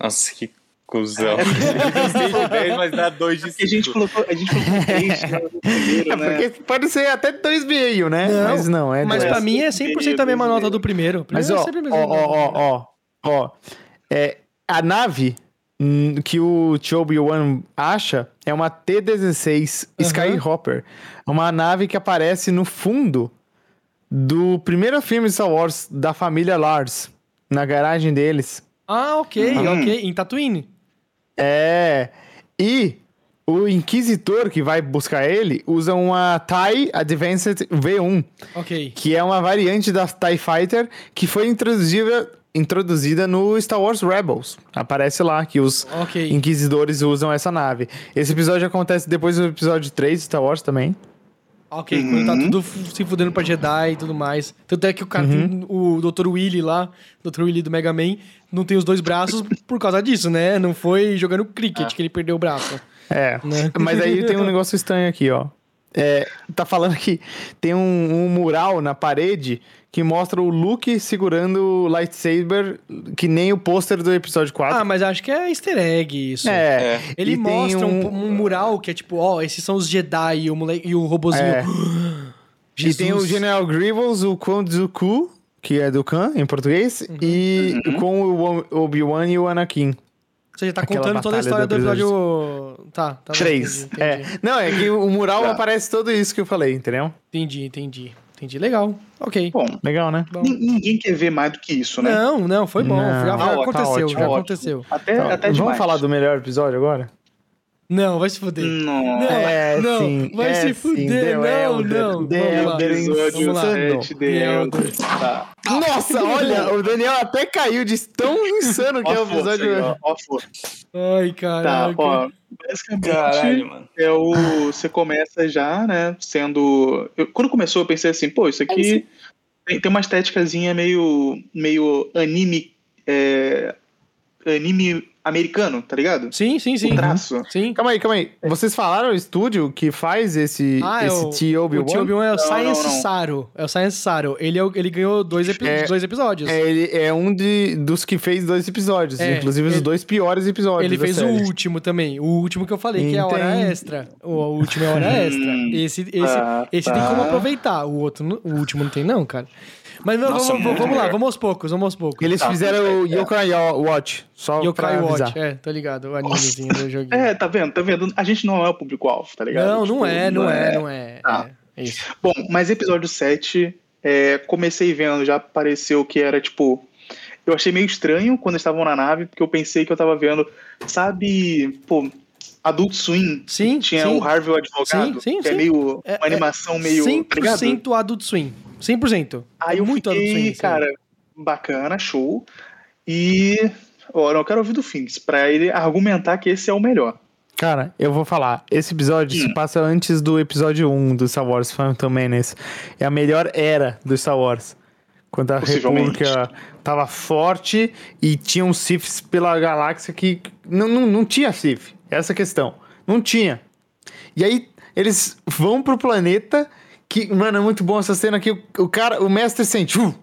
Nossa, que cuzão. [LAUGHS] Eu sei de 10, mas dá 2 de
Porque É. a gente
5.
colocou, a gente colocou
[LAUGHS]
3 né, no primeiro,
É,
né?
porque pode ser até dois meio, né?
Não,
mas não, é
Mas
dois.
pra mim é 100% a mesma nota do primeiro. O
Mas
primeiro é
ó,
sempre a mesma né?
ó,
nota do
ó,
primeiro.
ó, ó, ó. É, a nave hum, que o Chobi One acha é uma T-16
Aham.
Skyhopper. É Uma nave que aparece no fundo do primeiro filme de Star Wars da família Lars, na garagem deles.
Ah, ok,
Hum.
ok. Em Tatooine.
É. E o Inquisitor que vai buscar ele usa uma TIE Advanced V1
Ok.
que é uma variante da TIE Fighter que foi introduzida, introduzida no Star Wars Rebels. Aparece lá que os
Ok.
inquisidores usam essa nave. Esse episódio acontece depois do episódio 3 de Star Wars também.
Ok, quando tá
Uhum.
tudo f- se fudendo pra Jedi e tudo mais. Tanto é que o cara
Uhum.
tem o Dr. Willy lá, Dr. Willy do Mega Man, não tem os dois braços por causa disso, né? Não foi jogando cricket
Ah.
que ele perdeu o braço.
É.
Né?
Mas aí tem um negócio estranho aqui, ó. É, tá falando que tem um, um mural na parede que mostra o Luke segurando o lightsaber, que nem o pôster do episódio 4.
Ah, mas acho que é easter egg isso.
é.
É.
Ele
E tem
mostra um... um mural que é tipo, ó, esses são os Jedi e o, mole... e o robozinho. [GASPS]
É.
Jesus.
E tem o General Grievous, o Konzuku, que é do Khan em português,
Uhum.
e
Uhum.
com o Obi-Wan e o Anakin.
Você já tá
Aquela
contando toda a história
batalha
do
do
episódio... Tá, tá. bom,
Três.
entendi,
É.
entendi.
Não, é que o mural
Tá.
aparece tudo isso que eu falei, entendeu?
Entendi, entendi. Entendi. Legal. Ok.
Bom,
Legal, né?
Bom.
nin- ninguém quer ver mais do que isso, né?
Não, não, foi bom.
Não.
Já, já
Tá ótimo,
aconteceu,
tá
já
ótimo.
aconteceu.
Até,
Então,
É, até
vamos
demais.
falar do melhor episódio agora?
Não, vai se fuder.
Nossa.
Não,
É,
não,
sim,
vai
é,
se
sim,
fuder,
The
não,
Elder,
não.
The
Vamos lá.
Elder.
Episódio
Vamos lá.
sete de
The
Elder.
Elder.
Tá.
Nossa, olha, o Daniel até caiu de tão insano que
Ó
é
um
o
a força aí,
episódio.
ó, ó a força.
Ai, é
Tá,
caraca.
ó. Basicamente,
Caralho, mano.
é o. Você começa já, né? Sendo. eu- quando começou, eu pensei assim, pô, isso
É
aqui tem, tem uma estéticazinha meio. meio anime. é, anime americano, tá ligado?
Sim, sim, sim.
O traço.
Sim.
Calma aí, calma aí. Vocês falaram o estúdio que faz esse,
Ah, é
esse
o- O Tio
T-Obi-Wan?
Obi-Wan é o
Não,
Science
não, não.
Saro. É o Science Saro. Ele, é o- ele ganhou dois, epi-
É-
dois episódios.
É, ele é um de, dos que fez dois episódios.
É,
inclusive os
ele-
dois piores episódios.
Ele
da
fez o
série.
último também. O último que eu falei, que é a hora
Entendi.
extra. O último é a hora extra.
Hum,
Esse, esse,
tá,
esse tem como
tá.
aproveitar. O outro, não- o último não tem, não, cara. Mas não,
Nossa,
vamos,
muito
vamos lá,
melhor.
vamos aos poucos, vamos aos poucos.
Eles
Tá,
fizeram o Yokai Watch. Só
Yokai
pra avisar.
Watch, é, tô ligado. O animezinho do joguinho.
[LAUGHS] É, tá vendo, tá vendo? A gente não é o público-alvo, tá ligado?
não, não
Tipo,
é, não é, não é.
Tá.
É, é isso.
Bom, mas episódio 7, é, comecei vendo, já pareceu que era tipo. Eu achei meio estranho quando estavam na nave, porque eu pensei que eu tava vendo, sabe, pô, Adult Swim?
Sim,
Tinha
sim.
o Harvey o advogado,
Sim, sim,
que é
sim.
meio
É-
uma animação meio. tá ligado?
100% Adult Swim. 100%.
Aí eu
É muito
fiquei,
Adult Swim. sim.
cara, bacana, show. E. Ora, eu quero ouvir do Finks, pra ele argumentar que esse é o melhor.
Cara, eu vou falar. Esse episódio
Hum.
se passa antes do episódio 1 do Star Wars Phantom Menace. É a melhor era do Star Wars. Quando a
Possivelmente.
República tava forte e tinham Siths pela galáxia que... Não, não, não tinha Sith. Essa é a questão. Não tinha. E aí, eles vão pro planeta que... Mano, é muito bom essa cena que o, o cara... O mestre sente... "Uh,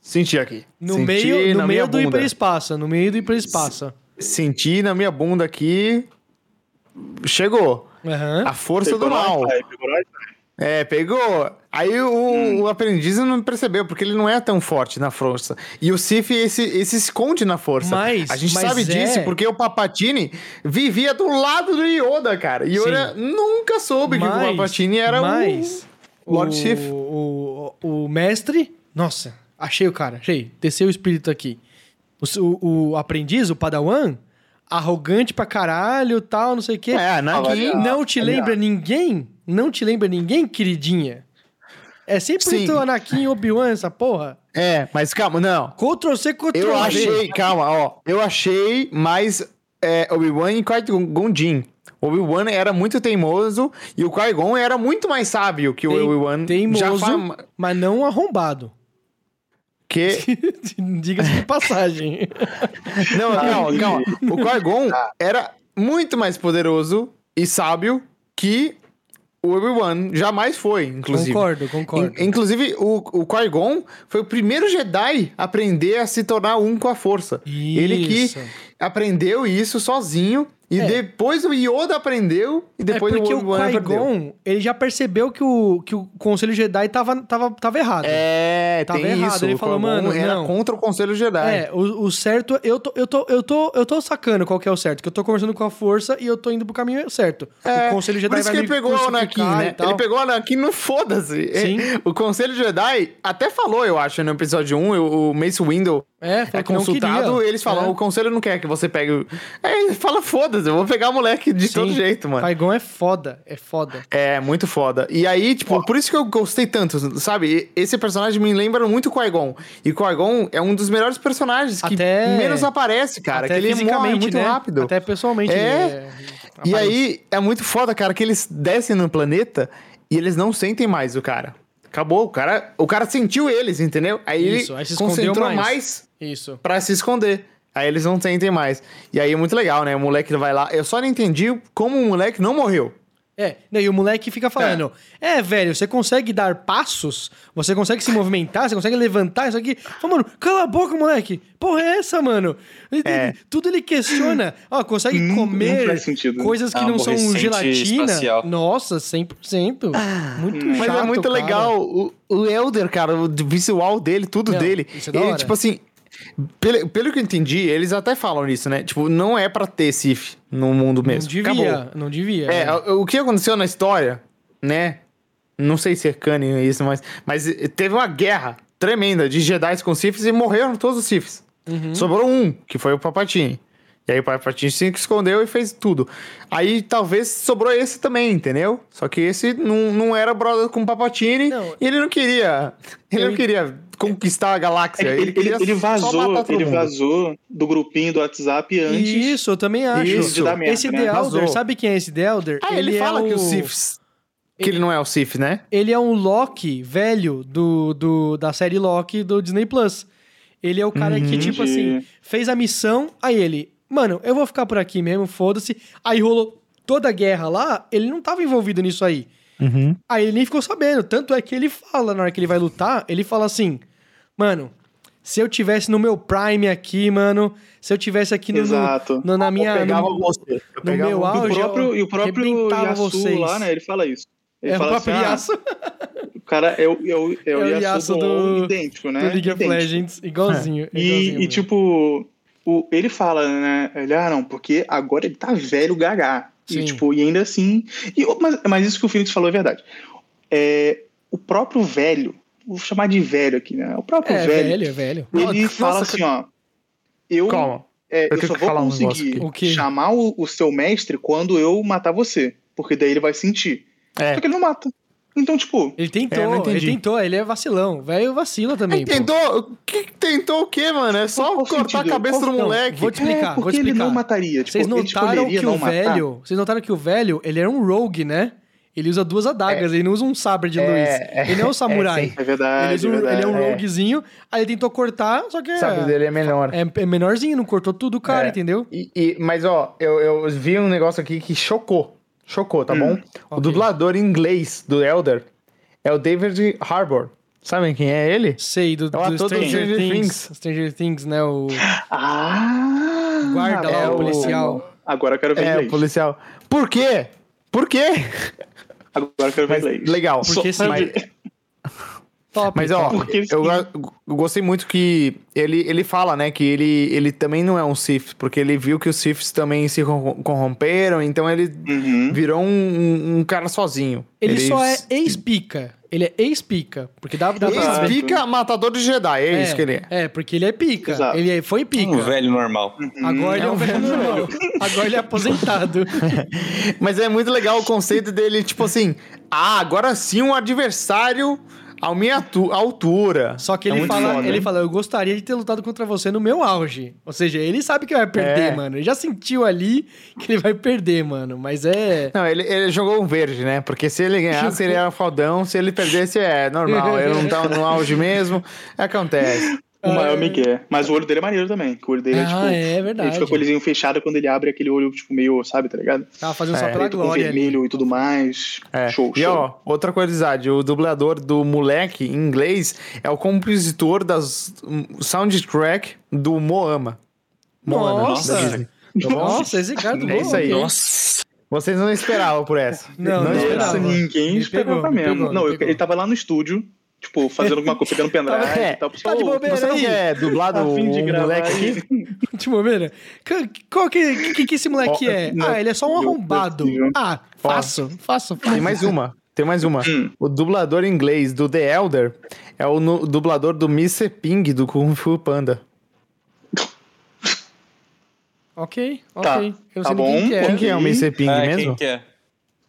senti aqui.
No
Senti
meio,
na
no meio
minha
do
bunda.
hiperespaço, no meio do hiperespaço.
Senti na minha bunda aqui... Chegou.
Aham.
A força
Pegou
do
nós,
mal.
pai, pegou nós,
É, pegou. Aí o,
Hum.
o aprendiz não percebeu, porque ele não é tão forte na força. E o Sif esse, esse esconde na força.
Mas-
a gente
mas
sabe
é-
disso, porque o Papatini vivia do lado do Yoda, cara. E Yoda nunca soube que o Papatini era um
mas
o Lord
o-
Chief.
O, o, mestre. Nossa, achei o cara, achei. Desceu o espírito aqui. O, s- o- o aprendiz, o Padawan, arrogante pra caralho, tal, não sei o quê.
É, Anakin.
Avaliar.
Não te lembra ninguém? Não te lembra ninguém, queridinha? É sempre
Sim.
o Anakin e Obi-Wan essa porra.
É, mas calma, não.
Ctrl C, Ctrl
Eu
V.
achei, calma, ó. Eu achei mais é, Obi-Wan e Qui-Gon Jinn. Obi-Wan era muito teimoso e o Qui-Gon era muito mais sábio que o
Tem-
Obi-Wan. Já
Teimoso,
fam...
mas não arrombado. [LAUGHS]
que...
Diga-se de passagem.
Não, calma, calma. O Qui-Gon era muito mais poderoso e sábio que o Obi-Wan jamais foi, inclusive.
Concordo, concordo.
In- inclusive, o, o Qui-Gon foi o primeiro Jedi a aprender a se tornar um com a força. Ele que
Isso.
aprendeu isso sozinho e
É.
depois o Yoda aprendeu e depois
é
o
porque o
Obi-Wan aprendeu.
Qui-Gon, ele já percebeu que o, que o Conselho Jedi tava, tava, tava errado.
É,
Tava
tem
errado,
isso.
ele
o
falou,
Qui-Gon
mano,
era
não.
contra o Conselho Jedi.
É, o, o certo, eu tô, eu, tô, eu, tô, eu tô sacando qual que é o certo, que eu tô conversando com a força e eu tô indo pro caminho certo.
É,
o Conselho Jedi
Por isso
vai
que ele
me
pegou o Anakin,
crucificar e
né?
tal.
Ele pegou o Anakin no foda-se.
Sim.
É, O Conselho Jedi até falou, eu acho, no episódio 1, o o Mace Windu
É,
é
falou que não
consultado,
queria. É.
eles falam, o Conselho não quer que você pegue... o- É, ele fala, foda-se, eu vou pegar o moleque de
Sim.
todo jeito, mano.
Qui-Gon é foda, é foda.
É, muito foda. E aí, tipo, por isso que eu gostei tanto, sabe? E- Esse personagem me lembra muito o Qui-Gon. E o Qui-Gon é um dos melhores personagens que
Até-
menos aparece, cara.
Até
que ele morre
fisicamente,
muito
né?
rápido.
Até pessoalmente.
É.
né?
E
Aparece.
aí, é muito foda, cara, que eles descem no planeta e eles não sentem mais o cara. Acabou, o cara, o cara sentiu eles, entendeu? Aí
Isso,
ele
aí se escondeu
concentrou
mais.
mais.
Isso.
pra se esconder. Aí eles não sentem mais. E aí é muito legal, né? O moleque vai lá. Eu só não entendi como o moleque não morreu.
É, né, e o moleque fica falando: é. velho, você consegue dar passos, você consegue se movimentar, você consegue levantar, isso aqui. Fala, mano, cala a boca, moleque. Porra, é essa, mano? Ele-
É.
ele- Tudo ele
[CLEARS THROAT]
questiona. Ó, consegue
Não- não
comer
faz sentido.
coisas que
Ah,
não são
aborrecente
gelatina.
espacial.
Nossa, 100%. Muito chato,
Mas é muito
cara.
legal o, o Elder, cara, o visual dele, tudo
Não,
dele.
isso é da
ele,
hora.
tipo assim. Pelo, pelo que eu entendi, eles até falam isso, né? Tipo, não é pra ter Sif no mundo
Não
mesmo.
devia,
Acabou.
não devia.
É,
né?
o, o que aconteceu na história, né? Não sei se é cânone isso, mas, mas teve uma guerra tremenda de Jedi com Sifis e morreram todos os Sifis. Sobrou um, que foi o Papatini. E aí o Papatini se escondeu e fez tudo. Aí talvez sobrou esse também, entendeu? Só que esse não, não era brother com o Papatini
Não.
e ele não queria. Ele
Eu
não queria conquistar a
É que
galáxia.
ele, ele,
queria
ele
só
vazou,
matar todo
ele
mundo.
vazou do grupinho do WhatsApp antes.
Isso, eu também acho.
Isso. De
dar merda,
Esse
né?
The
Vazou.
Elder, sabe quem é esse The Elder?
Ah, ele, fala
é
que
o
o Sifis. Que ele não é o Sif, né?
ele é um Loki velho do, do, da série Loki do Disney Plus. Ele é o cara
Uhum.
que, tipo
Entendi.
assim, fez a missão, aí ele, mano, eu vou ficar por aqui mesmo, foda-se. Aí rolou toda a guerra lá, ele não tava envolvido nisso aí.
Uhum.
Aí ele nem ficou sabendo. Tanto é que ele fala, na hora que ele vai lutar, ele fala assim: Mano, se eu tivesse no meu Prime aqui, mano, se eu tivesse aqui no,
Exato.
no- na minha.
eu pegava
no-
você. Eu
no
pegava um
meu
E
você.
o
auge,
próprio, e o próprio
arrebentava
Yasu
vocês.
lá, né? Ele fala isso. Ele
é o
fala
próprio
assim, ah,
Yasuo
o cara é o, é o, é o Yasu do, idêntico, né?
do League of
Idêntico.
Legends, igualzinho.
E,
igualzinho
e,
mesmo.
tipo, o, ele fala, né? Ele, ah, não, porque agora ele tá velho gagá.
Sim.
E, tipo, e ainda assim. E, o- mas, mas isso que o Felix falou é verdade. É, o próprio velho, vou chamar de velho aqui, né? O próprio
É,
velho,
velho, é velho.
ele
Nossa,
fala assim, ó. Eu,
Calma.
é, eu,
tenho
só
que
vou
falar um negócio
conseguir
aqui.
O quê?
chamar o, o seu mestre quando eu matar você. Porque daí ele vai sentir.
É.
Só que ele não mata. Então, tipo,
Ele tentou,
É, eu não entendi.
ele tentou, ele é vacilão. Velho vacila também.
Ele
pô.
tentou, que, tentou o quê, mano? É só
Qual- qual
cortar
sentido?
a cabeça
Qual-
do
não,
moleque.
vou te explicar,
é,
vou
porque
te
ele
explicar.
não mataria. Tipo,
Vocês
ele
notaram
escolheria
que
não
o
matar.
velho, vocês notaram que o velho, ele era um rogue, né? Ele usa duas adagas, ele não usa um sabre de luz. Ele não é um samurai.
É verdade,
ele, usa
é
um- ele
verdade.
é um
É.
roguezinho, aí ele tentou cortar, só que é,
é melhor.
é- é menorzinho, não cortou tudo o cara,
É.
entendeu?
E- e- mas, ó, eu, eu vi um negócio aqui que chocou. Chocou, tá bom? O
ok.
dublador em inglês do Elder é o David Harbour. Sabem quem é ele?
Sei, do,
É o
do
ator do
Stranger
Stranger
Things.
Things.
Stranger Things, né? O
Ah!
guarda lá,
é
o
o-
policial.
Agora eu quero ver
É, o
inglês.
policial. Por quê? Por quê?
Agora eu quero ver
Mas,
inglês.
legal.
Porque
Só-
sabe-
mas-
Top.
Mas ó,
Porque é
eu,
sim.
go- eu gostei muito que ele, ele fala, né, que ele, ele também não é um Sith, porque ele viu que os Siths também se corrom- corromperam, então ele
Uhum.
virou um, um- um cara sozinho.
ele, só é ex-pica. Ele é ex-pica. Porque dá, dá pra saber.
Ex-pica matador de Jedi, é,
É,
isso que ele é.
É, porque ele é pica.
Exato.
Ele é- foi pica.
Um velho normal.
Agora ele é um velho normal. Agora ele é aposentado.
Mas é muito legal o conceito dele, tipo assim, ah, agora sim um adversário à minha atu- altura.
Só que
É
ele,
muito
fala,
foda,
ele
hein?
fala, eu gostaria de ter lutado contra você no meu auge. Ou seja, ele sabe que vai perder,
É.
mano. Ele já sentiu ali que ele vai perder, mano. Mas é...
Não, ele, ele jogou um verde, né? Porque se ele ganhasse, ele era fodão. Se ele perdesse, é normal. Ele não tava no auge mesmo. Acontece.
O maior Miguel. Mas o olho dele é maneiro também. Que o olho dele é
Ah,
tipo.
é
Ele
verdade.
fica com o olhinho fechado quando ele abre aquele olho, tipo, meio, sabe, tá ligado?
Tava fazendo só
É.
pela
Preto com
glória ali.
vermelho e tudo mais.
É.
Show,
e
show.
ó, outra curiosidade: o dublador do moleque em inglês é o compositor das hum, soundtrack do Moana. Moana, da
Nossa!
Disney. Tá bom?
Nossa, esse cara do
É isso aí.
ok.
Nossa.
Vocês não esperavam
[LAUGHS]
por essa.
Não, não
Nossa,
esperava.
ninguém
Me
esperava
pegou, me
mesmo.
pegou, me
não, eu-
pegou.
ele tava lá no estúdio, tipo, fazendo alguma coisa,
[LAUGHS]
pegando pendrive
É,
e tal.
tá de bobeira.
Você não
aí.
quer dublado
A
o
fim de gravar
moleque
aí.
aqui?
De bobeira. Ca- Qual que, que, que esse moleque
Ó,
é?
não
Ah, ele é só um
é
arrombado.
possível.
Ah,
Ó.
faço, faço,
Tem
faço.
mais um. uma. Tem mais uma.
Hum.
O dublador inglês do The Elder é o nu- dublador do Mr. Ping do Kung Fu Panda.
Ok,
Tá,
ok. Eu não
tá
sei nem quem
bom.
que é.
Quem que é o Mr. Ping
Ah,
mesmo?
Quem que é?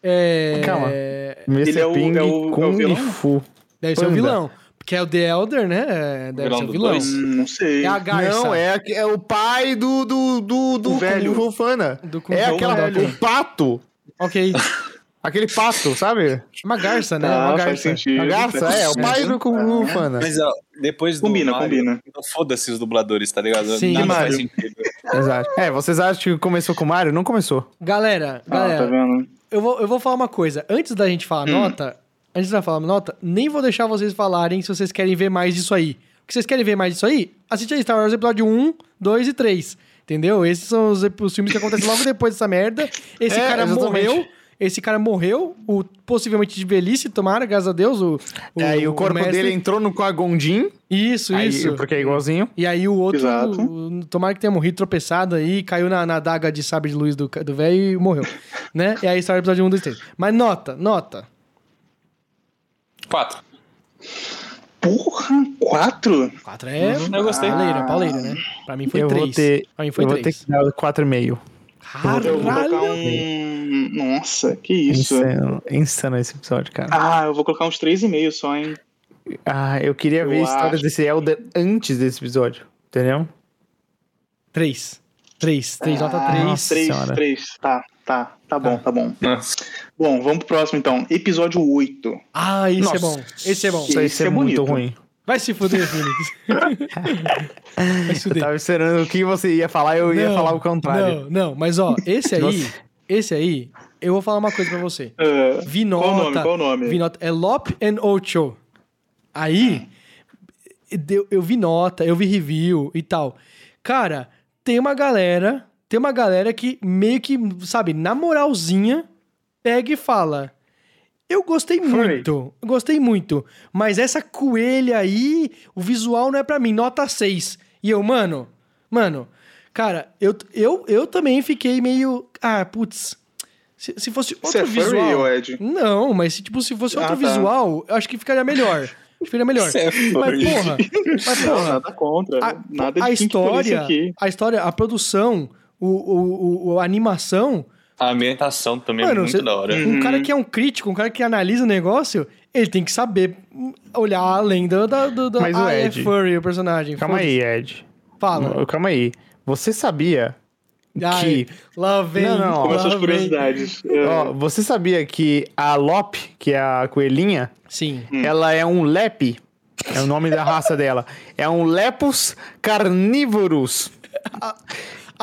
É...
Calma.
Ele
Mr.
é o-
Ping
é o- é o
Kung
vilão?
Fu.
Deve ser o
Panda.
vilão. Porque é o The Elder, né? É, Deve
Vilão
ser o
do
vilão.
dois?
Hum, não sei.
É a garça.
Não, é, aque- é o pai do, do, do, do
O velho.
Kung Fu Panda.
Do Kung
É
Fu
aquela,
Panda.
o pato.
Ok. É
Aquele pato, sabe?
Uma garça, né?
Tá,
Ah,
Uma
faz
garça.
sentido.
A garça,
faz
é, o pai
sentido.
do Kung Fu Panda.
Mas ó, depois do.
Combina,
Mario,
combina.
não Foda-se os dubladores, tá ligado?
Sim,
Nada
Mario.
faz sentido.
Exato. É, vocês acham que começou com o Mario? Não começou.
Galera,
Ah, tá
galera,
vendo?
eu, vou, eu vou falar uma coisa. Antes da gente falar a
Hum.
nota, antes da falar a nota, nem vou deixar vocês falarem se vocês querem ver mais disso aí. Porque vocês querem ver mais disso aí? Assiste aí Star Wars episódio 1, 2 e 3. Entendeu? Esses são os, ep- os filmes que acontecem logo depois dessa merda. Esse
É,
cara
exatamente.
morreu. Esse cara morreu, o, possivelmente de velhice, tomara, graças a Deus. O,
É, E aí o corpo
mestre.
dele entrou no Quagondin.
Isso,
Aí,
isso.
Porque é igualzinho.
E aí o outro,
Exato.
o- tomara que tenha morrido tropeçado aí, caiu na, na daga de sabre de luz do ca- do velho e
[LAUGHS]
morreu. né? E aí história do episódio 1, 2, 3. Mas nota, nota.
Quatro.
Porra, quatro?
4 é
Uhum. Eu gostei.
pauleira, pauleira, né? Pra mim foi
Ah. eu
3.
vou ter.
Pra mim foi
eu vou ter
3.
que dar 4,5.
Eu vou colocar
Caralho!
um. Nossa, que isso. é.
Insano, insano esse episódio, cara.
Ah, eu vou colocar uns três e meio só, hein?
Ah, eu queria ver
Eu
histórias
acho.
desse Elder antes desse episódio. Entendeu?
3. 3, 3, nota 3.
Ah, nossa.
Ah, Três,
senhora.
três. Tá, tá. Tá bom, tá bom.
Nossa.
Bom, vamos pro próximo então. Episódio 8.
Ah, esse é
Nossa.
bom. Esse é bom.
Esse
Isso aí é
é bonito.
muito ruim.
Vai se fuder, Phoenix.
[LAUGHS]
Vai se
Eu
fuder.
tava esperando o que você ia falar, eu ia
Não,
falar o contrário.
Não, não, mas ó, esse aí,
[LAUGHS] Nossa.
esse aí, eu vou falar uma coisa pra você.
Ah,
Vi nota.
Qual o nome? Qual o nome?
Vi nota. É Lop and Ocho. Aí, deu- eu vi nota, eu vi review e tal. Cara, tem uma galera, tem uma galera que meio que, sabe, na moralzinha, pega e fala... Eu gostei muito, eu gostei muito. Mas essa coelha aí, o visual não é pra mim, nota 6. E eu, mano, mano, cara, eu, eu, eu também fiquei meio. Ah, putz. Se, se fosse outro
Você é furry,
visual.
ô, Ed?
Não, mas se, tipo, se fosse outro
Ah, tá.
visual, eu acho que ficaria melhor. Acho que Ficaria melhor.
Você é
mas,
furry.
porra, mas,
Não,
porra,
nada contra.
a,
nada de
a
quem que falou isso
história,
aqui.
a história, a produção, o, o, o- a animação,
A ambientação também é
Mano,
muito
cê-
da hora.
um
Uhum.
cara que é um crítico, um cara que analisa o negócio, ele tem que saber olhar além da. da, da, da
Mas o
ah, é
Ed-
furry o personagem.
Calma
Foda-se.
aí, Ed.
Fala.
Calma aí. Você sabia
Ai,
que.
lá vem.
Não, não, ó.
lá
Começou as
vem.
curiosidades. É.
Ó, você sabia que a Lop, que é a coelhinha,
Sim.
ela é um lepe. É o nome da raça dela. É um Lepus carnívorus.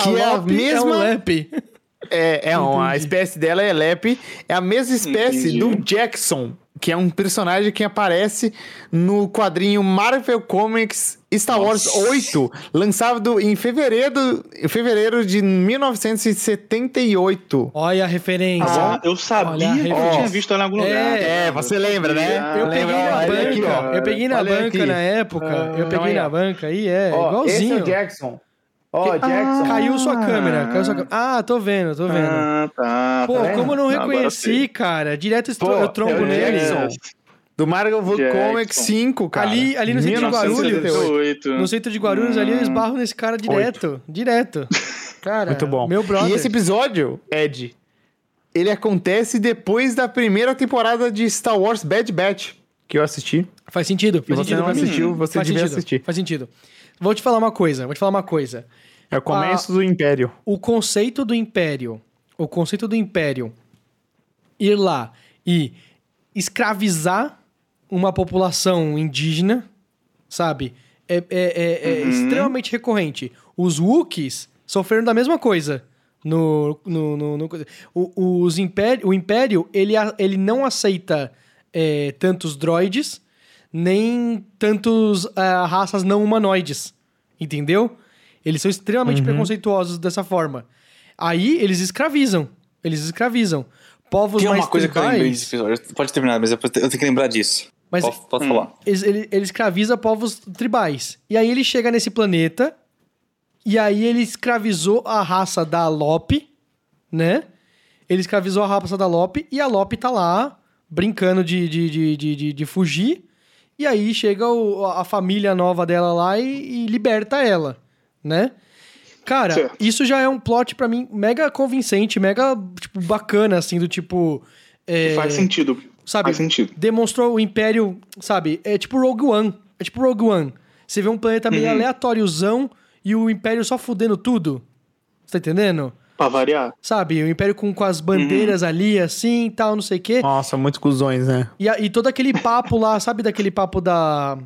Que é a
Lope
mesma.
É um lepe.
um, É, é uma, a espécie dela é Lepe, é a mesma espécie
Entendi.
do Jackson. que é um personagem que aparece no quadrinho Marvel Comics Star Wars 8, lançado em fevereiro, em fevereiro de 1978.
Olha a referência.
Ah, eu sabia
Olha,
que eu
ó.
tinha visto ela em algum lugar.
É, você lembra, né?
Ah,
Eu peguei
lembra,
na
olha
banca,
aqui, ó.
eu peguei na
Olha
banca
aqui.
na época, eu
então
peguei
aí,
na
ó.
banca aí, é, igualzinho. Ah,
Jackson. Ó,
Jackson.
Caiu sua câmera, caiu sua
Ah.
câmera. Ah, tô vendo, tô vendo.
Ah, tá.
Pô,
tá vendo?
como eu não
Agora
reconheci,
sim.
cara? Direto estro-
Pô,
eu trombo
é,
nele.
Jackson. Do Marvel
Jackson.
Comics 5, cara.
Ali- ali no centro de Guarulhos.
1978.
No centro de Guarulhos ali eu esbarro nesse cara direto.
[LAUGHS]
Direto. Cara,
Muito bom.
meu brother.
E esse episódio, Ed, ele acontece depois da primeira temporada de Star Wars Bad Batch, que eu assisti.
Faz sentido.
E
Faz
você
sentido
não
pra mim.
assistiu, você
faz
devia
sentido,
assistir.
Faz sentido. Vou te falar uma coisa, vou te falar uma coisa.
É o começo do Império.
O conceito do império, o conceito do império ir lá e escravizar uma população indígena, sabe? É, é- é- é
Uhum.
extremamente recorrente. Os Wookiees sofreram da mesma coisa. No, no, no, no- o, os império, o Império, ele, a- ele não aceita é, tantos droides, nem tantos ah, raças não humanoides. Entendeu? Eles são
Uhum.
extremamente preconceituosos dessa forma. Aí, eles escravizam. Eles escravizam. Povos
Tinha
mais
uma coisa que eu lembrei
tribais-
desse episódio. Pode terminar, mas eu eu tenho que lembrar disso.
Mas- hum,
pode pode falar.
eles- ele, ele escraviza povos tribais. E aí ele chega nesse planeta, e aí ele escravizou a raça da Lope, né? Ele escravizou a raça da Lope, e a Lope tá lá, brincando de, de, de, de, de- de fugir. E aí chega o- a família nova dela lá e, e liberta ela, né? Cara,
Certo.
isso já é um plot pra mim mega convincente, mega, tipo, bacana, assim, do tipo... é,
Faz sentido.
sabe,
Faz sentido.
demonstrou o Império, sabe? É tipo Rogue One. É tipo Rogue One. Você vê um planeta meio aleatóriozão e o Império só fudendo tudo. Você tá entendendo?
Pra variar.
Sabe? O Império com, com as bandeiras ali, assim, tal, não sei o quê.
Nossa, muito cuzões, né?
E, a- e todo aquele papo lá, sabe daquele papo da...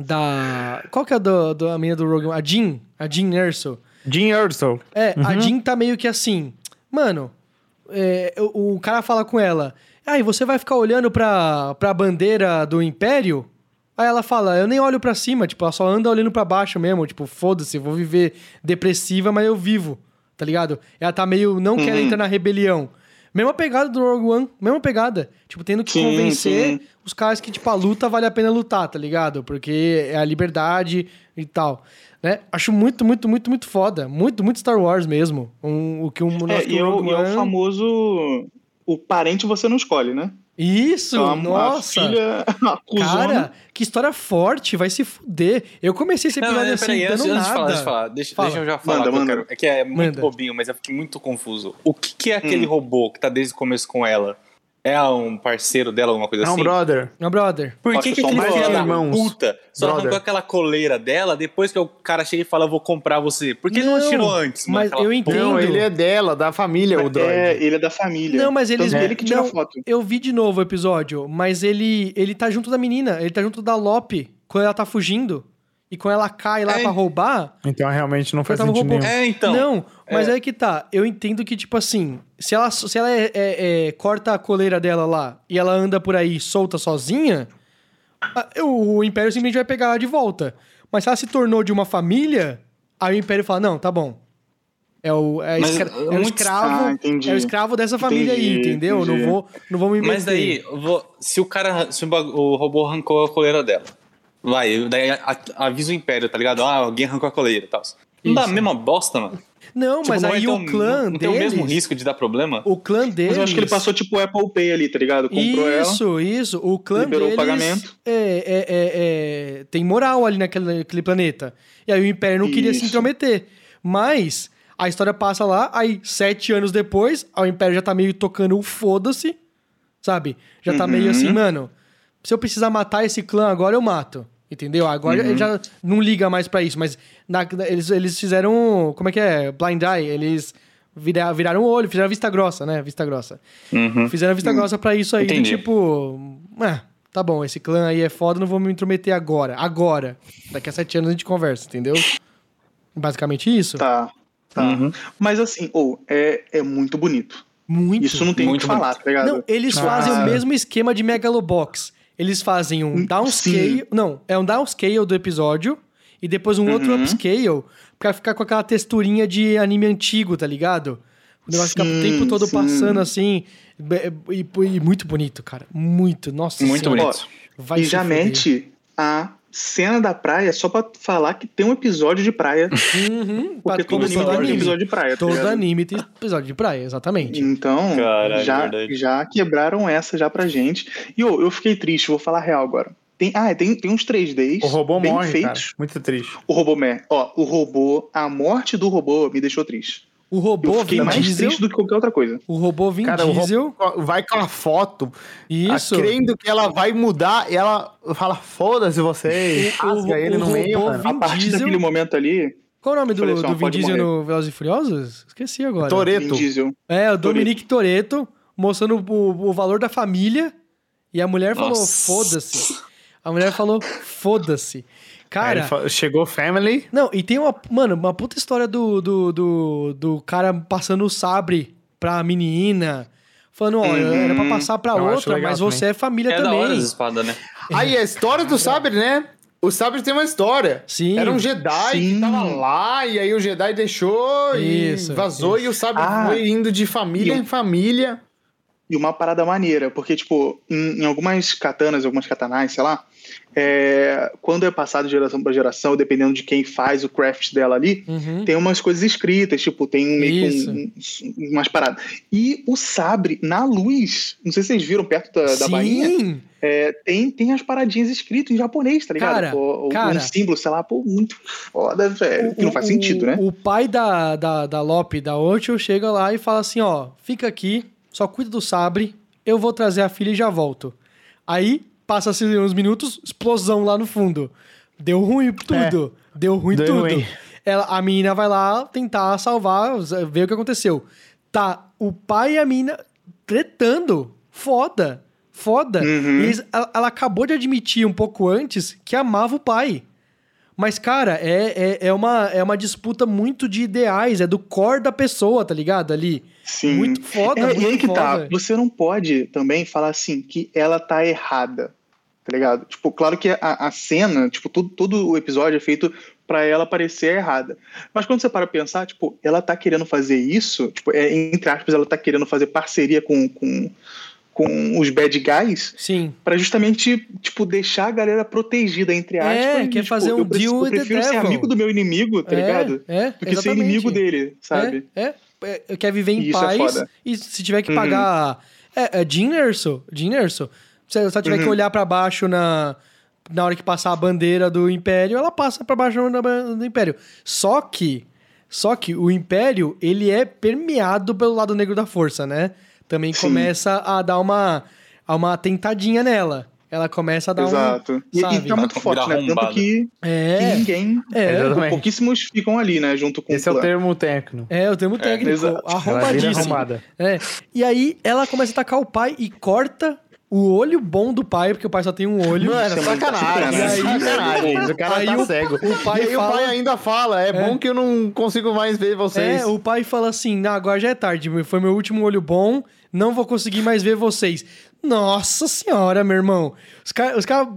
Da... Qual que é a do, do, a menina do Rogue One? A Jean. A Jean Erso.
Jim Erso.
É, a Jean tá meio que assim, mano, é, o, o cara fala com ela, ai, você vai ficar olhando pra, pra bandeira do Império? Aí ela fala, eu nem olho pra cima, tipo, ela só anda olhando pra baixo mesmo, tipo, foda-se, vou viver depressiva, mas eu vivo, tá ligado? Ela tá meio, não
Uhum.
quer entrar na rebelião. Mesma pegada do Rogue One, mesma pegada. Tipo, tendo que
Sim,
convencer
sim.
os caras que, tipo, a luta vale a pena lutar, tá ligado? Porque é a liberdade e tal. Né? Acho muito, muito, muito, muito foda. Muito, muito Star Wars mesmo. Um, o que um nosso
É,
que
e é o,
Rogue
e é o
One-
famoso. O parente você não escolhe, né?
Isso,
Então, a-
nossa.
A filha [LAUGHS] acusona.
Cara, que história forte, vai se fuder. Eu comecei esse
Não,
episódio
não,
assim,
peraí, antes,
dando
antes de falar,
nada.
deixa eu falar. Deixa,
Fala.
deixa eu já falar.
Manda,
que eu
manda.
quero- é que é muito
Manda.
bobinho, mas eu fiquei muito confuso. O que, que é aquele
Hum.
robô que tá desde o começo com ela? É um parceiro dela, alguma coisa
É um
assim?
brother.
Meu brother.
Por
Acho
que,
que
que
são
aquele
mais
filho da
irmãos.
puta só
Brother.
arrancou aquela coleira dela depois que o cara chega e fala, vou comprar você? Por que ele não,
Não, né?
tirou antes? mano,
mas
aquela
eu entendo.
Não, ele é dela, da família, o droid.
Então, É, ele é da família.
Não, mas eles-
Tanto ele que tira
Então é. não.
foto.
Eu vi de novo o episódio, mas ele ele tá junto da menina, ele tá junto da Lope quando ela tá fugindo e quando ela cai lá
É.
pra roubar,
Então realmente não faz
tava
sentido
roubando.
nenhum.
É, então.
não, mas
é.
aí que tá. Eu entendo que, tipo assim, se ela, se ela é- é- é, corta a coleira dela lá e ela anda por aí solta sozinha, a- o, o Império simplesmente vai pegar ela de volta. Mas se ela se tornou de uma família, aí o Império fala: não, tá bom. É o, é
Mas
escra-
é
é o
muito-
Ah,
escravo.
entendi.
é o escravo dessa família aí,
Entendi,
entendeu?
entendi.
Não vou, não vou me meter.
Mas daí, eu vou- se o cara, se o, bagu- o robô arrancou a coleira dela, vai, eu- daí a- avisa o Império, tá ligado? Ah, alguém arrancou a coleira e tal. Não dá a
Isso.
mesma bosta, mano?
Não,
Tipo,
mas
não
aí
é
o
tão-
clã
não
deles.
tem o mesmo risco de dar problema?
O clã deles.
Mas eu acho que ele passou tipo Apple Pay ali, tá ligado? Comprou ela.
Isso, isso. O clã
liberou o
deles
pagamento.
É, é, é, é- tem moral ali naquele, naquele planeta. E aí o Império não queria se
Isso.
intrometer. Mas a história passa lá, aí sete anos depois, o Império já tá meio tocando o foda-se, sabe? Já tá meio
Uhum.
assim, mano, se eu precisar matar esse clã agora, eu mato. Entendeu? Agora
Uhum.
ele já não liga mais pra isso, mas na- na- eles, eles fizeram. Como é que é? Blind Eye. Eles vira- viraram o olho, fizeram vista grossa, né? Vista grossa.
Uhum.
Fizeram a
Hum.
vista grossa pra isso aí, do
Entendi.
tipo, ah, tá bom, esse clã aí é foda, não vou me intrometer agora. Agora. Daqui a sete anos a gente conversa, entendeu? Basicamente isso.
Uhum. Tá. tá. Mas assim, ou é, é muito bonito.
Muito.
Isso não tem o
Muito
que falar, tá ligado?
Não, eles
Ah.
fazem o mesmo esquema de Megalobox. Eles fazem um
Hum,
downscale.
sim.
Não, é um downscale do episódio e depois um outro
Uhum.
upscale pra ficar com aquela texturinha de anime antigo, tá ligado? O negócio fica o
Sim,
tempo todo
sim.
passando assim. be- E, e muito bonito, cara. Muito. Nossa
Muito
senhora.
bonito.
Vai
e
se
já
fuder.
mete a cena da praia só pra falar que tem um episódio de
[LAUGHS]
praia.
Uhum, pra
Porque todo
começar
anime
o
tem um episódio de praia. tá
Todo
ligado?
anime tem episódio de praia, exatamente.
Então,
Caralho,
já,
verdade.
já quebraram essa já pra gente. E ô, eu fiquei triste, vou falar a real agora. Tem, ah, tem, tem uns 3Ds
O robô
é bem
morre, cara.
feitos.
Muito triste.
O robô man, ó, o robô, a morte do robô me deixou triste.
O
Eu
robô
fiquei
Vin
mais
Diesel.
triste do que qualquer outra coisa.
O robô Vin
Cara, o robô-
Diesel.
Vai com a foto, a-
Isso.
crendo que ela vai mudar, e ela fala, foda-se vocês,
O- o-
rasga ele
o
no meio,
robô
mano.
A
Vin
partir
Diesel?
daquele momento ali,
Qual o nome do,
Falei assim,
do
ó,
Vin
pode
Diesel
morrer.
no Velozes e Furiosos? Esqueci agora.
Vin
Toreto.
Diesel.
É, o Dominique Toreto mostrando o, o valor da família e a mulher falou,
Nossa.
foda-se. A mulher falou, foda-se. Cara,
chegou Family.
não, e tem uma, mano, uma puta história do, do, do, do cara passando o sabre pra menina. Falando, ó,
Uhum.
era pra passar pra
Eu acho
outra,
legal
mas
também.
você é família
É da
também.
hora as espadas, né?
Aí a história do Sabre, né? O Sabre tem uma história.
Sim.
Era um Jedi que
Sim.
tava lá, e aí o Jedi deixou
Isso,
e vazou, e o Sabre
Ah.
foi indo de família
E-
em família.
E uma parada maneira, porque, tipo, em, em algumas katanas, algumas katanais, sei lá, é, quando é passado de geração pra geração, dependendo de quem faz o craft dela ali,
Uhum.
tem umas coisas escritas, tipo, tem um meio que um- um- umas paradas. E o sabre, na luz, não sei se vocês viram perto da, da
Sim,
bainha, é, tem, tem as paradinhas escritas em japonês, tá ligado?
Cara,
Ou- ou
cara.
um símbolo, sei lá, pô, muito foda, velho. Que não faz sentido, né?
O pai da, da, da Lope, da Ocho, chega lá e fala assim, ó, fica aqui, só cuida do sabre, eu vou trazer a filha e já volto. Aí, passa-se uns minutos, explosão lá no fundo. Deu ruim tudo. Deu ruim
É. Deu
tudo.
ruim.
Ela, a menina vai lá tentar salvar, ver o que aconteceu. Tá o pai e a menina tretando. Foda. Foda.
Uhum.
E eles- ela, ela acabou de admitir um pouco antes que amava o pai. Mas, cara, é, é, é, uma, é uma disputa muito de ideais, é do core da pessoa, tá ligado? Ali.
Sim.
Muito foda,
É,
muito
e aí que
foda.
tá. Você não pode também falar assim que ela tá errada. Tá ligado? Tipo, claro que a, a cena, tipo, todo, todo o episódio é feito pra ela parecer errada. Mas quando você para pra pensar, tipo, ela tá querendo fazer isso, tipo, é, entre aspas, ela tá querendo fazer parceria com, com, com os bad guys
Sim.
pra justamente, tipo, deixar a galera protegida, entre aspas.
É,
e,
quer
tipo,
fazer um
eu prefiro,
deal
eu
with the
prefiro ser
devil.
amigo do meu inimigo, tá
é,
ligado?
É,
Do que ser
exatamente.
inimigo dele, sabe?
É, é. É, quer viver em
E isso é
paz
foda.
e se tiver que
Uhum.
pagar. É, é Jim Erso. Jim Erso. Se ela só tiver que
Uhum.
olhar pra baixo na, na hora que passar a bandeira do Império, ela passa pra baixo da ban- do Império. Só que. Só que o Império, ele é permeado pelo lado negro da força, né? Também
Sim.
começa a dar uma, a uma tentadinha nela. Ela começa a dar um
Exato. E, e
sabe?
tá muito
Tá
forte, né? Tanto
arrombado.
que,
um.
que
É.
ninguém.
É,
Exatamente.
Pouquíssimos ficam ali, né? Junto com
Esse é
o
o
clã.
termo técnico.
É, o termo técnico.
exato.
Ela vira
arrombadíssimo.
arrombada.
É. E aí ela começa a atacar o pai e corta o olho bom do pai, porque o pai só tem um olho.
é,
Mano, sacanagem,
Isso é muito
sacanagem. [LAUGHS] O cara
Aí
tá
o-
cego.
o pai
e aí
fala-
o pai ainda fala, é, bom que eu não consigo mais ver vocês.
É, o pai fala assim: "Não, agora já é tarde, foi meu último olho bom, não vou conseguir mais ver vocês. Nossa senhora, meu irmão. Os caras os cara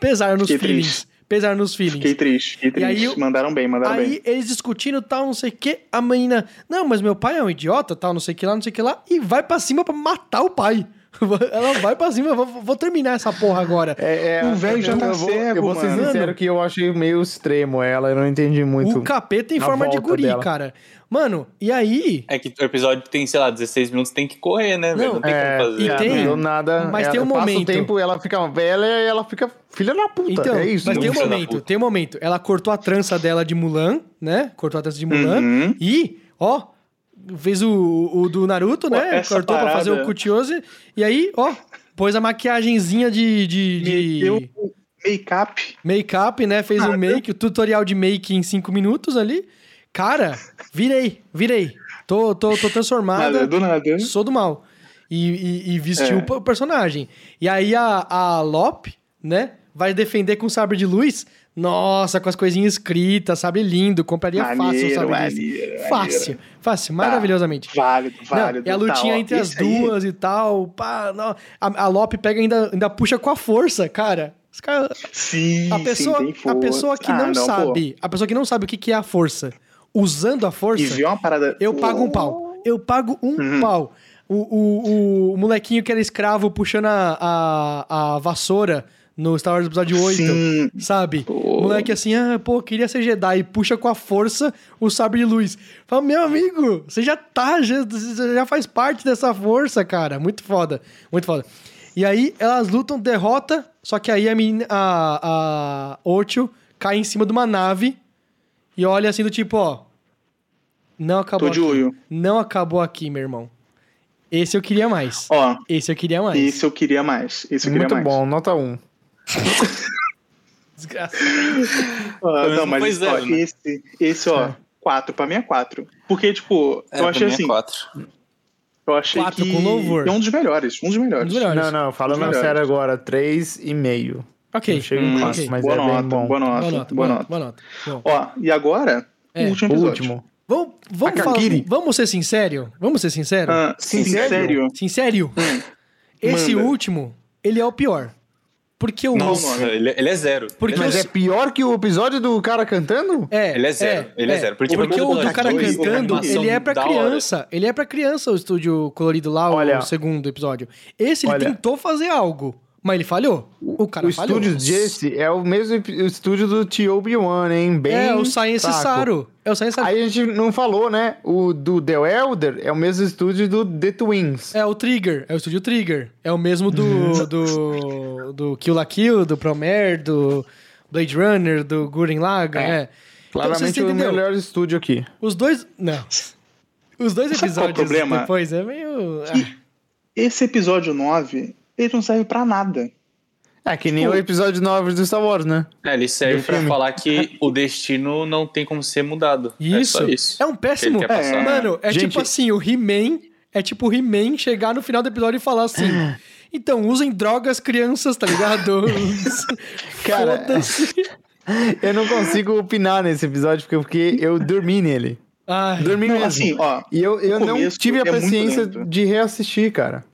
pesaram nos
Fiquei
feelings.
triste.
Pesaram nos feelings.
Fiquei triste, fiquei
E aí
triste.
o-
Mandaram bem, mandaram bem.
Aí eles discutindo tal, não sei o que. A menina, não, mas meu pai é um idiota, tal, não sei o que lá, não sei o que lá. E vai pra cima pra matar o pai. [LAUGHS] Ela vai pra cima, vou, vou terminar essa porra agora.
É, é,
O velho já
eu-
tá
eu vou,
cego,
Eu vou ser
mano.
sincero que eu achei meio extremo ela, eu não entendi muito.
o capeta em
a
forma de
volta
guri,
dela.
cara. Mano, e aí?
É que o episódio tem, sei lá, 16 minutos, tem que correr, né, velho? Não tem
É,
como fazer.
e
cara,
tem-
não deu nada.
mas tem um
passa
momento.
tempo, ela fica velha e ela fica filha da puta.
Então,
é isso.
mas tem um
filho da
momento,
puta.
tem um momento. Ela cortou a trança dela de Mulan, né? Cortou a trança de Mulan.
Uhum.
E, ó, fez o, o do Naruto,
Pô,
né?
essa
Cortou pra
parada-
fazer o Cutiose. E aí, ó, pôs a maquiagenzinha de... de, de-
Meteu o make-up.
Make-up, né? Fez um make, o tutorial de make em cinco minutos ali. Cara, virei, virei. Tô, tô, tô transformada,
Nada, do nada.
sou do mal. E, e- e vestiu
É.
o personagem. E aí a, a Lop, né? vai defender com sabre de luz? Nossa, com as coisinhas escritas, sabe? Lindo, compraria fácil o
Maneiro, Tá.
sabre de luz.
maneiro,
Fácil, fácil, maravilhosamente.
Válido,
Não,
válido.
é a lutinha
tá, ó,
entre as
esse aí-
duas e tal. Pá, não. A, a Lope pega e ainda, ainda puxa com a força, cara. Os cara
Sim,
a,
sim,
pessoa,
tem
a
força.
pessoa que
Ah,
não,
pô.
sabe. A pessoa que não sabe o que, que é a força. Usando a
E
força,
viu uma parada.
eu pago um pau. Eu pago um pau. O, o, o molequinho que era escravo puxando a, a, a vassoura no Star Wars Episódio 8.
Sim.
Sabe?
Pô.
Moleque assim, ah, pô, queria ser Jedi. E puxa com a força o sabre de luz. Fala, meu amigo, você já tá, já, você já faz parte dessa força, cara. Muito foda, muito foda. E aí elas lutam, derrota, só que aí a, menina, a, a Ocho cai em cima de uma nave e olha assim do tipo, ó. Não acabou
Tô de
aqui.
olho.
Não acabou aqui, meu irmão. Esse eu queria mais.
Ó,
Esse eu queria mais.
esse eu queria mais. Esse eu queria
Muito
mais.
bom, nota 1.
Desgraça.
Ah,
Pelo menos
não,
não
mas
foi
ó,
zero, né?
esse, esse, ó, quatro pra mim é quatro. Porque, tipo,
É,
eu
É,
achei assim.
Quatro.
Eu achei
Quatro
que
com louvor.
é um dos melhores. Um dos melhores.
Um dos melhores.
Não, não, falando
Melhores.
sério agora, 3,5.
Ok.
Não chega em
Hum,
4,
ok.
mas
boa,
é
nota,
bem bom.
boa nota,
Boa
boa
nota,
nota,
boa nota. Boa nota. Bom.
Ó, e agora,
É,
o último
O
episódio.
último.
Vamos, vamos,
A
falar-
Kakiri.
vamos ser sincero? Vamos ser sincero?
Ah, sim,
Sincero?
sério?
Sincero?
Hum.
Esse
manda.
último, ele é o pior. Porque o
Nossa, ele, ele é zero.
Porque
ele
Mas é pior que o episódio do cara cantando?
É,
Ele é zero, ele é zero. Porque
porque
o
o do
episódio
cara
dois,
cantando,
a
ele é pra
animação da hora.
criança. Ele é pra criança o estúdio colorido lá,
Olha.
o segundo episódio. Esse ele
Olha.
tentou fazer algo, mas ele falhou. O cara
o
falhou.
estúdio desse é o mesmo ep- o estúdio do TOB1, hein? Bem
É, o Science
saco.
Saru. É o Science Saru.
Aí a gente não falou, né? O do The Elder é o mesmo estúdio do The Twins.
É o Trigger, é o estúdio Trigger. É o mesmo do. do. do Kill La Kill, do Promer, do Blade Runner, do Gurren Lagann, é. Então,
Claramente
você
o
entendeu?
melhor estúdio aqui.
Os dois. Não. Os dois
Sabe
episódios
qual é o problema?
depois é meio. ah,
Esse episódio 9, ele não serve pra nada.
É que nem o episódio 9 do Star Wars, né?
É, ele serve pra falar
[LAUGHS]
que o destino não tem como ser mudado.
Isso.
É só isso.
É um péssimo.
Ele quer passar.
Mano, é
Gente-
tipo assim, o He-Man. É tipo o He-Man chegar no final do episódio e falar assim. Então, usem drogas, crianças, tá ligado? [LAUGHS]
Cara,
Foda-se.
[LAUGHS] Eu não consigo opinar nesse episódio porque, porque eu dormi nele.
Ai,
Dormi
Não,
mesmo.
assim, ó,
e eu, eu
o
não
começo
tive a
é muito
paciência
lento.
de reassistir, cara.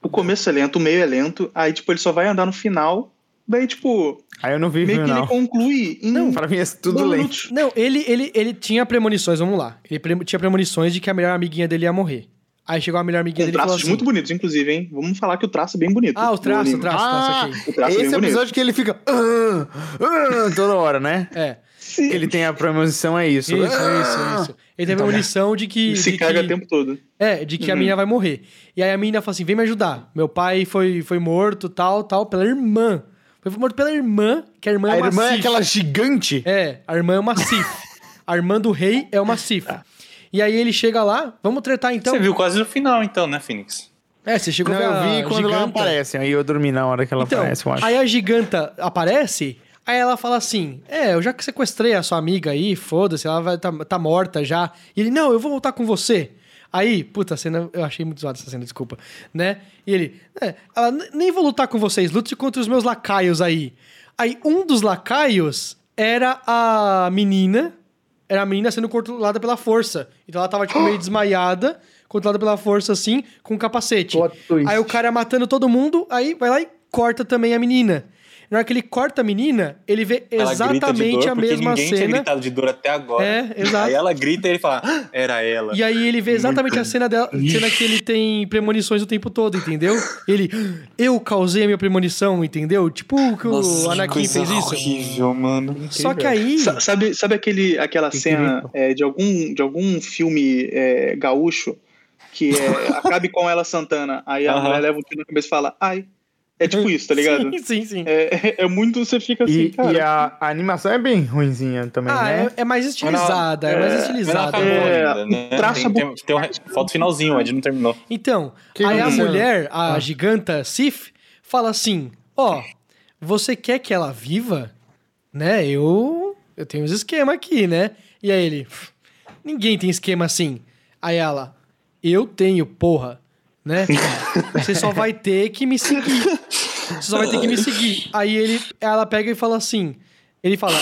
o começo é lento, o meio é lento, aí, tipo, ele só vai andar no final. Daí, tipo,
Aí eu não vi o
meio que
final.
ele conclui em
Não, pra mim é tudo
dois
lento.
minutos.
Não, ele, ele, ele tinha premonições, vamos lá. Ele pre- tinha premonições de que a melhor amiguinha dele ia morrer. Aí chegou a melhor amiguinha
Um
Com
dele e falou
traços
assim...
muito bonitos, inclusive, hein? Vamos falar que o traço é bem bonito.
Ah, o traço,
do
o
anime.
traço,
Ah,
traço aqui.
O traço é bem
Esse
bonito.
episódio que ele fica "Ah, ah", toda hora, né?
É,
Sim,
Ele tem a premonição, é [LAUGHS] isso. tá
isso, isso, isso. Ele teve a premonição de que...
ele se
de
caga
que-
o
um
tempo todo.
É, de
Uhum.
que a menina vai morrer. E aí a menina fala assim: vem me ajudar. Meu pai foi, foi morto, tal, tal, pela irmã. Foi morto pela irmã, que a irmã
A
é uma
irmã é
Sith.
aquela gigante.
É, a irmã é uma Sif. a irmã do rei é uma Sif.
Tá.
E aí ele chega lá, vamos tretar então.
Você viu quase no final, então, né, Phoenix?
É, você chegou
Não,
a ver
eu
a
vi quando ela
giganta.
aparece. Aí eu dormi na hora que ela
Então,
aparece, eu acho.
aí a giganta aparece, aí ela fala assim: É, eu já que sequestrei a sua amiga aí, foda-se, ela vai, tá, tá morta já. E ele, não, eu vou voltar com você. Aí, puta, a cena, eu achei muito zoada essa cena, desculpa, né? E ele, é, ela, "N- nem vou lutar com vocês, lute contra os meus lacaios aí. Aí, um dos lacaios era a menina, era a menina sendo controlada pela força. Então ela tava, tipo,
[GASPS]
meio desmaiada, controlada pela força, assim, com o capacete.
Plot twist.
Aí o cara matando todo mundo, aí vai lá e corta também a menina. Na hora que ele corta a menina, ele vê
ela grita de
exatamente
dor,
a
porque
mesma
ninguém tinha
cena.
gritado de dor até agora.
É, exato.
Aí ela grita e ele fala, "Ah, era ela.
E aí ele vê exatamente a cena dela, cena que ele tem premonições o tempo todo, entendeu? Ele, eu causei a minha premonição, entendeu? Tipo o que o Anakin fez isso.
horrível, mano.
Só que aí,
[LAUGHS]
Sa- Sabe, sabe aquele, aquela cena é, de, algum, de algum filme é, gaúcho que
[LAUGHS]
é, acabe com ela Santana, aí a
Aham.
mulher leva um tiro na cabeça e fala, ai. É tipo isso, tá ligado?
sim, sim, sim.
É, é- é muito, você fica assim,
E,
cara.
e a, a animação é bem ruinzinha também,
Ah,
né?
é, é mais estilizada, é mais estilizada.
acabou. É,
né?
o traço
tem,
é
tem, tem um, falta o finalzinho, o Ed não terminou.
Então,
Que
aí a
isso?
mulher, a giganta Sif, fala assim: Ó, você quer que ela viva? Né? Eu. Eu tenho uns esquemas aqui, né? E aí ele. "Pff, Ninguém tem esquema assim. Aí ela. Eu tenho, porra. Né? Você só vai ter que me seguir. Você só vai ter que me seguir. Aí ele, ela pega e fala assim. Ele fala,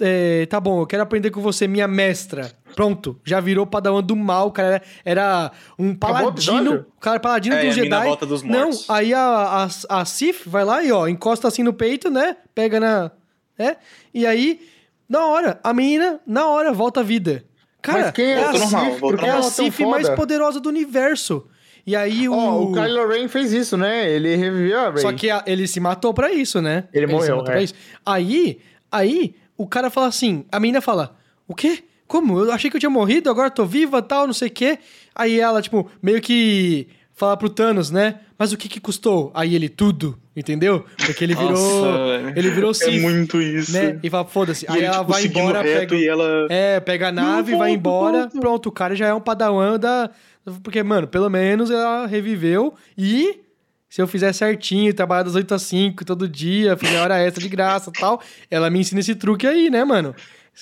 é, tá bom, eu quero aprender com você, minha mestra. Pronto, já virou padawan do mal, o cara. Era, era um
Acabou o
paladino.
episódio?
O cara é paladino
É,
do
e a
Jedi.
mina volta dos
Não,
mortos.
aí a, a, a Sif vai lá e ó, encosta assim no peito, né? Pega na. né? E aí, na hora, a menina, na hora, volta à vida. Cara,
Mas quem
a
é
voltou normal,
Sif?
voltou
Por
é
que
a
ela é tão
Sif mais
foda?
poderosa do universo. E aí o.
Ó, o Kylo Ren fez isso, né? Ele reviveu a Rey.
Só que a- ele se matou pra isso, né?
Ele
se
morreu,
matou
é.
pra isso. Aí, aí, o cara fala assim, a menina fala, o quê? Como? Eu achei que eu tinha morrido, agora tô viva, tal, não sei o quê. Aí ela, tipo, meio que fala pro Thanos, né? Mas o que que custou? Aí ele, tudo, entendeu? Porque ele virou...
Nossa, velho.
ele virou
É
Sith,
muito isso.
né? E fala, foda-se.
E
Aí
ele,
ela
tipo,
vai
seguindo
embora,
reto
pega...
e ela...
É, pega a nave, vai embora. Pronto, o cara já é um padawan da. Porque, mano, pelo menos ela reviveu. E se eu fizer certinho, trabalhar das 8 às 5 todo dia, fizer hora extra de graça [LAUGHS] e tal, ela me ensina esse truque aí, né, mano?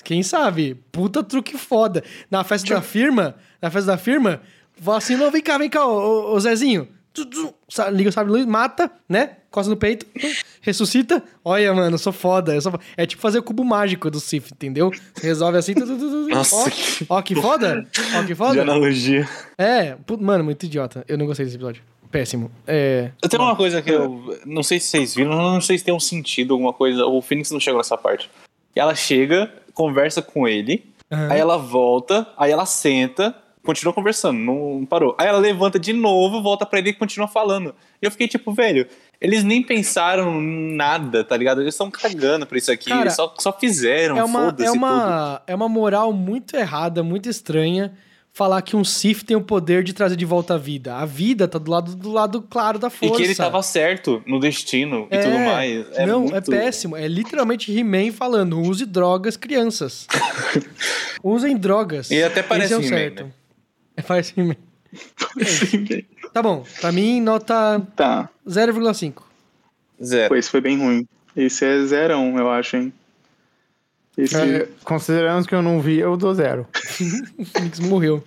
Quem sabe? Puta truque foda. Na festa da firma, na festa da firma, fala assim: não, vem cá, vem cá, ô, ô, ô Zezinho. Tu, tu, sa- Liga o sabre de luz, mata, né? Costa no peito, tum, ressuscita. Olha, mano, eu sou foda. Eu sou... fo- É tipo fazer o cubo mágico do Sif, entendeu? Você resolve assim. Tu, tu, tu, tu,
Nossa,
ó,
que-
ó, que foda! Ó, que
De
foda!
analogia.
É, pu- mano, muito idiota. Eu não gostei desse episódio. Péssimo. É.
Eu tenho uma coisa que eu. Não sei se vocês viram, não sei se tem um sentido, alguma coisa. O Phoenix não chegou nessa parte. Ela chega, conversa com ele,
Aham.
aí ela volta, aí ela senta, continua conversando, não parou. Aí ela levanta de novo, volta pra ele e continua falando. E eu fiquei tipo, velho, eles nem pensaram em nada, tá ligado? Eles estão cagando pra isso aqui,
Cara,
eles só, só fizeram,
é uma,
foda-se
é,
tudo.
uma, é uma moral muito errada, muito estranha, falar que um Sif tem o poder de trazer de volta a vida. A vida tá do lado do lado claro da
E
força.
que ele tava certo no destino e tudo mais. É
não, é
muito-
péssimo. É literalmente He-Man falando: use drogas, crianças. Usem drogas.
E até
Esse
parece
é o
He-Man,
certo.
né?
É, parece He-Man.
[LAUGHS]
Tá bom. Pra mim, nota
tá,
0,5.
Zero.
pô, esse foi bem ruim. Esse é zerão, eu acho, hein? Esse...
É, considerando que eu não vi, eu dou zero.
O Phoenix morreu.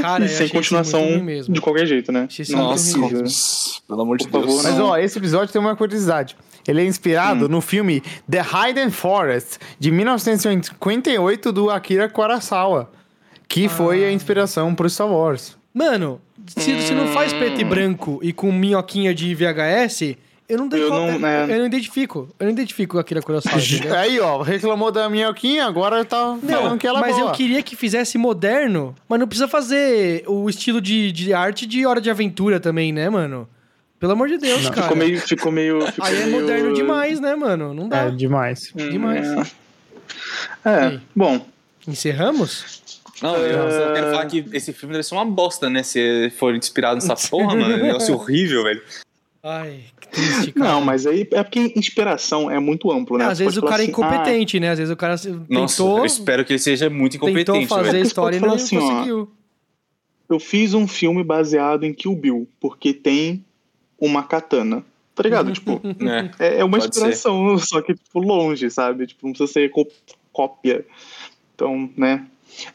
Cara, eu
e sem
achei
continuação
isso muito ruim mesmo.
de qualquer jeito, né?
Achei isso
Nossa,
muito
horrível.
pelo amor de
Por favor,
Deus.
Mas,
Não.
ó, esse episódio tem uma curiosidade. Ele é
Hum.
inspirado no filme The Hidden Forest, de 1958, do Akira Kurosawa,
Ah.
que foi a inspiração pro Star Wars.
Mano, se, se não faz preto e branco e com minhoquinha de VHS, eu não,
Eu não,
eu,
né?
eu não identifico. Eu não identifico aquele
[LAUGHS]
Kurosawa, entendeu?
Aí, ó, reclamou da minhoquinha, agora tá falando
Não,
que ela é
mas
boa.
eu queria que fizesse moderno, mas não precisa fazer o estilo de, de arte de Hora de Aventura também, né, mano? Pelo amor de Deus, cara.
Ficou meio. Ficou meio ficou
Aí é
meio-
moderno demais, né, mano? Não dá.
É demais.
Hum,
demais.
É,
E
é
aí?
bom.
Encerramos?
Não, eu só
é,
quero falar que esse filme deve ser uma bosta, né? Se for inspirado
[LAUGHS]
nessa porra, mano. É um negócio horrível, velho.
Ai, que triste, cara.
Não, mas aí é porque inspiração é muito amplo, né?
Às
Você
vezes o
pode
cara é
falar assim, é "Ah,
incompetente, né? Às vezes o cara se-
Nossa, eu
tentou,
espero que ele seja muito
tentou
incompetente,
fazer a
velho.
história e não
né? Pode falar assim, ó,
conseguiu.
Eu fiz um filme baseado em Kill Bill, porque tem uma katana. Tá ligado?
[LAUGHS]
tipo,
Né?
é, é uma
Pode ser.
inspiração, [LAUGHS] só que, tipo, longe, sabe? Tipo, não precisa ser co- cópia. Então, né?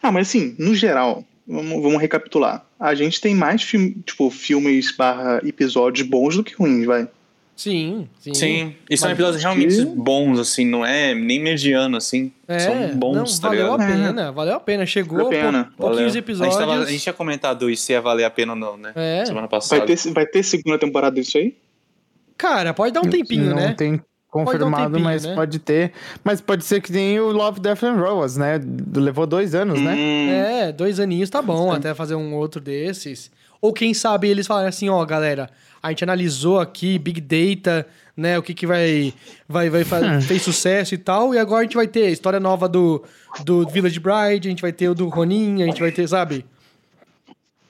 Ah, mas assim, no geral, vamos, vamos recapitular. A gente tem mais filme, tipo, filmes barra episódios bons do que ruins, vai.
Sim, sim.
Sim, e são
Mas-
episódios realmente
que-
bons, assim, não é nem mediano, assim.
É,
são bons,
não,
tá
valeu
ligado?
a pena, valeu a pena. Chegou
É. Valeu a pena.
pou- pouquinhos
Valeu.
episódios.
A gente, tava- a gente tinha comentado isso se ia valer a pena ou não, né?
É.
Semana
Vai
passada.
ter, vai ter segunda temporada disso aí?
Cara, pode dar um tempinho,
não
né?
tem
Pode dar um
confirmado,
tempinho,
mas
né?
pode ter. Mas pode ser que tenha o Love, Death and Robots, né? Levou dois anos, né?
Hum,
É, dois aninhos tá bom, até fazer um outro desses. Ou quem sabe eles falarem assim, ó, galera, a gente analisou aqui Big Data, né, o que que vai, vai, vai
[LAUGHS]
fa- fez sucesso e tal, e agora a gente vai ter a história nova do, do Village Bride, a gente vai ter o do Ronin, a gente vai ter, sabe?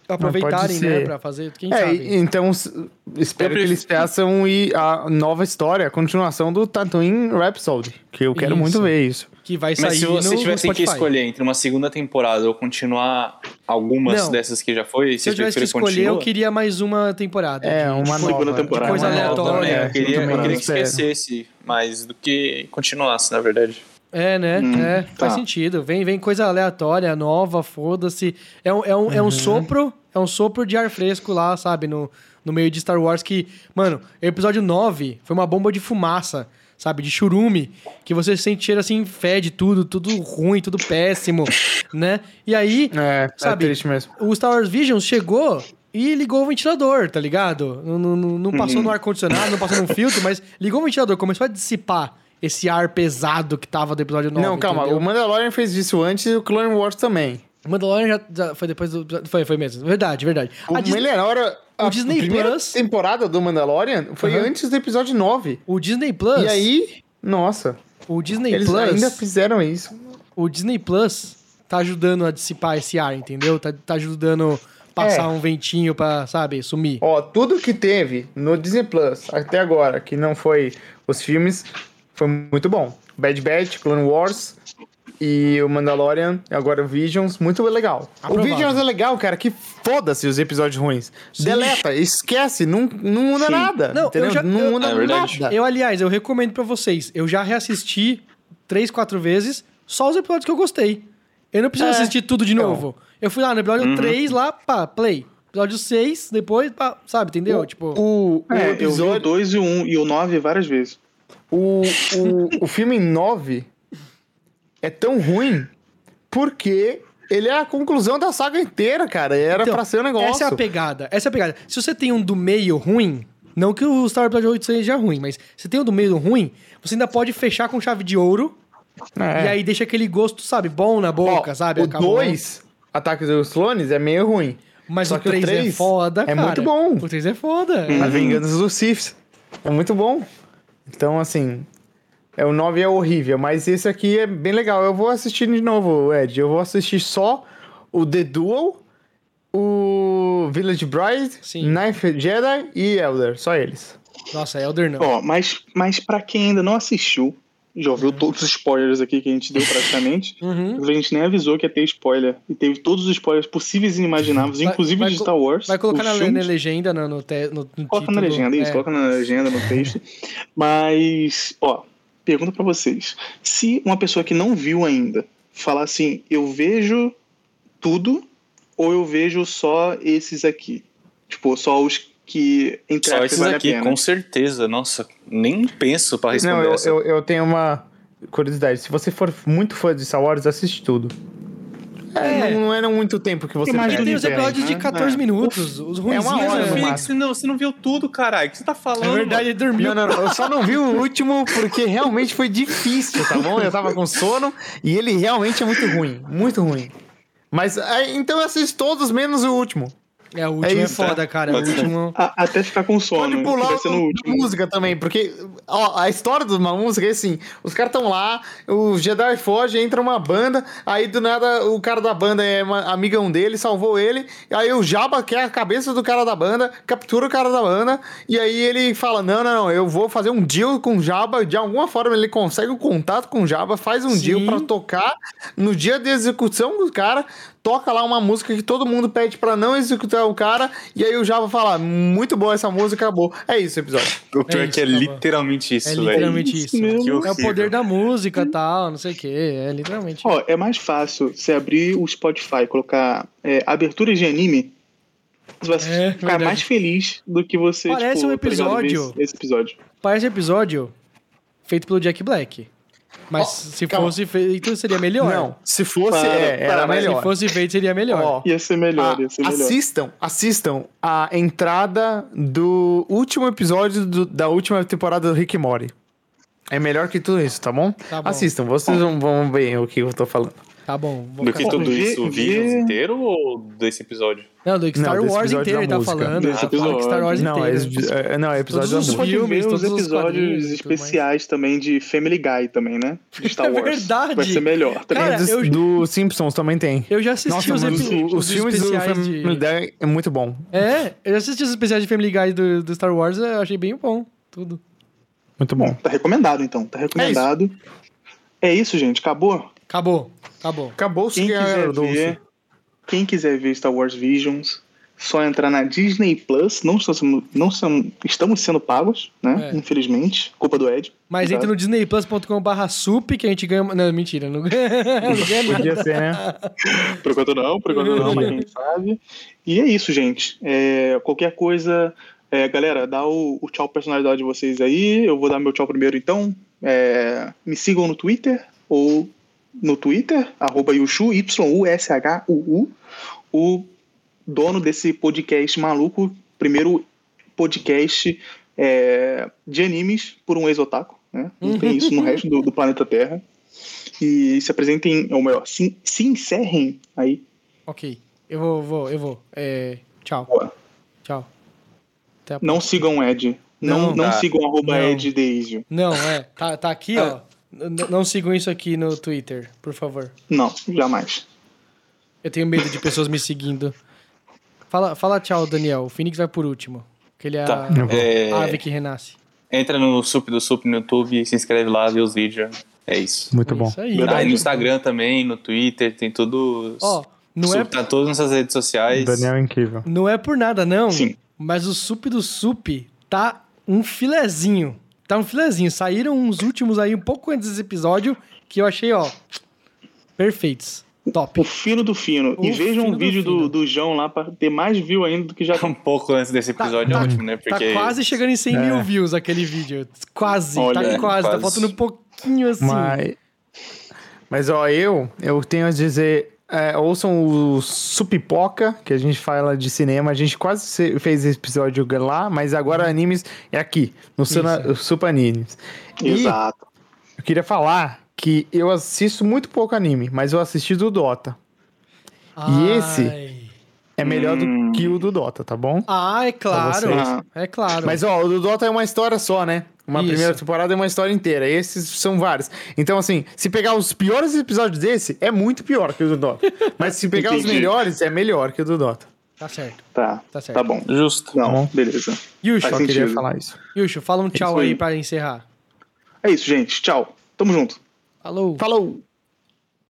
Aproveitarem, né,
ser.
pra fazer, quem
É,
sabe.
e- então s- espero que eles peçam e a nova história, a continuação do Tatooine Rhapsody, que eu quero
Isso.
muito ver isso.
Que vai sair
Mas se
no,
você
no
tivesse que
Spotify.
escolher entre uma segunda temporada ou continuar algumas
Não.
dessas que já foi,
Se
você
eu tivesse que
prefere
escolher,
continuar?
eu queria mais uma temporada.
É,
de-
uma
segunda
nova.
temporada.
Coisa
Uma nova,
aleatória,
é,
Eu queria,
também
eu queria que
espero.
esquecesse mais do que continuasse, na verdade.
É, né?
Hum,
é, faz
tá.
sentido. Vem, vem coisa aleatória, nova, foda-se. É um, é, um, é um sopro, é um sopro de ar fresco lá, sabe? No, no meio de Star Wars que, mano, episódio 9 foi uma bomba de fumaça, sabe? De churume, que você sente cheiro assim, fede tudo, tudo ruim, tudo péssimo, né? E aí,
É,
Sabe?
é triste mesmo.
o Star Wars Visions chegou e ligou o ventilador, tá ligado? Não, não- não- não
Uhum.
passou no ar-condicionado, não passou no filtro, mas ligou o ventilador, começou a dissipar esse ar pesado que tava do episódio 9.
não, calma,
entendeu?
o Mandalorian fez isso antes e o Clone Wars também.
Mandalorian já, já foi depois do. já- Foi, foi mesmo. Verdade, verdade.
O
A Dis-
Mandalorian- a
Disney
primeira
Plus-
temporada do Mandalorian foi
Aham.
antes do episódio 9.
O Disney Plus.
E aí, nossa,
O Disney
eles
Plus.
ainda fizeram isso.
O Disney Plus tá ajudando a dissipar esse ar, entendeu? Tá, tá ajudando passar
É.
um ventinho pra, sabe, sumir.
Ó, tudo que teve no Disney Plus até agora, que não foi os filmes, foi muito bom. Bad Batch, Clone Wars e o Mandalorian, e agora o Visions, muito legal.
Aprovado.
O Visions é legal, cara, que foda-se os episódios ruins. Deleta, esquece, não, não muda
Sim.
nada,
Não, eu
entendeu?
já-
não
eu-
muda
É verdade.
nada.
Eu, aliás, eu recomendo pra vocês. Eu já reassisti três, quatro vezes só os episódios que eu gostei. Eu não preciso
É.
assistir tudo de
Então.
novo. Eu fui lá no episódio 3, lá, pá, play. Episódio 6, depois, pá, sabe, entendeu? tipo.
O, o
É, eu vi o
episódio,
2 e o 1 um, e o 9 várias vezes.
o, o, o filme 9 é tão ruim porque ele é a conclusão da saga inteira, cara. Era
Então,
pra ser um negócio.
Essa é a pegada. Essa é a pegada. Se você tem um do meio ruim, não que o Star Wars Episódio 8 seja ruim, mas se tem um do meio ruim, você ainda pode fechar com chave de ouro
É.
e aí deixa aquele gosto, sabe, bom na
Ó,
boca, sabe?
O
Acabou.
2, Ataque dos Clones, é meio ruim.
Mas
só
o
que o
3 é
três
foda,
é
cara.
muito bom.
O 3 é foda.
A Vingança dos Siths é muito bom. Então, assim, é, o 9 é horrível, mas esse aqui é bem legal. Eu vou assistir de novo, Ed. Eu vou assistir só o The Duel, o Village Bride,
Sim.
Knife Jedi e Elder. Só eles.
Nossa, é Elder não.
Ó, mas, mas pra quem ainda não assistiu, já
É.
ouviu todos os spoilers aqui que a gente deu
[LAUGHS]
praticamente.
Uhum.
A gente nem avisou que ia ter spoiler. E teve todos os spoilers possíveis e inimagináveis,
Vai-
inclusive
vai
de
co-
Star Wars.
Vai colocar
os
na,
filmes.
na legenda, no, no, te, no, no
Coloca na
título.
legenda, isso,
É.
coloca na legenda, no texto. Mas, ó, pergunta pra vocês. Se uma pessoa que não viu ainda falar assim, eu vejo tudo ou eu vejo só esses aqui? Tipo, só os que entre
Só
aspas,
esses
vale a
aqui,
pena.
com certeza. Nossa, nem penso pra responder
Não, eu,
essa.
eu, eu tenho uma curiosidade. Se você for muito fã de Star Wars, assiste tudo. É,
É.
Não, não era muito tempo que você
Tem mais
E
perde.
tem os
Universo,
episódios de
né?
14
É.
minutos, os ruins.
uma hora,
Mas,
no
Felix,
máximo.
você não, você não viu tudo, caralho. O que você tá falando?
Na É verdade, ele dormiu.
Não, não, não. Eu só não vi o último porque realmente foi difícil, tá bom? Eu tava com sono e ele realmente é muito ruim. Muito ruim. Mas é, então eu assisto todos menos o último.
É, o último é,
isso,
foda, cara. O último. é
A- até ficar com sono.
Pode
que
pular
vai ser no
o-
último.
música também, porque ó, a história de uma música é assim: os caras estão lá, o Jedi foge, entra uma banda, aí do nada o cara da banda é uma- amigão dele, salvou ele, aí o Jabba quer a cabeça do cara da banda, captura o cara da banda, e aí ele fala: não, não, não, eu vou fazer um deal com o Jabba, de alguma forma ele consegue um contato com o Jabba, faz um deal
Sim.
pra tocar no dia de execução do cara, toca lá uma música que todo mundo pede pra não executar o cara, e aí o Java fala, muito boa essa música, acabou. É isso o episódio.
O pior
É
é,
isso,
que é
tá bom.
literalmente isso,
É
velho.
literalmente isso.
Que
É o
horrível.
poder da música e tal, não sei o que. É literalmente.
Ó, é mais fácil você abrir o Spotify, colocar é, aberturas de anime. Você vai
É,
ficar
verdade.
mais feliz do que você.
Parece
tipo,
um
tá ligado? Ver
episódio.
Esse, esse episódio.
Parece um episódio feito pelo Jack Black. Mas
Ó,
se
calma.
fosse feito, seria melhor.
Não, se fosse,
Para,
é, era
para, mas
melhor.
Se fosse feito, seria melhor.
Ó,
Ia ser melhor,
Ah,
ia ser
a-
melhor.
assistam, assistam a entrada do último episódio do- da última temporada do Rick e Morty. É melhor que tudo isso, tá bom?
Tá bom.
Assistam, vocês vão, vão ver o que eu tô falando.
Tá bom. vou
Do que
catar.
Bom,
tudo
vê-
isso, o
vê-
Visions inteiro ou desse episódio?
Não, do Star
Não, desse
Wars
episódio
inteiro
da
ele tá
música.
falando.
Desse
Ele tá falando que Star
episódio.
Wars
Não, é,
inteiro.
é- não, é
Todos os
episódio da
Você
música.
pode
filmes,
ver os
todos os quadrinhos e
episódios
tudo
especiais também de Family Guy também, né?
[LAUGHS]
De Star
É
Wars.
verdade.
Vai ser melhor. tá Também.
Cara,
Tem dos-
eu-
do Simpsons também tem.
Eu já assisti
Nossa,
os,
mano,
epi-
os, os filmes do
especiais
Family
de...
Guy é muito bom.
É, eu já assisti os especiais de Family Guy do, do Star Wars, eu achei bem bom. Tudo.
Muito bom.
Tá recomendado, então. Tá recomendado. É isso, gente. Acabou.
Acabou, acabou.
Acabou o
Quem
é,
cigarro
quiser
doce.
ver, quem quiser ver Star Wars Visions, só entrar na Disney Plus. Não, estamos sendo- não são- estamos sendo pagos, né?
É.
Infelizmente. Culpa do Ed.
Mas entra no disneyplus.com.br sup que a gente ganha. Não, mentira, não [LAUGHS] ganha. Não ganha nada.
Podia ser, né?
Por enquanto não, por enquanto não, mas quem sabe. E é isso, gente. É, qualquer coisa, é, galera, dá o, o tchau personalidade de vocês aí. Eu vou dar meu tchau primeiro, então. É, me sigam no Twitter ou no Twitter, arroba Yushu, Y-U-S-H-U-U. O dono desse podcast maluco, primeiro podcast é, de animes por um ex-otaku. Né? Não tem isso no resto do- do planeta Terra e se apresentem, ou melhor, se, se encerrem aí.
ok, eu vou, vou, eu vou. É, tchau.
Boa.
Tchau. Até a
Não sigam o Ed. Não,
Não,
não,
tá.
sigam arroba
Não.
Ed Deizio.
Não, é. Tá, tá aqui, ó. N- Não sigam isso aqui no Twitter, por favor.
Não, jamais.
Eu tenho medo de pessoas me seguindo. Fala, fala tchau, Daniel. O Phoenix vai por último. Porque ele é
Tá.
a
É,
a ave que renasce.
entra no Sup do Sup no YouTube, se inscreve lá, vê os vídeos. É isso. Tá
Muito
É
bom.
Isso aí.
Verdade.
Aí no Instagram também, no Twitter, tem tudo.
Ó, não é,
Sup Tá todas nossas redes sociais.
Daniel é incrível.
não é por nada, não.
Sim.
Mas o sup do sup tá um filezinho. Tá um filezinho. Saíram uns últimos aí um pouco antes desse episódio que eu achei, ó, perfeitos. Top.
O fino do fino.
O
e vejam
fino
o
do
vídeo do,
fino.
do, João lá pra ter mais view ainda do que já
[LAUGHS] Um pouco antes desse episódio
Tá-
é ótimo, né? Porque.
Tá quase chegando em 100 mil views aquele vídeo. Quase,
Olha,
tá quase, Tá
quase.
faltando um pouquinho assim.
Mas, mas, ó, eu, eu tenho a dizer, é, ouçam o Supipoca, que a gente fala de cinema, a gente quase se- fez esse episódio lá, mas agora
Uhum.
animes é aqui, no Suna- Supa Animes. E
Exato.
eu queria falar que eu assisto muito pouco anime, mas eu assisti do Dota. E esse?
Ai.
É melhor
Hum.
do que o do Dota, tá bom?
Ah, é claro.
Pra
É claro.
Mas ó, o do Dota é uma história só, né? Uma
Isso.
primeira temporada é uma história inteira. Esses são vários. Então, assim, se pegar os piores episódios desse, é muito pior que o do
[LAUGHS]
Dota. Mas se pegar os
Entendi.
melhores, é melhor que o do Dota.
Tá certo,
Tá,
tá certo.
tá bom.
Justo.
Não,
bom.
beleza.
Yusho,
Faz
Só queria
sentido. É
falar isso.
Yusho, fala um tchau
isso
aí
aí.
pra encerrar.
É isso, gente. Tchau. Tamo junto.
Falou.
Falou!